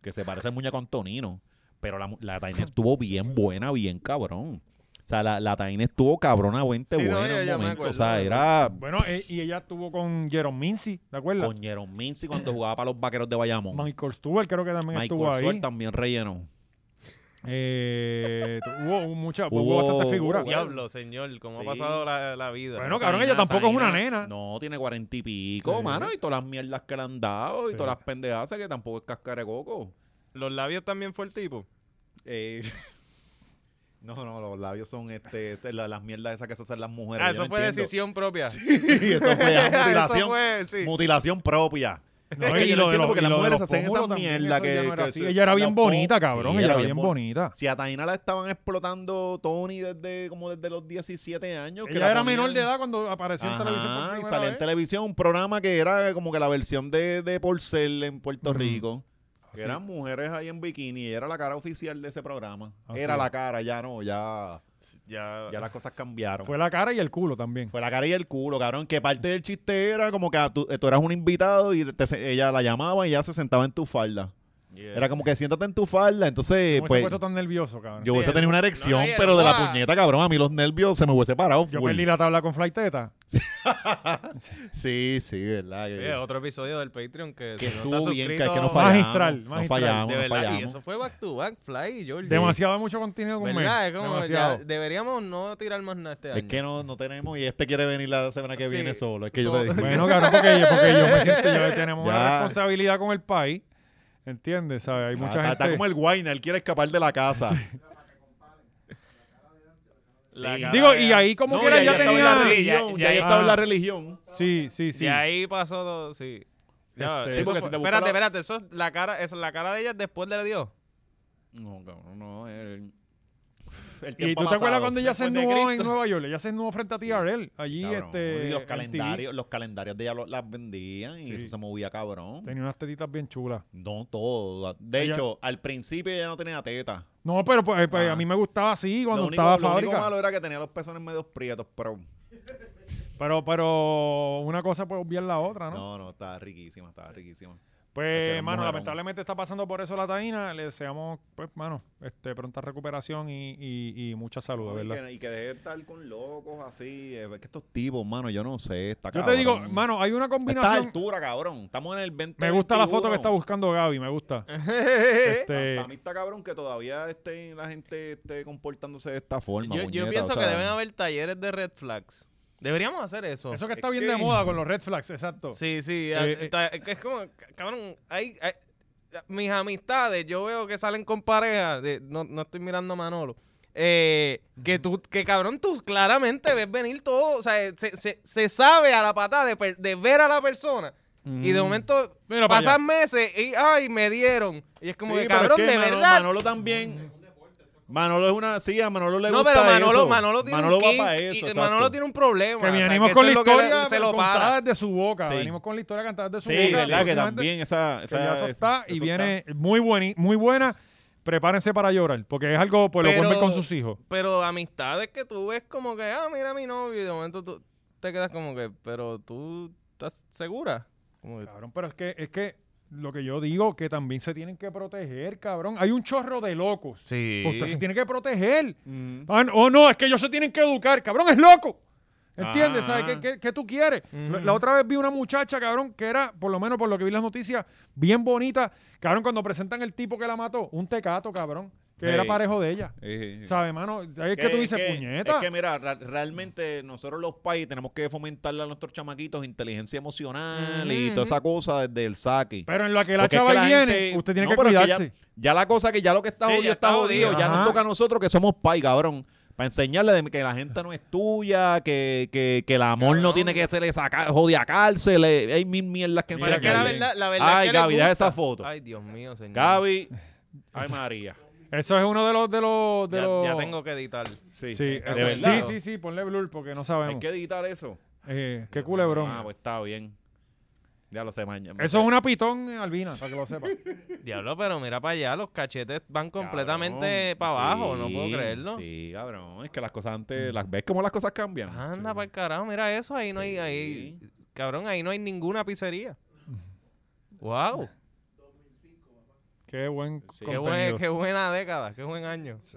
Speaker 3: que se parece al muñeco Antonino, pero la, mu- la Taina estuvo bien buena, bien cabrón. O sea, la, la Taina estuvo cabrona, buena,
Speaker 4: Sí, no,
Speaker 3: buena
Speaker 4: yo-
Speaker 3: en
Speaker 4: yo
Speaker 3: un
Speaker 4: me
Speaker 3: momento. O
Speaker 4: acuerdo,
Speaker 3: sea,
Speaker 4: me
Speaker 3: era
Speaker 2: Bueno, eh, y ella estuvo con Jerome Mincy, ¿te acuerdas?
Speaker 3: con Jerome Mincy cuando jugaba para los vaqueros de Bayamón.
Speaker 2: Michael Stewart creo que también
Speaker 3: Michael
Speaker 2: estuvo ahí.
Speaker 3: Suárez también rellenó.
Speaker 2: Eh, tu- hubo mucha, hubo,
Speaker 3: Hubo-
Speaker 2: bastante figura.
Speaker 3: hubo-
Speaker 4: Diablo, señor, cómo
Speaker 3: Sí.
Speaker 4: ha pasado la, la vida.
Speaker 2: Bueno, cabrón, ella tampoco es una nena.
Speaker 3: No, tiene cuarenta y pico,
Speaker 2: Sí.
Speaker 3: mano, y todas las mierdas que le han dado,
Speaker 2: Sí.
Speaker 3: y todas las pendejadas que tampoco es cáscara de coco.
Speaker 4: Los labios también fue el tipo.
Speaker 3: Eh, no, no, los labios son este, este, la- las mierdas esas que se hacen las mujeres.
Speaker 4: Ah,
Speaker 3: yo
Speaker 4: eso
Speaker 3: no
Speaker 4: fue
Speaker 3: entiendo.
Speaker 4: decisión propia.
Speaker 3: Sí, eso fue ya
Speaker 4: eso
Speaker 3: mutilación,
Speaker 4: fue, sí.
Speaker 3: mutilación propia.
Speaker 2: No,
Speaker 3: es
Speaker 2: y
Speaker 3: que yo
Speaker 2: lo
Speaker 3: no
Speaker 2: de
Speaker 3: entiendo
Speaker 2: los-
Speaker 3: porque
Speaker 2: y
Speaker 3: las
Speaker 2: lo de
Speaker 3: mujeres
Speaker 2: los
Speaker 3: hacen esa
Speaker 2: pómulos también,
Speaker 3: mierda
Speaker 2: eso ya
Speaker 3: que,
Speaker 2: no era
Speaker 3: que
Speaker 2: así.
Speaker 3: se-
Speaker 2: Ella era
Speaker 3: los
Speaker 2: bien
Speaker 3: pom-
Speaker 2: bonita, cabrón.
Speaker 3: Sí,
Speaker 2: ella era bien bonita.
Speaker 3: Si a Taina la estaban explotando Tony desde como desde los 17 años. que
Speaker 2: Ella
Speaker 3: la
Speaker 2: era
Speaker 3: ponían-
Speaker 2: menor de edad cuando apareció en
Speaker 3: Ajá,
Speaker 2: televisión. por
Speaker 3: y
Speaker 2: primera
Speaker 3: salía en
Speaker 2: vez.
Speaker 3: televisión un programa que era como que la versión de, de Porcel en Puerto
Speaker 2: Ujú.
Speaker 3: Rico. Que
Speaker 2: Así.
Speaker 3: eran mujeres ahí en bikini y era la cara oficial de ese programa.
Speaker 2: Así
Speaker 3: era
Speaker 2: es.
Speaker 3: la cara, ya no, ya,
Speaker 4: Ya,
Speaker 3: ya las cosas cambiaron.
Speaker 2: Fue la cara y el culo también.
Speaker 3: Fue la cara y el culo, cabrón. Que parte del chiste era como que ah, tú, tú eras un invitado y te se- ella la llamaba y ya se sentaba en tu falda.
Speaker 4: yes.
Speaker 3: Era como que siéntate en tu falda. Entonces,
Speaker 2: Como ese
Speaker 3: pues,
Speaker 2: puesto tan nervioso, cabrón.
Speaker 3: yo
Speaker 2: Yo,
Speaker 3: hubiese
Speaker 4: el-
Speaker 3: tenido una
Speaker 4: no,
Speaker 3: erección,
Speaker 4: y el
Speaker 3: pero de la
Speaker 4: guá.
Speaker 3: puñeta, cabrón. A mí los nervios se me hubiese parado. full.
Speaker 2: perdí la tabla con Flighteta.
Speaker 3: Sí, sí, verdad. que-
Speaker 4: Oye, otro episodio del Patreon que,
Speaker 3: que
Speaker 4: si no
Speaker 3: estuvo
Speaker 4: estás
Speaker 3: bien, que,
Speaker 4: suscrito,
Speaker 3: que no fallamos.
Speaker 2: Magistral,
Speaker 3: No
Speaker 2: magistral.
Speaker 3: fallamos,
Speaker 4: De
Speaker 3: no
Speaker 4: verdad, y
Speaker 3: fallamos.
Speaker 4: eso fue back to back, Fly y Jordi.
Speaker 2: Demasiado mucho contenido con
Speaker 4: ¿Verdad? Es como, ya,
Speaker 2: Demasiado.
Speaker 4: deberíamos no tirar más nada este año.
Speaker 3: Es que no, no tenemos y este quiere venir la semana que
Speaker 4: Sí.
Speaker 3: viene solo. Es que yo
Speaker 4: So-
Speaker 3: te dije.
Speaker 2: Bueno, cabrón, porque yo, porque yo me siento, yo tenemos una
Speaker 3: Ya.
Speaker 2: responsabilidad con el país. ¿Entiendes? ¿Sabes? Hay
Speaker 3: Ah,
Speaker 2: mucha
Speaker 3: está, está
Speaker 2: gente.
Speaker 3: como el guayna, él quiere escapar de la casa.
Speaker 4: La
Speaker 3: Sí.
Speaker 4: cara
Speaker 2: Digo,
Speaker 4: de-
Speaker 2: y ahí como
Speaker 3: No,
Speaker 2: que era,
Speaker 3: ya,
Speaker 2: ya
Speaker 3: estaba en la
Speaker 2: tenía.
Speaker 4: sí,
Speaker 3: religión,
Speaker 4: ya-
Speaker 3: ya,
Speaker 4: ya-
Speaker 3: estaba en la
Speaker 2: ah.
Speaker 3: religión.
Speaker 2: Sí, sí, sí.
Speaker 4: Y ahí pasó todo, sí. Ya,
Speaker 2: Este,
Speaker 4: eso
Speaker 2: Sí,
Speaker 3: porque
Speaker 4: fue-
Speaker 3: si te buscas
Speaker 4: espérate,
Speaker 3: la-
Speaker 4: espérate, eso es la cara, esa es la cara de ella después de la Dios.
Speaker 3: No, cabrón, no. El, el
Speaker 2: ¿Y
Speaker 3: tiempo
Speaker 2: tú
Speaker 3: ha
Speaker 2: te acuerdas
Speaker 3: pasado.
Speaker 2: cuando ella se
Speaker 4: Después de
Speaker 2: ennuó en
Speaker 4: Cristo.
Speaker 2: Nueva York? Ella se ennuó frente a
Speaker 3: Sí,
Speaker 2: TRL. allí,
Speaker 3: Sí, cabrón.
Speaker 2: este.
Speaker 3: Y los
Speaker 2: en TV.
Speaker 3: calendarios, los calendarios de ella lo- las vendían y
Speaker 2: Sí.
Speaker 3: eso se movía cabrón.
Speaker 2: Tenía unas tetitas bien chulas.
Speaker 3: No todo. De
Speaker 2: Ella-
Speaker 3: hecho, al principio ella no tenía teta.
Speaker 2: No, pero pues, eh, pues,
Speaker 3: Ah.
Speaker 2: a mí me gustaba así cuando
Speaker 3: lo único,
Speaker 2: estaba
Speaker 3: lo único
Speaker 2: fábrica.
Speaker 3: malo era que tenía los pezones medio prietos, pero
Speaker 2: Pero, pero una cosa puede obviar la otra, ¿no?
Speaker 3: no, no, estaba riquísima, estaba riquísima.
Speaker 2: Pues,
Speaker 3: Era un
Speaker 2: mano,
Speaker 3: mujerón.
Speaker 2: lamentablemente está pasando por eso la taína. Le deseamos, pues, mano, este, pronta recuperación y, y- y mucha salud, de
Speaker 3: No, y,
Speaker 2: ¿verdad?
Speaker 3: que, y que deje de estar con locos así. eh, Es que estos tipos, mano, yo no sé. Está
Speaker 2: Yo te
Speaker 3: cabrón.
Speaker 2: digo, mano, hay una
Speaker 3: A Esta
Speaker 2: combinación.
Speaker 3: altura, cabrón. Estamos en el 20.
Speaker 2: Me gusta la foto que está buscando Gaby, me gusta.
Speaker 4: Eh, ah,
Speaker 2: Este,
Speaker 3: Para mí está cabrón que todavía esté la gente esté comportándose de esta
Speaker 4: Yo,
Speaker 3: forma.
Speaker 4: yo
Speaker 3: puñeta,
Speaker 4: pienso
Speaker 3: o sea,
Speaker 4: que deben haber talleres de red flags. Deberíamos hacer eso.
Speaker 2: eso que está
Speaker 3: es
Speaker 2: bien
Speaker 3: que-
Speaker 2: de moda con los red flags, exacto.
Speaker 4: Sí, sí.
Speaker 2: Eh,
Speaker 4: a-
Speaker 2: eh.
Speaker 4: ta- que es como, ca- cabrón, hay, hay- mis amistades, yo veo que salen con pareja, de- no, no estoy mirando a Manolo. eh, que tú, que cabrón, tú claramente ves venir todo. O sea, se, se- se sabe a la patada de, per- de ver a la persona. Y de momento
Speaker 2: Mira pa'
Speaker 4: pasan meses y ay, me dieron. Y es como
Speaker 3: Sí,
Speaker 4: que
Speaker 3: pero es
Speaker 4: cabrón,
Speaker 3: que
Speaker 4: de
Speaker 3: Manolo-
Speaker 4: verdad.
Speaker 3: Manolo también. pues. Manolo es una. Sí, a Manolo le
Speaker 4: no,
Speaker 3: gusta.
Speaker 4: pero Manolo,
Speaker 3: eso.
Speaker 4: Manolo tiene
Speaker 3: Manolo
Speaker 4: un
Speaker 3: va
Speaker 4: kink
Speaker 3: para
Speaker 4: y-
Speaker 3: eso.
Speaker 4: Manolo
Speaker 3: exacto.
Speaker 4: tiene un problema.
Speaker 2: que
Speaker 4: o sea,
Speaker 2: venimos
Speaker 4: que
Speaker 2: con la
Speaker 4: eso es lo que le-
Speaker 2: historia
Speaker 4: se lo para.
Speaker 2: contada desde su boca.
Speaker 3: Sí.
Speaker 2: Venimos con la historia cantada desde su
Speaker 3: Sí,
Speaker 2: boca.
Speaker 3: verdad que
Speaker 2: simplemente-
Speaker 3: también esa.
Speaker 2: que ya
Speaker 3: esa
Speaker 2: eso está y
Speaker 3: eso
Speaker 2: viene muy buena, muy buena. Prepárense para llorar, porque es algo, pues lo pueden ver
Speaker 4: Pero-
Speaker 2: con sus hijos.
Speaker 4: Pero amistades que tú ves como que, ah, mira a mi novio, y de momento tú te quedas como que, pero tú estás segura. Como que-
Speaker 2: Cabrón, pero es que, es que lo que yo digo, que también se tienen que proteger, cabrón. Hay un chorro de locos.
Speaker 4: Sí.
Speaker 2: Pues usted se tiene que proteger.
Speaker 3: Mm.
Speaker 2: Ah, no, oh, no, es que ellos se tienen que educar. Cabrón, es loco. ¿Entiendes?
Speaker 3: Ah.
Speaker 2: ¿Sabes qué, qué- qué tú quieres? La, la otra vez vi una muchacha, cabrón, que era, por lo menos por lo que vi en las noticias, bien bonita. Cabrón, cuando presentan el tipo que la mató, un tecato, cabrón, que era
Speaker 3: Hey.
Speaker 2: parejo de ella.
Speaker 3: Eh,
Speaker 2: ¿Sabes, mano? Ahí es que tú dices, puñeta.
Speaker 3: Es que mira, ra- realmente nosotros los países tenemos que fomentarle a nuestros chamaquitos inteligencia emocional y toda esa cosa desde el saque.
Speaker 2: Pero en la que la
Speaker 3: Porque es
Speaker 2: chava
Speaker 3: la
Speaker 2: viene,
Speaker 3: gente-
Speaker 2: usted tiene
Speaker 3: No,
Speaker 2: que
Speaker 3: pero es
Speaker 2: cuidarse.
Speaker 3: ya, ya la cosa que ya lo que está
Speaker 4: Sí, ya
Speaker 3: jodido
Speaker 4: está
Speaker 3: está jodido.
Speaker 4: jodido.
Speaker 3: Ya
Speaker 2: Ajá.
Speaker 3: nos toca a nosotros que somos pais, cabrón. Para enseñarle de que la gente no es tuya, que, que, que el amor no
Speaker 4: Cabrón.
Speaker 3: tiene que ser esa ca- jodida cárcel. eh, Hay mil mierdas que
Speaker 4: Pero es que la
Speaker 3: enseñarle.
Speaker 4: verdad, la verdad
Speaker 3: Ay,
Speaker 4: es que les
Speaker 3: Gaby, deja
Speaker 4: gusta.
Speaker 3: esa foto.
Speaker 4: Ay, Dios mío, señor.
Speaker 3: Gaby. Ay, María.
Speaker 2: Eso es uno de los... De los, de
Speaker 4: ya,
Speaker 2: los...
Speaker 4: ya tengo que editar.
Speaker 3: Sí,
Speaker 2: Sí,
Speaker 3: de
Speaker 2: eh, sí,
Speaker 3: verdad.
Speaker 2: sí, sí, ponle blur porque no
Speaker 3: Hay
Speaker 2: sabemos.
Speaker 3: que editar eso.
Speaker 2: Eh, qué culebrón.
Speaker 3: Ah, pues está bien. Ya lo sé mañana.
Speaker 2: Eso es una pitón eh, albina, para que lo sepa.
Speaker 4: Diablo, pero mira para allá, los cachetes van
Speaker 3: Cabrón,
Speaker 4: completamente para abajo, no puedo
Speaker 3: sí,
Speaker 4: creerlo.
Speaker 3: Sí, cabrón. Es que las cosas antes, las ves como las cosas cambian.
Speaker 4: Anda para el carajo, mira eso, ahí Ah, no hay,
Speaker 3: Sí.
Speaker 4: ahí, cabrón, ahí no hay ninguna pizzería. Wow,
Speaker 2: Qué buen
Speaker 4: qué,
Speaker 2: contenido.
Speaker 4: buen- qué buena década, qué buen año.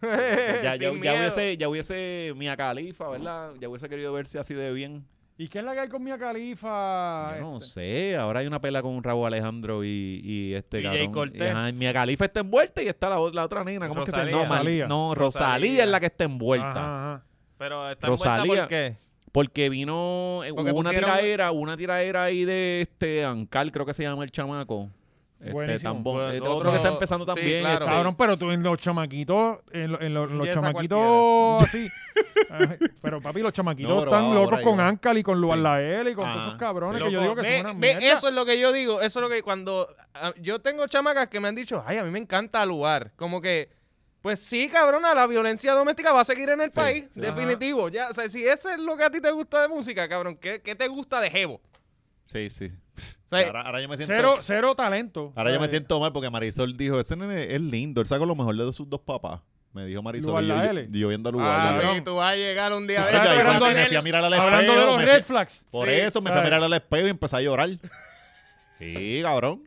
Speaker 2: Sí.
Speaker 3: Ya, ya,
Speaker 4: Sin
Speaker 3: Pues ya
Speaker 4: miedo.
Speaker 3: hubiese, ya hubiese Mia Califa, ¿verdad? Ya hubiese querido verse así de bien.
Speaker 2: ¿Y qué es la que hay con Mia
Speaker 4: Ah,
Speaker 2: Eh, Califa?
Speaker 3: Yo no
Speaker 4: este.
Speaker 3: sé, ahora hay una pelea con Raúl Alejandro y, y este
Speaker 4: DJ
Speaker 3: cabrón.
Speaker 4: Cortés.
Speaker 3: Y, ajá, y Mia Khalifa está envuelta y está la, o- la otra nena. ¿Cómo es que se
Speaker 4: Rosalía.
Speaker 3: llama? No, Mar-
Speaker 2: Rosalía.
Speaker 3: no, Rosalía,
Speaker 4: Rosalía.
Speaker 3: es la que está envuelta.
Speaker 4: Pero está
Speaker 3: Rosalía.
Speaker 4: envuelta por qué.
Speaker 3: Porque vino, eh,
Speaker 4: Porque
Speaker 3: hubo una
Speaker 4: pusieron-
Speaker 3: tiraera, hubo una tiraera ahí de este Ancal, creo que se llama el chamaco. Este,
Speaker 2: Buenísimo.
Speaker 3: tambor,
Speaker 4: Pues,
Speaker 3: eh, otro,
Speaker 4: otro-
Speaker 3: que está empezando
Speaker 4: sí,
Speaker 3: también.
Speaker 4: claro.
Speaker 3: este,
Speaker 2: Cabrón, pero tú en los chamaquitos, en, lo- en lo- los
Speaker 4: Yes a
Speaker 2: chamaquitos así. Ay, pero papi, los chamaquitos
Speaker 3: No, pero
Speaker 2: están
Speaker 3: ahora
Speaker 2: locos
Speaker 3: yo-
Speaker 2: con Ancal y con
Speaker 3: Sí.
Speaker 2: Luan Lael y con todos
Speaker 3: Ajá,
Speaker 2: esos cabrones
Speaker 3: sí.
Speaker 2: que yo digo
Speaker 4: Loco,
Speaker 2: que
Speaker 4: ve-
Speaker 2: son una
Speaker 4: ve,
Speaker 2: mierda.
Speaker 4: Eso es lo que yo digo. Eso es lo que cuando. ah, Yo tengo chamacas que me han dicho, ay, a mí me encanta lugar. Como que. Pues sí, cabrona, la violencia doméstica va a seguir en el país.
Speaker 3: sí.
Speaker 4: Definitivo. Ya, o sea, si eso es lo que a ti te gusta de música, cabrón, ¿qué, qué te gusta de Jebo?
Speaker 3: Sí, sí.
Speaker 4: O sea,
Speaker 3: Ahora, ahora yo me siento,
Speaker 2: Cero, cero talento.
Speaker 3: ahora yo me
Speaker 2: Eh,
Speaker 3: siento mal porque Marisol dijo, ese nene es lindo, él saca lo mejor de sus dos papás. Me dijo Marisol.
Speaker 2: Lugar
Speaker 3: Y yo,
Speaker 2: la L.
Speaker 3: y yo viendo a Lugar.
Speaker 4: ah,
Speaker 3: la L.
Speaker 2: cabrón.
Speaker 4: y tú vas a llegar un día.
Speaker 2: Tú
Speaker 4: a
Speaker 2: estás
Speaker 4: ver,
Speaker 3: Yo ahí
Speaker 2: esperando
Speaker 3: me fui-
Speaker 2: en
Speaker 3: me
Speaker 2: el-
Speaker 3: fui a mirar al
Speaker 2: Hablando de
Speaker 3: espejo,
Speaker 2: los
Speaker 3: me
Speaker 2: red
Speaker 3: fui-
Speaker 2: flags.
Speaker 3: Por
Speaker 2: Sí,
Speaker 3: eso me fui a
Speaker 2: ¿sabes?
Speaker 3: mirar al espejo y empecé a llorar. Sí, cabrón.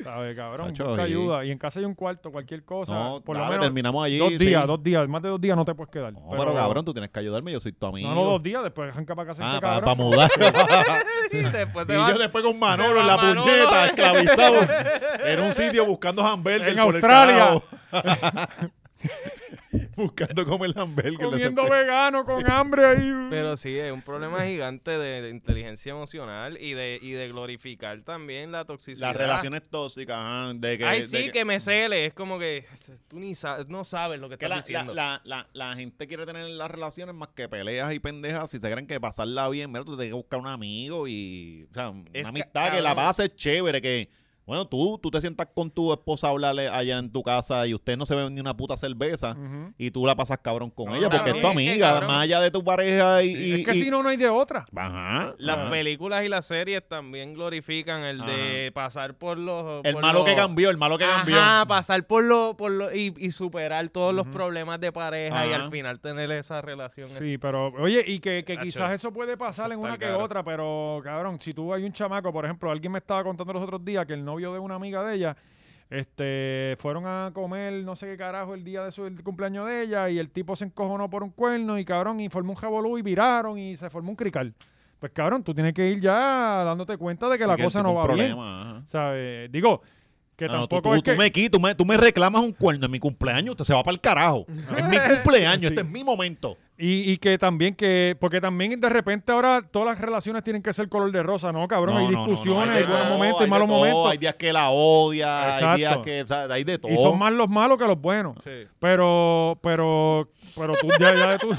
Speaker 2: ¿Sabes, cabrón?
Speaker 3: Chacho,
Speaker 2: busca
Speaker 3: sí.
Speaker 2: ayuda. Y en casa hay un cuarto, cualquier cosa.
Speaker 3: no,
Speaker 2: por
Speaker 3: dale,
Speaker 2: lo menos
Speaker 3: terminamos allí.
Speaker 2: dos
Speaker 3: sí.
Speaker 2: días, dos días. Más de dos días no te puedes quedar.
Speaker 3: No, pero, cabrón, tú tienes que ayudarme, yo soy tu amigo.
Speaker 2: No, no, dos días. Después dejan para casa
Speaker 3: Ah,
Speaker 2: este
Speaker 3: para
Speaker 2: cabrón.
Speaker 3: mudar.
Speaker 4: sí, después
Speaker 3: y
Speaker 4: te vas.
Speaker 3: yo después con
Speaker 4: Te
Speaker 3: Manolo
Speaker 4: va
Speaker 3: en la
Speaker 4: Manolo.
Speaker 3: puñeta, esclavizado. en un sitio buscando hamburger
Speaker 2: En
Speaker 3: por
Speaker 2: Australia.
Speaker 3: el carajo. buscando comer hamburger.
Speaker 2: Comiendo vegano con hambre ahí.
Speaker 4: Pero sí, es un problema gigante de, de inteligencia emocional y de, y de glorificar también la toxicidad.
Speaker 3: Las relaciones tóxicas, ajá, de que,
Speaker 4: Ay,
Speaker 3: de
Speaker 4: sí, que, me cele. Es como que tú ni sabes, no sabes lo que
Speaker 3: que
Speaker 4: estás
Speaker 3: la,
Speaker 4: diciendo.
Speaker 3: la- la- la- la gente quiere tener las relaciones más que peleas y pendejas. Si se creen que pasarla bien, mira, tú tienes que buscar un amigo y. O sea, una
Speaker 4: Es ca-
Speaker 3: amistad que la
Speaker 4: cabrón.
Speaker 3: base es chévere. Que, bueno, tú, tú te sientas con tu esposa a hablarle allá en tu casa y ustedes no se ven ni una puta cerveza
Speaker 2: Ujú.
Speaker 3: y tú la pasas cabrón con
Speaker 2: No,
Speaker 3: ella porque es tu
Speaker 4: cabrón, es Mm. que,
Speaker 3: amiga,
Speaker 4: cabrón.
Speaker 3: más allá de tu pareja y. y-
Speaker 2: es que
Speaker 3: y-
Speaker 2: si no, no hay de otra.
Speaker 3: Ajá.
Speaker 4: Las
Speaker 3: ajá.
Speaker 4: películas y las series también glorifican el de pasar por los...
Speaker 3: El
Speaker 4: por
Speaker 3: malo que
Speaker 4: los-
Speaker 3: cambió, el malo que cambió.
Speaker 4: Ajá, pasar por lo... Por lo y, y superar todos los
Speaker 2: Ujú.
Speaker 4: problemas de pareja y
Speaker 3: Ajá.
Speaker 4: al final tener esa relación.
Speaker 2: Sí, pero oye, y que, que
Speaker 4: Hacho,
Speaker 2: quizás eso puede pasar
Speaker 4: eso
Speaker 2: en
Speaker 4: está
Speaker 2: una que
Speaker 4: caro.
Speaker 2: otra, pero cabrón, si tú hay un chamaco, por ejemplo, alguien me estaba contando los otros días que el novio de una amiga de ella, este, fueron a comer no sé qué carajo el día de su el cumpleaños de ella y el tipo se encojonó por un cuerno y cabrón, y formó un jabolú y viraron y se formó un crical. Pues cabrón, tú tienes que ir ya dándote cuenta de
Speaker 4: pues
Speaker 2: que
Speaker 3: Sí,
Speaker 2: la
Speaker 3: él
Speaker 2: cosa
Speaker 3: tuvo
Speaker 2: no
Speaker 3: un
Speaker 2: va bien.
Speaker 3: problema, ajá.
Speaker 2: ¿Sabes? Digo, que
Speaker 3: No, no, tú,
Speaker 2: tampoco
Speaker 3: tú-
Speaker 2: es
Speaker 3: tú
Speaker 2: que...
Speaker 3: me quitas, tú me, tú me reclamas un cuerno en mi cumpleaños, usted se va para el carajo. Es mi cumpleaños,
Speaker 2: Sí.
Speaker 3: este es mi momento.
Speaker 2: Y, y que también que, porque también de repente ahora todas las relaciones tienen que ser color de rosa, ¿no, cabrón?
Speaker 3: No,
Speaker 2: hay
Speaker 3: no, no, no,
Speaker 2: discusiones,
Speaker 3: de
Speaker 2: hay buenos
Speaker 3: todo,
Speaker 2: momentos,
Speaker 3: hay
Speaker 2: hay
Speaker 3: de
Speaker 2: malos
Speaker 3: todo,
Speaker 2: momentos.
Speaker 3: Hay días que la odia, hay días
Speaker 2: Exacto.
Speaker 3: que, o sea, hay de todo.
Speaker 2: y son más los malos que los buenos.
Speaker 4: Sí.
Speaker 2: Pero, pero, pero tú ya, ya de tú.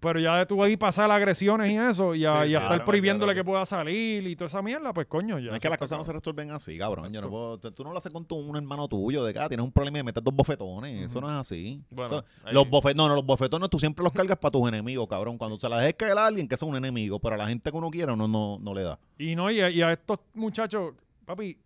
Speaker 2: pero ya de tú ahí pasar agresiones y eso, y, a,
Speaker 3: Sí,
Speaker 2: y a
Speaker 3: sí,
Speaker 2: estar
Speaker 3: claro,
Speaker 2: prohibiéndole
Speaker 3: claro.
Speaker 2: que pueda salir y toda esa mierda, pues coño, ya.
Speaker 3: No es que las cosas no se resuelven así, cabrón. Yo no puedo- tú tú no lo haces con tu, un hermano tuyo de acá, tienes un problema y metes dos bofetones. Eso no es así.
Speaker 4: Bueno,
Speaker 3: Eso-
Speaker 4: ahí-
Speaker 3: los bofetones, no, no, los bofetones tú siempre los cargas para tus enemigos, cabrón. Cuando se la dejes caer a alguien que es un enemigo, pero a la gente que uno quiere uno no, no le da.
Speaker 2: Y no, y a, y a estos muchachos, papi,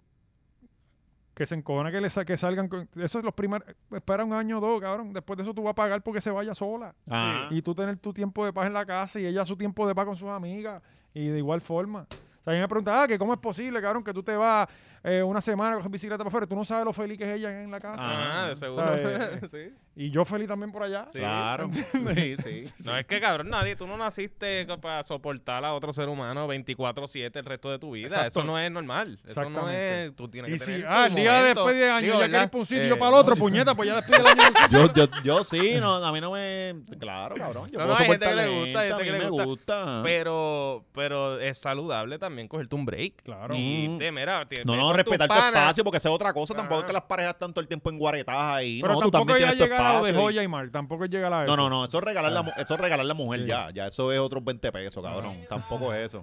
Speaker 2: que se encojona que, le sa- que salgan. Con, eso es los primeros. Espera un año o dos, cabrón. Después de eso tú vas a pagar porque se vaya sola.
Speaker 3: Ah.
Speaker 2: Y tú tener tu tiempo de paz en la casa y ella su tiempo de paz con sus amigas. Y de igual forma. O sea, a mí me pregunta, ah, que cómo es posible, cabrón, que tú te vas eh, una semana con bicicleta para afuera. Tú no sabes lo feliz que es ella en la casa.
Speaker 4: Ajá, Ah, de seguro.
Speaker 2: ¿Sabes?
Speaker 4: sí.
Speaker 2: Y yo feliz también por allá.
Speaker 4: Sí.
Speaker 3: Claro. Sí, sí.
Speaker 4: No, es que cabrón, nadie, tú no naciste co- para soportar a otro ser humano 24-7 el resto de tu vida.
Speaker 2: Exacto.
Speaker 4: Eso no es normal. Eso no
Speaker 2: Exactamente.
Speaker 4: es. Tú tienes
Speaker 2: Y
Speaker 4: que
Speaker 2: si,
Speaker 4: tener.
Speaker 2: ah, el
Speaker 4: tu
Speaker 2: día
Speaker 4: momento.
Speaker 2: después de años
Speaker 4: Digo,
Speaker 2: ya
Speaker 4: ¿verdad?
Speaker 2: querés para un sitio
Speaker 4: Eh,
Speaker 2: para el otro, puñeta, pues ya después del año.
Speaker 3: yo, yo, yo sí, no, a mí no me. Claro, cabrón. Yo
Speaker 4: No,
Speaker 3: puedo
Speaker 4: no, hay gente
Speaker 3: soportar
Speaker 4: que le gusta,
Speaker 3: gente,
Speaker 4: hay gente
Speaker 3: a mí
Speaker 4: que le
Speaker 3: me gusta.
Speaker 4: Pero, pero es saludable también cogerte un break.
Speaker 2: Claro.
Speaker 4: Y
Speaker 3: Mm.
Speaker 4: te, mira, te-
Speaker 3: no,
Speaker 4: ve
Speaker 3: no,
Speaker 4: con tus
Speaker 3: respetar tu
Speaker 4: panas.
Speaker 3: espacio, porque esa es otra cosa. Tampoco es
Speaker 4: Ajá.
Speaker 3: que las parejas están todo el tiempo en guaretajas ahí.
Speaker 2: Pero
Speaker 3: no, tú
Speaker 2: tampoco
Speaker 3: también
Speaker 2: ella
Speaker 3: tienes tu
Speaker 2: llega a lo de
Speaker 3: espacio. y-
Speaker 2: joya y mal, tampoco llega a eso.
Speaker 3: No, no, no, eso es regalar la, mu- eso es regalar la mujer ya, ya eso es otros 20 pesos, cabrón, tampoco es eso.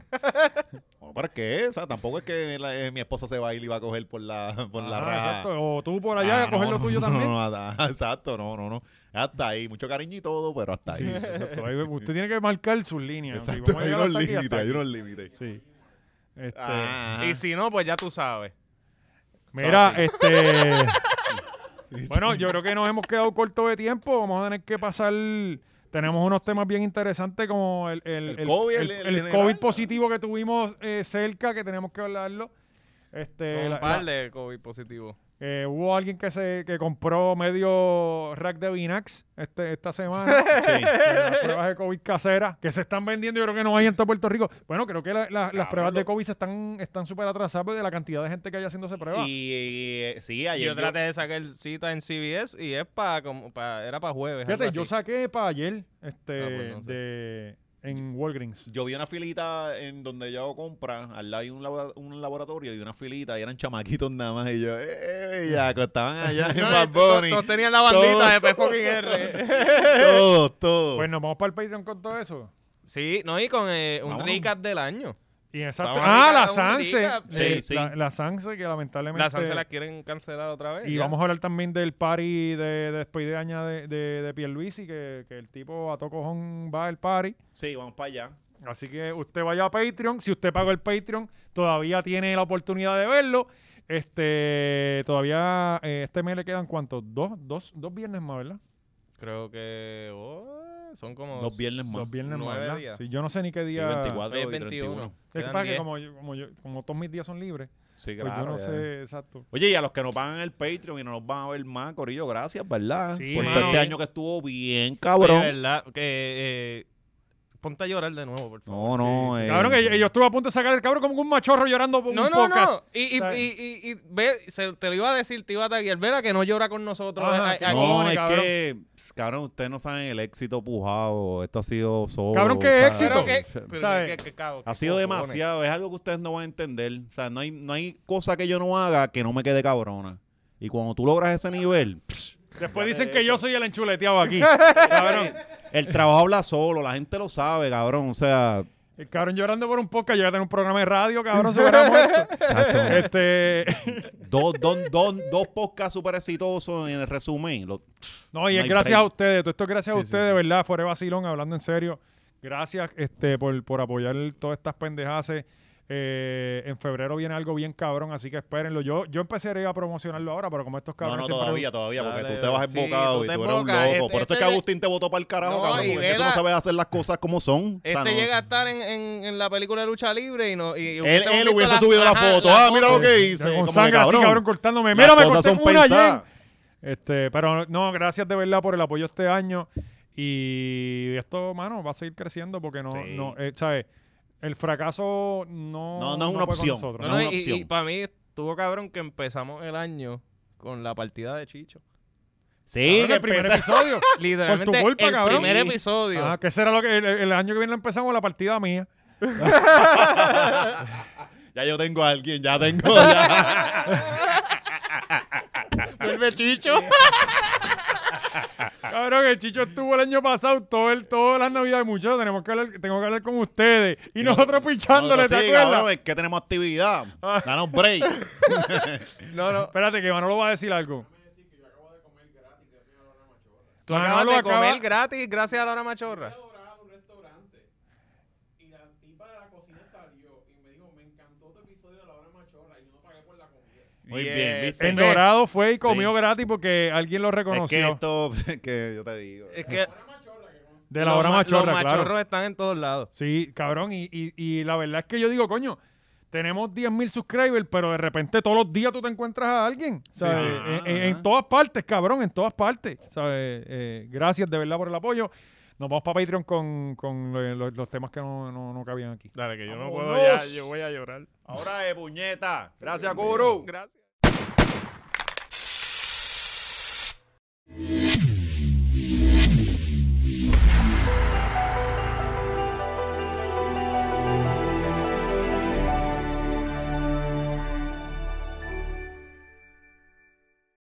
Speaker 3: Bueno, ¿Para qué? O sea, tampoco es que la- eh, mi esposa se va a ir y va a coger por la, por la
Speaker 2: Ah,
Speaker 3: raja.
Speaker 2: exacto. O tú por allá
Speaker 3: Ah,
Speaker 2: a coger
Speaker 3: no,
Speaker 2: lo
Speaker 3: no,
Speaker 2: tuyo
Speaker 3: no,
Speaker 2: también.
Speaker 3: no, nada, exacto, no, no, no. Hasta ahí, mucho cariño y todo, pero hasta ahí.
Speaker 2: Sí, exacto. Ahí Usted tiene que marcar sus líneas.
Speaker 3: Exacto,
Speaker 2: Vamos a
Speaker 3: hay
Speaker 2: llegar
Speaker 3: unos
Speaker 2: hasta aquí,
Speaker 3: límites,
Speaker 2: hasta
Speaker 3: hay
Speaker 2: aquí.
Speaker 3: unos Ah, límites.
Speaker 2: Sí. Este,
Speaker 3: Ajá.
Speaker 4: Y si no, pues ya tú sabes.
Speaker 2: mira,
Speaker 3: sí.
Speaker 2: este.
Speaker 3: Sí, sí.
Speaker 2: bueno, yo creo que nos hemos quedado corto de tiempo. Vamos a tener que pasar. Tenemos unos temas bien interesantes como el, el,
Speaker 3: El COVID,
Speaker 2: el-
Speaker 3: el-
Speaker 2: el
Speaker 3: el
Speaker 2: COVID
Speaker 3: general.
Speaker 2: positivo que tuvimos eh, cerca, que tenemos que hablarlo. Este,
Speaker 4: Son
Speaker 2: la-
Speaker 4: un par
Speaker 2: la-
Speaker 4: de COVID positivo.
Speaker 2: Eh, hubo alguien que se que compró medio rack de Vinax este, esta semana. de las pruebas de COVID caseras que se están vendiendo. Yo creo que no hay en todo Puerto Rico. Bueno, creo que la- la- las pruebas de COVID se están están súper atrasadas porque la cantidad de gente que hay haciéndose pruebas.
Speaker 5: Y, eh, sí, ayer
Speaker 4: Yo traté de sacar cita en CBS y es para como pa- era para jueves.
Speaker 2: Fíjate,
Speaker 4: algo
Speaker 2: yo
Speaker 4: así.
Speaker 2: saqué para ayer este,
Speaker 4: Ah, pues no sé.
Speaker 2: de, en Walgreens.
Speaker 3: Yo vi una filita en donde yo hago compras, al lado hay un, labo- un laboratorio y una filita, y eran chamaquitos nada más, y yo, eh, ya, acostaban allá en
Speaker 4: No,
Speaker 3: Bad
Speaker 4: to- to-
Speaker 3: Bunny.
Speaker 4: Todos tenían la bandita
Speaker 3: Todo.
Speaker 4: de P fucking R.
Speaker 3: Todos, todos.
Speaker 2: Pues nos vamos para el Patreon con todo eso.
Speaker 4: Sí, no, y con eh, un
Speaker 3: Vamos.
Speaker 4: recap del año.
Speaker 2: Y exacto.
Speaker 4: Vamos a
Speaker 2: Ah, la
Speaker 4: dedicar un
Speaker 2: Sanse.
Speaker 4: recap.
Speaker 3: Sí,
Speaker 2: Eh,
Speaker 3: sí.
Speaker 2: La, la Sanse, que lamentablemente.
Speaker 4: Las se las quieren cancelar otra vez.
Speaker 2: Y
Speaker 4: Eh, ya.
Speaker 2: vamos a hablar también del party de, de despedida de año de, de, de Pierluisi, que, que el tipo a tocojón va al party.
Speaker 3: Sí, vamos para allá.
Speaker 2: Así que usted vaya a Patreon. Si usted pagó el Patreon, todavía tiene la oportunidad de verlo. Este, todavía eh, este mes le quedan cuántos? Dos, dos, dos viernes más, ¿verdad?
Speaker 4: Creo que oh, son como.
Speaker 3: Dos viernes más.
Speaker 2: Dos viernes más,
Speaker 4: nueve
Speaker 2: ¿verdad?
Speaker 4: días.
Speaker 2: Sí, yo no sé ni qué
Speaker 3: Sí,
Speaker 2: día.
Speaker 3: 24 y
Speaker 4: 21.
Speaker 3: 31.
Speaker 2: Es que
Speaker 4: Quedan
Speaker 2: pasa que
Speaker 4: diez.
Speaker 2: como, yo- como, yo- como todos mis días son libres,
Speaker 3: Sí,
Speaker 2: pues
Speaker 3: claro.
Speaker 2: yo no
Speaker 3: ya.
Speaker 2: sé exacto.
Speaker 3: Oye, y a los que nos pagan el Patreon y no nos van a ver más, Corillo, gracias, ¿verdad?
Speaker 2: Sí,
Speaker 3: Por todo
Speaker 4: mano.
Speaker 3: este año que estuvo bien,
Speaker 4: Oye,
Speaker 3: cabrón.
Speaker 4: verdad, que eh, ponte a llorar de nuevo, por favor.
Speaker 3: no, no. eh,
Speaker 2: Cabrón, que yo, yo estuve a punto de sacar el cabrón como un machorro llorando por
Speaker 4: No,
Speaker 2: un
Speaker 4: no,
Speaker 2: podcast.
Speaker 4: no. Y, y,
Speaker 2: Está
Speaker 4: y, y, y ve, se- te lo iba a decir, te iba a taguear. Vera que no llora con nosotros.
Speaker 2: Ajá,
Speaker 4: eh,
Speaker 2: que
Speaker 4: aquí.
Speaker 3: No,
Speaker 2: cojones,
Speaker 3: es
Speaker 2: cabrón.
Speaker 3: que, pss, cabrón, ustedes no saben el éxito pujado. Esto ha sido solo.
Speaker 2: Cabrón, ¿qué
Speaker 3: o sea,
Speaker 2: éxito?
Speaker 4: Pero que,
Speaker 3: se-
Speaker 4: pero
Speaker 2: ¿Sabes?
Speaker 4: que- que- cabo,
Speaker 3: Ha
Speaker 4: que
Speaker 3: sido
Speaker 4: cojones.
Speaker 3: demasiado. Es algo que ustedes no van a entender. O sea, no hay, no hay cosa que yo no haga que no me quede cabrona. Y cuando tú logras ese nivel, pss,
Speaker 2: Después dicen que yo soy el enchuleteado aquí. cabrón.
Speaker 3: el trabajo habla solo. La gente lo sabe, cabrón. O sea,
Speaker 2: El cabrón llorando por un podcast. Yo voy a tener un programa de radio, cabrón, se hubiera muerto.
Speaker 3: chacho,
Speaker 2: Este.
Speaker 3: dos, dos, dos, dos podcasts súper exitosos en el resumen. Lo-
Speaker 2: No, y
Speaker 3: No
Speaker 2: es
Speaker 3: hay
Speaker 2: gracias
Speaker 3: break.
Speaker 2: a ustedes. Todo esto es gracias a
Speaker 4: Sí, sí,
Speaker 2: ustedes, de verdad. Fuera de vacilón, hablando en serio. Gracias este, por, por apoyar todas estas pendejadas. Eh, en febrero viene algo bien cabrón, así que espérenlo. Yo, yo empezaré a promocionarlo ahora, pero como estos
Speaker 3: No,
Speaker 2: cabrones
Speaker 3: no,
Speaker 2: siempre-
Speaker 3: todavía, todavía, porque
Speaker 4: Dale,
Speaker 3: tú te vas
Speaker 4: sí,
Speaker 3: embocado
Speaker 4: tú
Speaker 3: y
Speaker 4: te
Speaker 3: tú eres un
Speaker 4: embocas.
Speaker 3: loco.
Speaker 4: Este-
Speaker 3: Por eso es que
Speaker 4: este-
Speaker 3: Agustín te votó para el carajo,
Speaker 4: No,
Speaker 3: cabrón.
Speaker 4: y
Speaker 3: Porque es que tú no
Speaker 4: Vela-
Speaker 3: sabes hacer las cosas como son. O sea,
Speaker 4: Este
Speaker 3: no-
Speaker 4: llega a estar en, en, en la película de lucha libre y no. Y
Speaker 3: Él,
Speaker 4: hubiésemos
Speaker 3: él
Speaker 4: visto
Speaker 3: hubiese subido la
Speaker 4: ajá,
Speaker 3: foto.
Speaker 4: la
Speaker 3: ah, mira lo
Speaker 4: foto.
Speaker 3: que
Speaker 2: Ya
Speaker 3: hice.
Speaker 2: con
Speaker 3: Como que,
Speaker 2: sangre así,
Speaker 3: cabrón.
Speaker 2: cabrón, cortándome.
Speaker 3: Las
Speaker 2: Pues Mira, me corté
Speaker 3: cosas son
Speaker 2: una ayer.
Speaker 3: pensadas.
Speaker 2: Este, pero no, gracias de verdad por el apoyo este año. Y esto, mano, va a seguir creciendo porque no,
Speaker 3: Sí.
Speaker 2: no eh, ¿sabes? El fracaso no,
Speaker 3: No, no es una
Speaker 2: fue con
Speaker 3: opción.
Speaker 2: nosotros.
Speaker 4: No,
Speaker 3: No
Speaker 4: no,
Speaker 3: es una
Speaker 4: y,
Speaker 3: opción.
Speaker 4: para mí estuvo cabrón que empezamos el año con la partida de Chicho.
Speaker 3: Sí,
Speaker 2: Cabrón,
Speaker 3: que
Speaker 2: el primer
Speaker 3: empecé-
Speaker 2: episodio.
Speaker 4: Literalmente
Speaker 2: culpa,
Speaker 4: el
Speaker 2: cabrón.
Speaker 4: primer
Speaker 3: Sí.
Speaker 4: episodio.
Speaker 2: Ah, que será lo que el, el año que viene empezamos la partida mía.
Speaker 3: Ya yo tengo a alguien, ya tengo. ya.
Speaker 4: Vuelve Chicho.
Speaker 3: Ah.
Speaker 2: Cabrón, el Chicho estuvo el año pasado todo el, todas las navidades, muchachos. Tenemos que hablar, tengo que hablar con ustedes. Y nosotros pinchándole,
Speaker 3: Nosotros,
Speaker 2: ¿te
Speaker 3: sí,
Speaker 2: acuerdas?
Speaker 3: cabrón, es que tenemos actividad. Danos break.
Speaker 4: No, no.
Speaker 2: Espérate, que Manolo va a decir algo.
Speaker 3: ah,
Speaker 4: Tú
Speaker 2: Manolo
Speaker 4: acabas de
Speaker 2: acaba-
Speaker 4: comer gratis gracias a la hora machorra.
Speaker 6: a un restaurante y la tipa de la cocina salió y me dijo, me encantó tu episodio de la hora machorra y yo no pagué por la comida.
Speaker 3: Muy bien, ¿viste?
Speaker 2: En
Speaker 4: ve.
Speaker 2: Dorado fue y comió
Speaker 3: Sí.
Speaker 2: gratis porque alguien lo
Speaker 3: Es que
Speaker 2: reconoció.
Speaker 3: esto, que yo te digo.
Speaker 4: Es que
Speaker 2: de la
Speaker 4: los
Speaker 2: hora
Speaker 4: ma-
Speaker 2: machorra,
Speaker 4: Los
Speaker 2: claro.
Speaker 4: machorros están en todos lados.
Speaker 2: Sí, cabrón. Y, y- y la verdad es que yo digo, coño, tenemos 10.000 subscribers, pero de repente todos los días tú te encuentras a alguien. ¿sabes?
Speaker 3: sí.
Speaker 2: En-
Speaker 3: Ajá,
Speaker 2: eh, En, en
Speaker 3: ajá.
Speaker 2: todas partes, cabrón, en todas partes. ¿sabes? Eh, gracias de verdad por el apoyo. Nos vamos para Patreon con, con lo- lo- los temas que no, no- no cabían aquí.
Speaker 4: Dale, que yo
Speaker 3: no puedo ya, yo
Speaker 4: voy a llorar.
Speaker 3: Ahora es puñeta. Gracias, Guru.
Speaker 4: Gracias.